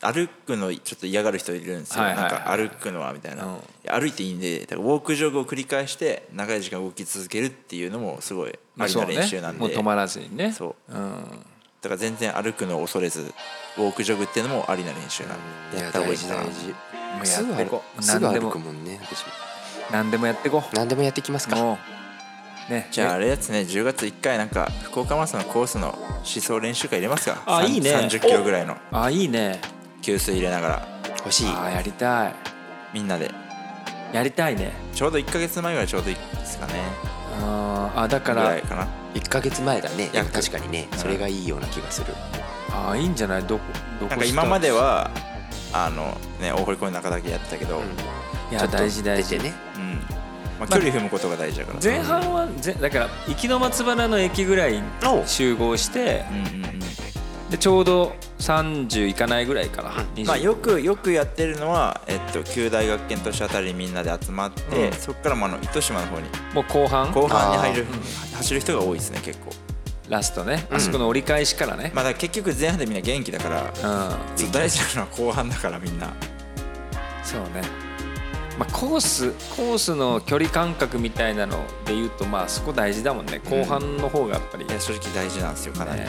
[SPEAKER 3] 歩くのちょっと嫌がる人いるんですよ、
[SPEAKER 1] はいはいはい
[SPEAKER 3] なんか歩くのはみたいな、
[SPEAKER 1] うん
[SPEAKER 3] いや歩いていいんでだからウォークジョグを繰り返して長い時間動き続けるっていうのもすごいあり
[SPEAKER 1] そ
[SPEAKER 3] な
[SPEAKER 1] うね
[SPEAKER 3] 練習なんで、
[SPEAKER 1] もう止まらずにね、
[SPEAKER 3] そう
[SPEAKER 1] ん、
[SPEAKER 3] だから全然歩くのを恐れずウォークジョグっていうのもありな練習なんで
[SPEAKER 2] い
[SPEAKER 3] や
[SPEAKER 2] や
[SPEAKER 3] った方が
[SPEAKER 2] 大
[SPEAKER 3] いい
[SPEAKER 2] 事
[SPEAKER 3] かな
[SPEAKER 2] 大事
[SPEAKER 1] もう
[SPEAKER 2] すぐ
[SPEAKER 1] やって
[SPEAKER 2] 歩
[SPEAKER 1] こ
[SPEAKER 2] く
[SPEAKER 1] う
[SPEAKER 2] すぐ
[SPEAKER 1] 何で
[SPEAKER 2] 歩
[SPEAKER 1] も
[SPEAKER 2] くもんね私
[SPEAKER 1] 何でもやってこ
[SPEAKER 2] 何でもやっていきます
[SPEAKER 1] う
[SPEAKER 2] か
[SPEAKER 1] もうね
[SPEAKER 3] じゃああれですね10月1回なんか福岡マラソンのコースの思想練習会入れますか
[SPEAKER 1] あ
[SPEAKER 3] さん
[SPEAKER 1] いいね
[SPEAKER 3] 30キロぐらいの
[SPEAKER 1] あいいね
[SPEAKER 3] 給水入れながら
[SPEAKER 2] 欲しい
[SPEAKER 1] あやりたい
[SPEAKER 3] みんなで
[SPEAKER 1] やりたいね
[SPEAKER 3] ちょうど1か月前ぐらいちょうどいいですかね
[SPEAKER 1] あーあだか
[SPEAKER 3] ぐらい
[SPEAKER 1] ら
[SPEAKER 3] かな
[SPEAKER 2] 1か月前だね
[SPEAKER 3] いや
[SPEAKER 2] 確かにねそれがいいような気がする
[SPEAKER 1] あーいいんじゃないどこどこ
[SPEAKER 3] なんか今まではあのね大堀公園の中だけやってたけど、うん
[SPEAKER 1] い
[SPEAKER 2] ちょ
[SPEAKER 1] や
[SPEAKER 2] っと
[SPEAKER 1] 大事大事
[SPEAKER 2] 出てね
[SPEAKER 3] まあ、距離踏むことが大事だから、
[SPEAKER 1] 前半はぜだから行きの松原の駅ぐらいに
[SPEAKER 2] おう
[SPEAKER 1] 集合して
[SPEAKER 3] うんうんうん
[SPEAKER 1] でちょうど30いかないぐらいかな、20
[SPEAKER 3] まあ、よくよくやってるのは、えっと、旧大学研都市あたりにみんなで集まって、
[SPEAKER 1] うん
[SPEAKER 3] そこからもあの糸島の方に
[SPEAKER 1] もう後半
[SPEAKER 3] 後半に入る走る人が多いですね結構、
[SPEAKER 1] ラストねあそこの折り返しからね、
[SPEAKER 3] まあ、だから結局前半でみんな元気だから
[SPEAKER 1] うん
[SPEAKER 3] そう大事なのは後半だからみんな
[SPEAKER 1] そうね、まあ、コースコースの距離感覚みたいなので言うとまあそこ大事だもんね後半の方がやっぱり、
[SPEAKER 3] いや正直大事なんですよかなり、
[SPEAKER 1] ね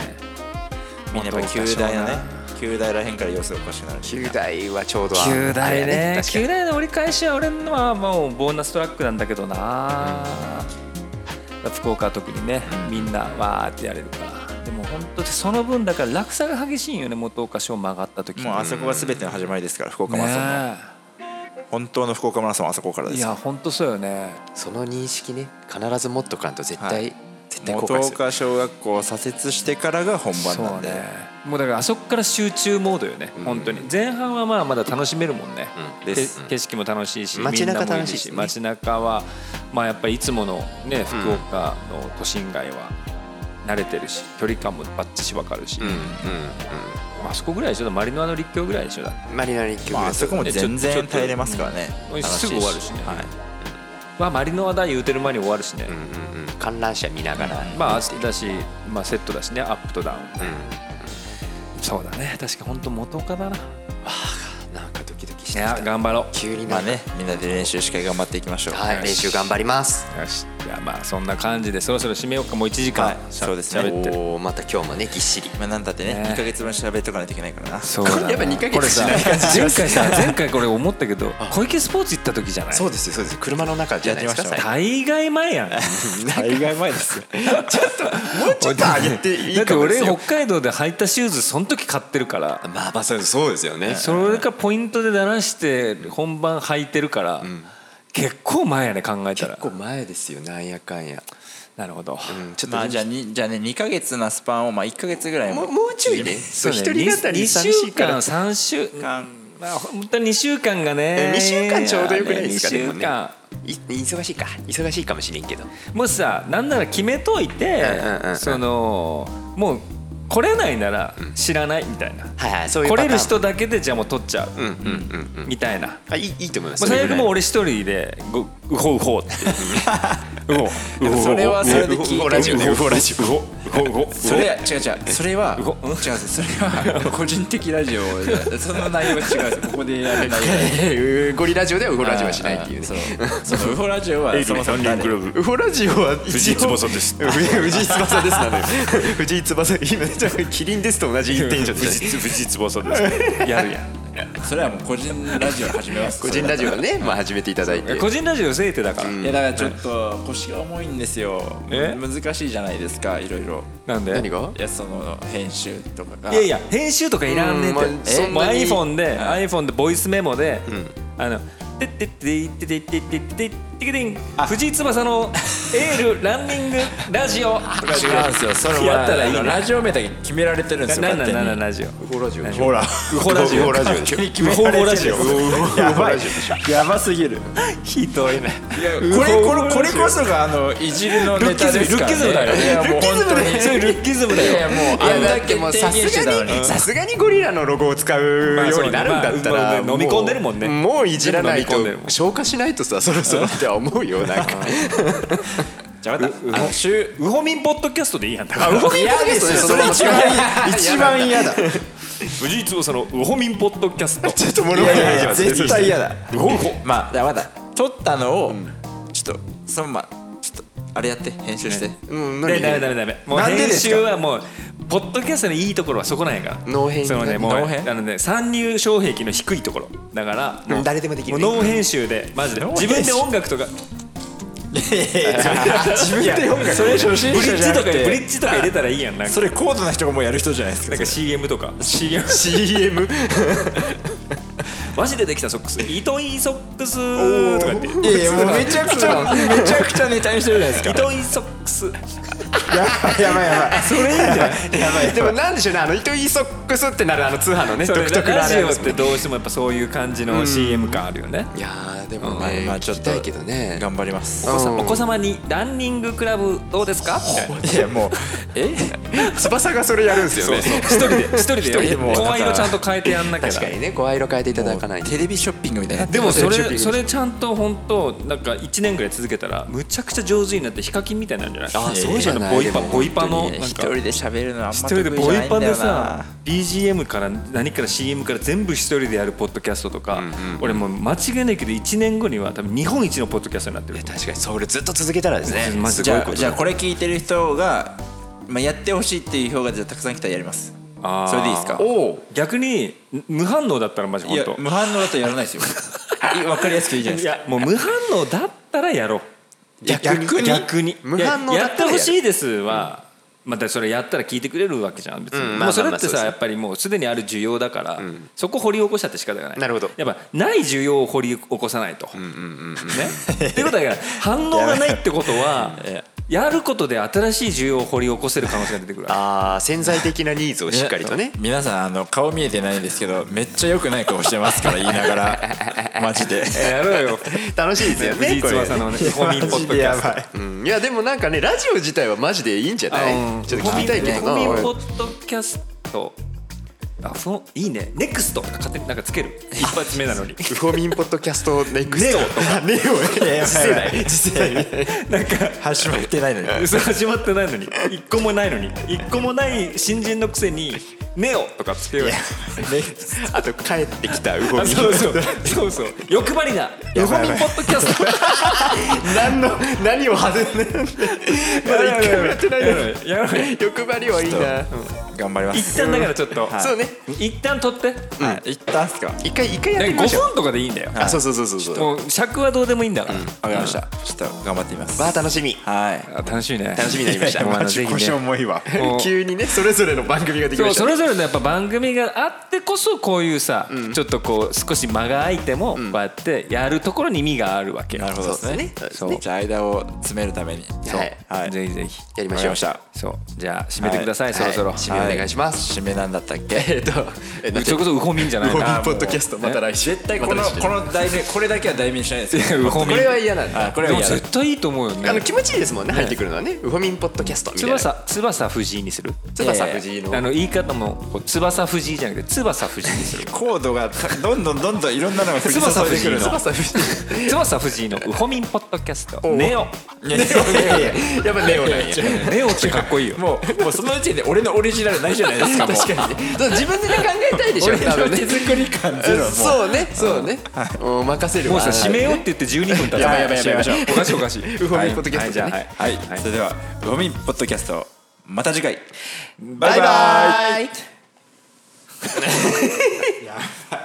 [SPEAKER 3] みんなやっぱり旧大のね旧大らへんから様子がおかしくなるし
[SPEAKER 2] 9台はちょうど
[SPEAKER 1] 9台ね
[SPEAKER 2] 確か
[SPEAKER 1] 9
[SPEAKER 2] に
[SPEAKER 1] 台の折り返しは俺のはもうボーナストラックなんだけどな、福岡は特にねみんなわーってやれるからでも本当にその分だから落差が激しいんよね元岡賞曲がった時
[SPEAKER 3] もうあそこが全ての始まりですから福岡マラソンの、本当の福岡マラソンはあそこから
[SPEAKER 1] ね
[SPEAKER 3] で
[SPEAKER 1] い
[SPEAKER 3] す
[SPEAKER 1] や
[SPEAKER 3] よ
[SPEAKER 1] 本当そうよね
[SPEAKER 2] その認識ね必ず持っとかんと絶対、
[SPEAKER 3] はい
[SPEAKER 2] 絶対後
[SPEAKER 3] 元
[SPEAKER 2] 悔する
[SPEAKER 3] 岡小学校を左折してからが本番なんで、
[SPEAKER 1] そうねもうだからあそこから集中モードよね、本当に前半はまあまだ楽しめるもんね、
[SPEAKER 2] うん
[SPEAKER 1] け
[SPEAKER 3] です
[SPEAKER 1] 景色も楽しいし
[SPEAKER 2] 街中
[SPEAKER 1] みんなもる
[SPEAKER 2] 楽しいですね
[SPEAKER 1] 街中はまあやっぱりいつものね福岡の都心街は慣れてるし距離感もバッチシ分かるし、
[SPEAKER 2] うんうん
[SPEAKER 1] あそこぐらいでしょマリノアの立教ぐらいでしょだって
[SPEAKER 2] うんマリナに1曲
[SPEAKER 3] まあ、あそこも全
[SPEAKER 1] ちょっ
[SPEAKER 3] 然
[SPEAKER 1] と
[SPEAKER 3] 耐えれますからね、
[SPEAKER 1] うん
[SPEAKER 3] 楽しい
[SPEAKER 1] すぐ終わるしね
[SPEAKER 3] はい、
[SPEAKER 1] まあマリノアだ言うてる前に終わるしね、
[SPEAKER 2] うんうんうん観覧車見ながら、うん
[SPEAKER 1] まあだし、まあ、セットだしねアップとダウン、そうだね確か本当元岡だな
[SPEAKER 2] なんかドキドキし
[SPEAKER 1] い
[SPEAKER 2] てき
[SPEAKER 1] や
[SPEAKER 2] た
[SPEAKER 1] 頑張ろう
[SPEAKER 2] 急にな
[SPEAKER 3] まあ
[SPEAKER 2] んか
[SPEAKER 3] ねみんなで練習しっかり頑張っていきましょう
[SPEAKER 2] はい、練習頑張ります
[SPEAKER 1] よしじゃあまあそんな感じでそろそろ締めようかもう1時間、
[SPEAKER 3] はい
[SPEAKER 1] しゃ
[SPEAKER 3] そうですね
[SPEAKER 1] 喋ってる
[SPEAKER 2] おーまた今日もねぎっしり
[SPEAKER 3] まあなんだってね
[SPEAKER 1] ね
[SPEAKER 3] 2ヶ月分喋っとかないといけないからな
[SPEAKER 1] そうだな
[SPEAKER 2] やっぱ二ヶ月
[SPEAKER 1] これさ
[SPEAKER 2] しない
[SPEAKER 1] 前回 さ前回これ思ったけど小池スポーツ行った時じゃない
[SPEAKER 2] そうですよそうですよ車の中じゃないですか
[SPEAKER 3] やってまし
[SPEAKER 1] 大概前やんだ
[SPEAKER 3] 大概前ですよ
[SPEAKER 2] 最後もうちょっと上げていい
[SPEAKER 1] って
[SPEAKER 2] かもで
[SPEAKER 1] 俺
[SPEAKER 2] すよ
[SPEAKER 1] 北海道で履いたシューズその時買ってるから
[SPEAKER 2] まあまあそうそうですよね
[SPEAKER 1] それからポイントで鳴らして本番履いてるから、結構前やね考えた
[SPEAKER 2] 結
[SPEAKER 1] ら
[SPEAKER 2] 構前ですよなんやかんや、
[SPEAKER 1] なるほど、
[SPEAKER 2] うん、ちょっと、
[SPEAKER 3] まあじゃあにじゃあね2ヶ月なスパンをまあ1ヶ月ぐらい
[SPEAKER 2] もう
[SPEAKER 3] も
[SPEAKER 2] もうちょいねそう一、人語り
[SPEAKER 1] 2
[SPEAKER 2] 寂し
[SPEAKER 1] 週
[SPEAKER 2] いから
[SPEAKER 1] 間3週間
[SPEAKER 3] 間
[SPEAKER 1] まあ本当に2週間がね
[SPEAKER 2] 2週間ちょうどよくないですか
[SPEAKER 1] ね
[SPEAKER 2] でも
[SPEAKER 1] 2週
[SPEAKER 2] ね
[SPEAKER 1] 間
[SPEAKER 2] い忙しいか忙しいかもしれんけど
[SPEAKER 1] もしさなんなら決めといて、
[SPEAKER 2] うんうんうんうん
[SPEAKER 1] そのもう来れないなら知らないみたいな、
[SPEAKER 2] はいはいそうい
[SPEAKER 1] 来
[SPEAKER 2] うパター
[SPEAKER 1] れ
[SPEAKER 2] ン
[SPEAKER 1] る人だけでじゃあもう取っちゃう、
[SPEAKER 2] うんうんうんうん
[SPEAKER 1] みたいなも
[SPEAKER 2] あいいいいと思いま
[SPEAKER 1] う
[SPEAKER 2] す
[SPEAKER 1] 最悪もう
[SPEAKER 2] う
[SPEAKER 1] 俺一人でごうほうほう ってうほううほう
[SPEAKER 3] それはそれで聞い
[SPEAKER 2] ウ
[SPEAKER 3] て
[SPEAKER 2] ホラジオねウホラジオ
[SPEAKER 3] それ違う違うそれは違
[SPEAKER 1] う
[SPEAKER 3] う
[SPEAKER 1] ご
[SPEAKER 3] んですよそれは個人的ラジオでその内容は違うんですよここでやる 内容
[SPEAKER 2] えーゴリラジオではウホラジオはしないっていうね
[SPEAKER 3] そうそのウホラジオはそもそも誰
[SPEAKER 2] ウホラジオは藤井翼です 藤井翼ですなのよ藤井翼今ちょっとキリンですと同じ一点以上で
[SPEAKER 4] 藤井藤井翼です。
[SPEAKER 1] やるや ん
[SPEAKER 3] それはもう個人ラジオ始めます
[SPEAKER 2] 個人ラジオはねまあ始めていただいて
[SPEAKER 1] 個人ラジオ制定だから、
[SPEAKER 3] いやだからちょっと腰が重いんですよ
[SPEAKER 1] え
[SPEAKER 3] 難しいじゃないですかいろいろ
[SPEAKER 1] なんで
[SPEAKER 2] 何が
[SPEAKER 3] いやその編集とかが
[SPEAKER 1] いやいや編集とかいらんねん
[SPEAKER 2] うんまあ
[SPEAKER 1] って、
[SPEAKER 2] そん
[SPEAKER 1] もう
[SPEAKER 2] なに
[SPEAKER 1] iPhone で iPhone でボイスメモで、あの「てってってってってってってってってティキティン藤井翼のエールランニングラジオとか
[SPEAKER 4] 違うんですよそれ
[SPEAKER 1] やったらいい
[SPEAKER 4] は
[SPEAKER 1] な
[SPEAKER 4] ラジオ名だけ決められてるんですよ
[SPEAKER 1] なんなんなん
[SPEAKER 4] 勝
[SPEAKER 1] なんラジオ
[SPEAKER 2] ホラジオでしょ
[SPEAKER 3] ほら
[SPEAKER 2] ウホラジオ
[SPEAKER 3] ウホラジオ
[SPEAKER 2] 勝手に
[SPEAKER 3] 決められてる
[SPEAKER 1] ウホラジオ
[SPEAKER 3] ウホやばいやばすぎる
[SPEAKER 1] ひどいね
[SPEAKER 3] これこれこれこそがあの
[SPEAKER 4] 手にいじるのネタですからね
[SPEAKER 1] ルッキズムだよルッキズムだ
[SPEAKER 4] い
[SPEAKER 1] よ
[SPEAKER 4] やもう本当に
[SPEAKER 1] それルッキズムだ
[SPEAKER 4] いや
[SPEAKER 1] よ
[SPEAKER 4] もうあんだけ
[SPEAKER 2] もう
[SPEAKER 4] 提
[SPEAKER 2] さ
[SPEAKER 4] 言して
[SPEAKER 2] す
[SPEAKER 4] たの
[SPEAKER 2] が
[SPEAKER 4] に
[SPEAKER 2] にさすがにゴリラのロゴを使う
[SPEAKER 1] まあ
[SPEAKER 2] よ
[SPEAKER 1] そうう
[SPEAKER 2] に
[SPEAKER 1] ね
[SPEAKER 2] なるんだった
[SPEAKER 1] まあ
[SPEAKER 2] ら
[SPEAKER 1] まあ飲み込んでるもんね
[SPEAKER 2] もういじらないと
[SPEAKER 1] 飲み込んでるもん
[SPEAKER 2] 消化しないとさそろそろって思うよなんか
[SPEAKER 3] じゃあまたあの週
[SPEAKER 1] ウホミンポッドキャストでいいやんだか
[SPEAKER 2] あ
[SPEAKER 1] ら
[SPEAKER 2] ウホミンポッドキャストねそのまま
[SPEAKER 3] 一番一番嫌だ
[SPEAKER 1] 藤井翼のウホミンポッドキャスト
[SPEAKER 2] ちょっと物
[SPEAKER 3] い
[SPEAKER 2] 語
[SPEAKER 3] やいやい
[SPEAKER 2] が
[SPEAKER 3] や絶対嫌だ
[SPEAKER 1] ウホウホ
[SPEAKER 3] まあじゃあまだ撮ったのをちょっとそのままちょっとあれやって編集して
[SPEAKER 2] うん
[SPEAKER 1] ダメ
[SPEAKER 2] 何
[SPEAKER 1] ダメダメダメもう
[SPEAKER 3] なんで
[SPEAKER 1] 編
[SPEAKER 3] ですか
[SPEAKER 1] 集はもうポッドキャストのいいところはそこなんやから
[SPEAKER 2] ノー編
[SPEAKER 1] そのねもう
[SPEAKER 3] ノー編
[SPEAKER 1] あのね参入障壁の低いところだからもう
[SPEAKER 2] 誰でもできる
[SPEAKER 1] もうノー編集でマジで
[SPEAKER 3] ノー
[SPEAKER 1] 自
[SPEAKER 3] 編集
[SPEAKER 1] 分で音楽とか
[SPEAKER 3] 自分で音楽それ初
[SPEAKER 1] ブ
[SPEAKER 3] 心
[SPEAKER 1] リッ
[SPEAKER 3] 者じゃ
[SPEAKER 1] ジ
[SPEAKER 3] な
[SPEAKER 1] と
[SPEAKER 3] く
[SPEAKER 1] かブリ
[SPEAKER 3] て
[SPEAKER 1] ッジとか入れたらいいやんなんか
[SPEAKER 3] それ高度な人がもうやる人じゃないです
[SPEAKER 1] なん
[SPEAKER 3] か
[SPEAKER 1] か CM とか CM
[SPEAKER 2] CM
[SPEAKER 1] マジでできたソックス糸井ソックスとか言って
[SPEAKER 3] いやいやもうめちゃくちゃめちゃくちゃネタにしてるじゃないですか
[SPEAKER 1] 糸井ソックス
[SPEAKER 3] やばいやばいそれいいんじゃない
[SPEAKER 2] でもなんでしょうねあの糸井ソックスってなるあの通販のね
[SPEAKER 1] それ
[SPEAKER 2] 独特な
[SPEAKER 1] ラ
[SPEAKER 2] あ
[SPEAKER 1] ジ
[SPEAKER 2] れ
[SPEAKER 1] オってどうしてもやっぱそういう感じの CM 感あるよね
[SPEAKER 2] いやーでも
[SPEAKER 3] まあ
[SPEAKER 2] ね
[SPEAKER 3] まあちょ
[SPEAKER 2] 聞
[SPEAKER 3] っ
[SPEAKER 2] き
[SPEAKER 3] と
[SPEAKER 2] たいけどね
[SPEAKER 3] 頑張ります
[SPEAKER 1] お子さ
[SPEAKER 2] うん
[SPEAKER 1] お子様にランニングクラブどうですかみたいない
[SPEAKER 3] やもうえ
[SPEAKER 2] 翼がそれやるんですよね
[SPEAKER 1] 一人で一人で
[SPEAKER 3] 一人でもう
[SPEAKER 1] 声色ちゃんと変えてやんなきゃ
[SPEAKER 2] 確かにね声色変えていただかないと
[SPEAKER 3] テレビショッピングみたいな
[SPEAKER 1] でもそれそ
[SPEAKER 3] れ
[SPEAKER 1] れちゃんと本当なんか1年ぐらい続けたらむちゃくちゃ上手になってヒカキンみたいになんじゃない
[SPEAKER 2] あーそうじゃない
[SPEAKER 1] あのボイパ
[SPEAKER 2] でも
[SPEAKER 1] ボイパのなん
[SPEAKER 3] 一
[SPEAKER 1] か
[SPEAKER 3] 人で喋るのはあんま
[SPEAKER 1] 一
[SPEAKER 3] 得
[SPEAKER 1] 人
[SPEAKER 3] 意
[SPEAKER 1] で
[SPEAKER 3] じ
[SPEAKER 1] ボ
[SPEAKER 3] ゃな
[SPEAKER 1] イ
[SPEAKER 3] いんだ
[SPEAKER 1] パ
[SPEAKER 3] よ
[SPEAKER 1] で
[SPEAKER 3] な
[SPEAKER 1] さ BGM から何から CM から全部一人でやるポッドキャストとか、俺もう間違いないけど1年後には多分日本一のポッドキャストになってる
[SPEAKER 2] 確かにそれずっと続けたらですね
[SPEAKER 1] マジ
[SPEAKER 3] じ
[SPEAKER 1] すごい
[SPEAKER 3] ゃ
[SPEAKER 1] こ
[SPEAKER 3] あ
[SPEAKER 1] と
[SPEAKER 3] じゃあこれ聞いてる人が、まあ、やってほしいっていう票がじゃあたくさん来たらやります
[SPEAKER 1] あー
[SPEAKER 3] それでいいですか
[SPEAKER 2] お
[SPEAKER 1] 逆に無反応だったらマジ
[SPEAKER 3] い
[SPEAKER 1] 本
[SPEAKER 3] や
[SPEAKER 1] 当
[SPEAKER 3] 無反応だとやらないですよいわかりやすくいいじゃ ない
[SPEAKER 1] い
[SPEAKER 3] ですか
[SPEAKER 1] やもう無反応だったらやろう
[SPEAKER 3] 逆に
[SPEAKER 1] 逆に
[SPEAKER 2] 無反応だ
[SPEAKER 1] やや
[SPEAKER 2] ったらやる
[SPEAKER 1] ってほしいですは、またそれやったら聞いてくれるわけじゃん別に、
[SPEAKER 2] うん
[SPEAKER 1] もうそれ
[SPEAKER 2] まあまあま
[SPEAKER 1] っ
[SPEAKER 2] あ
[SPEAKER 1] て
[SPEAKER 2] そうです
[SPEAKER 1] さ
[SPEAKER 2] ね
[SPEAKER 1] やっぱりもうすでにある需要だから、そこ掘り起こしたって仕方がない
[SPEAKER 2] なるほど
[SPEAKER 1] やっぱない需要を掘り起こさないと、ねっていうことは反応がないってことはやることで新しい需要を掘り起こせる可能性が出てくるわ
[SPEAKER 2] あー潜在的なニーズをしっかりとね
[SPEAKER 3] 皆さんあの顔見えてないですけどめっちゃ良くない顔してますから言いながらマジで
[SPEAKER 1] けやろうよ
[SPEAKER 2] 楽しいですよ
[SPEAKER 1] 藤
[SPEAKER 2] ね
[SPEAKER 1] 井
[SPEAKER 2] これ
[SPEAKER 1] 翼 のね「ホミンポッドキャスト」
[SPEAKER 2] うんいやでもなんかねラジオ自体はマジでいいんじゃ
[SPEAKER 1] あ
[SPEAKER 2] な
[SPEAKER 1] うん
[SPEAKER 2] いちょっと聞きたいけど
[SPEAKER 1] ホミン
[SPEAKER 2] な
[SPEAKER 1] ポッドキャストあそういいねネクストとか勝手になんかつける一発目なのに
[SPEAKER 2] ウホミンポッドキャストネクスト
[SPEAKER 1] ネオ
[SPEAKER 2] ネオね
[SPEAKER 3] やばい
[SPEAKER 2] 次世代次世代
[SPEAKER 1] なんか
[SPEAKER 3] 始まってないのに
[SPEAKER 1] 嘘始まってないのに一個もないのに一個もない新人のくせに「ネオ」とかつけようよ
[SPEAKER 2] あと帰ってきたウホミ
[SPEAKER 1] あ
[SPEAKER 2] ン
[SPEAKER 1] そうそうそうそう欲張りな
[SPEAKER 3] や
[SPEAKER 1] ウホ
[SPEAKER 3] ばい
[SPEAKER 1] ミ
[SPEAKER 3] やば
[SPEAKER 1] ン
[SPEAKER 3] い
[SPEAKER 1] ポッドキャスト
[SPEAKER 2] 何の何を外すねまだ一回もやってないのに
[SPEAKER 1] やばいやばい
[SPEAKER 2] 欲張りはいいな
[SPEAKER 3] 頑張ります
[SPEAKER 1] 一旦だからちょっと、
[SPEAKER 3] はい
[SPEAKER 2] そうね
[SPEAKER 1] 一旦取って
[SPEAKER 3] はい一旦っすか
[SPEAKER 2] 一回一回やって
[SPEAKER 1] 5
[SPEAKER 2] みましょう
[SPEAKER 1] 分とかでいいんだよ、
[SPEAKER 2] あそうそうそうそうそう
[SPEAKER 1] もう尺はどうでもいいんだから、
[SPEAKER 3] わかりましたちょっと頑張ってみます
[SPEAKER 2] わ
[SPEAKER 3] は
[SPEAKER 2] あ楽しみ
[SPEAKER 3] い
[SPEAKER 1] あ楽しいね
[SPEAKER 2] 楽しみになりまし
[SPEAKER 1] い
[SPEAKER 2] た
[SPEAKER 1] やい やまあぜひね
[SPEAKER 3] 腰重いわ
[SPEAKER 1] もう
[SPEAKER 2] 急にねそれぞれの番組ができま
[SPEAKER 1] そう
[SPEAKER 2] した
[SPEAKER 1] そ
[SPEAKER 2] ね
[SPEAKER 1] れぞれのやっぱ番組があってこそこういうさ、ちょっとこう少し間が空いてもこうやってやるところに意味があるわけよ
[SPEAKER 3] なるほどですね
[SPEAKER 2] そうですね
[SPEAKER 3] そうじゃあ間を詰めるためにそう
[SPEAKER 2] はい
[SPEAKER 3] はい
[SPEAKER 1] ぜひぜひ
[SPEAKER 2] やりまし
[SPEAKER 3] わかり
[SPEAKER 2] ょう
[SPEAKER 3] ました
[SPEAKER 1] そうじゃあ締めてください、
[SPEAKER 2] はい
[SPEAKER 1] そろそろ、
[SPEAKER 2] はい締めお願いします
[SPEAKER 3] 締めなんだったっけ
[SPEAKER 2] えっとえ
[SPEAKER 1] それこそウホミンじゃ
[SPEAKER 2] ウ
[SPEAKER 1] ない
[SPEAKER 2] ホミン
[SPEAKER 1] な
[SPEAKER 2] ポッドキャストまた来週絶対
[SPEAKER 3] このこの題名これだけは題名にしないですけ
[SPEAKER 1] ウホ
[SPEAKER 2] こ
[SPEAKER 1] ミン
[SPEAKER 2] れは嫌なん
[SPEAKER 3] どあ
[SPEAKER 2] だ
[SPEAKER 3] これ
[SPEAKER 1] で
[SPEAKER 3] は
[SPEAKER 1] も
[SPEAKER 3] やる
[SPEAKER 1] 絶対いいと思うよ
[SPEAKER 2] あの
[SPEAKER 1] ね
[SPEAKER 2] 気持ちいいですもんね入ってくるのはねウホミンポッドキャストみたいな
[SPEAKER 1] 翼翼藤井にする
[SPEAKER 2] 翼藤井の
[SPEAKER 1] あの言い方もこう翼藤井じゃなくて翼藤井に する
[SPEAKER 3] コードがたどんどんどんどんいろんなのが降り注いでくるの
[SPEAKER 2] 翼藤井
[SPEAKER 1] 翼藤井のウホミンポッドキャストネオ
[SPEAKER 3] いやいやいやい
[SPEAKER 2] やっぱネオなんや
[SPEAKER 1] ネオってかっこいいよ
[SPEAKER 3] やもうもうその時点で俺のオリジナルないじゃないですかもう
[SPEAKER 2] 確かにねそう自分でね考えたいでしょ多分ね
[SPEAKER 3] 手作り感ゼロもう
[SPEAKER 2] そうねそうねもう任せる
[SPEAKER 1] もう
[SPEAKER 2] わ
[SPEAKER 1] さ締めようって言って12分経った
[SPEAKER 2] やばいやばいやばい
[SPEAKER 1] 締めましょうおかしいおかしい
[SPEAKER 2] ウホミンポッドキャストでね
[SPEAKER 1] はいはいじゃあ
[SPEAKER 3] はい、それでは「ウォミンポッドキャスト」また次回バ
[SPEAKER 2] バイバイ
[SPEAKER 3] イ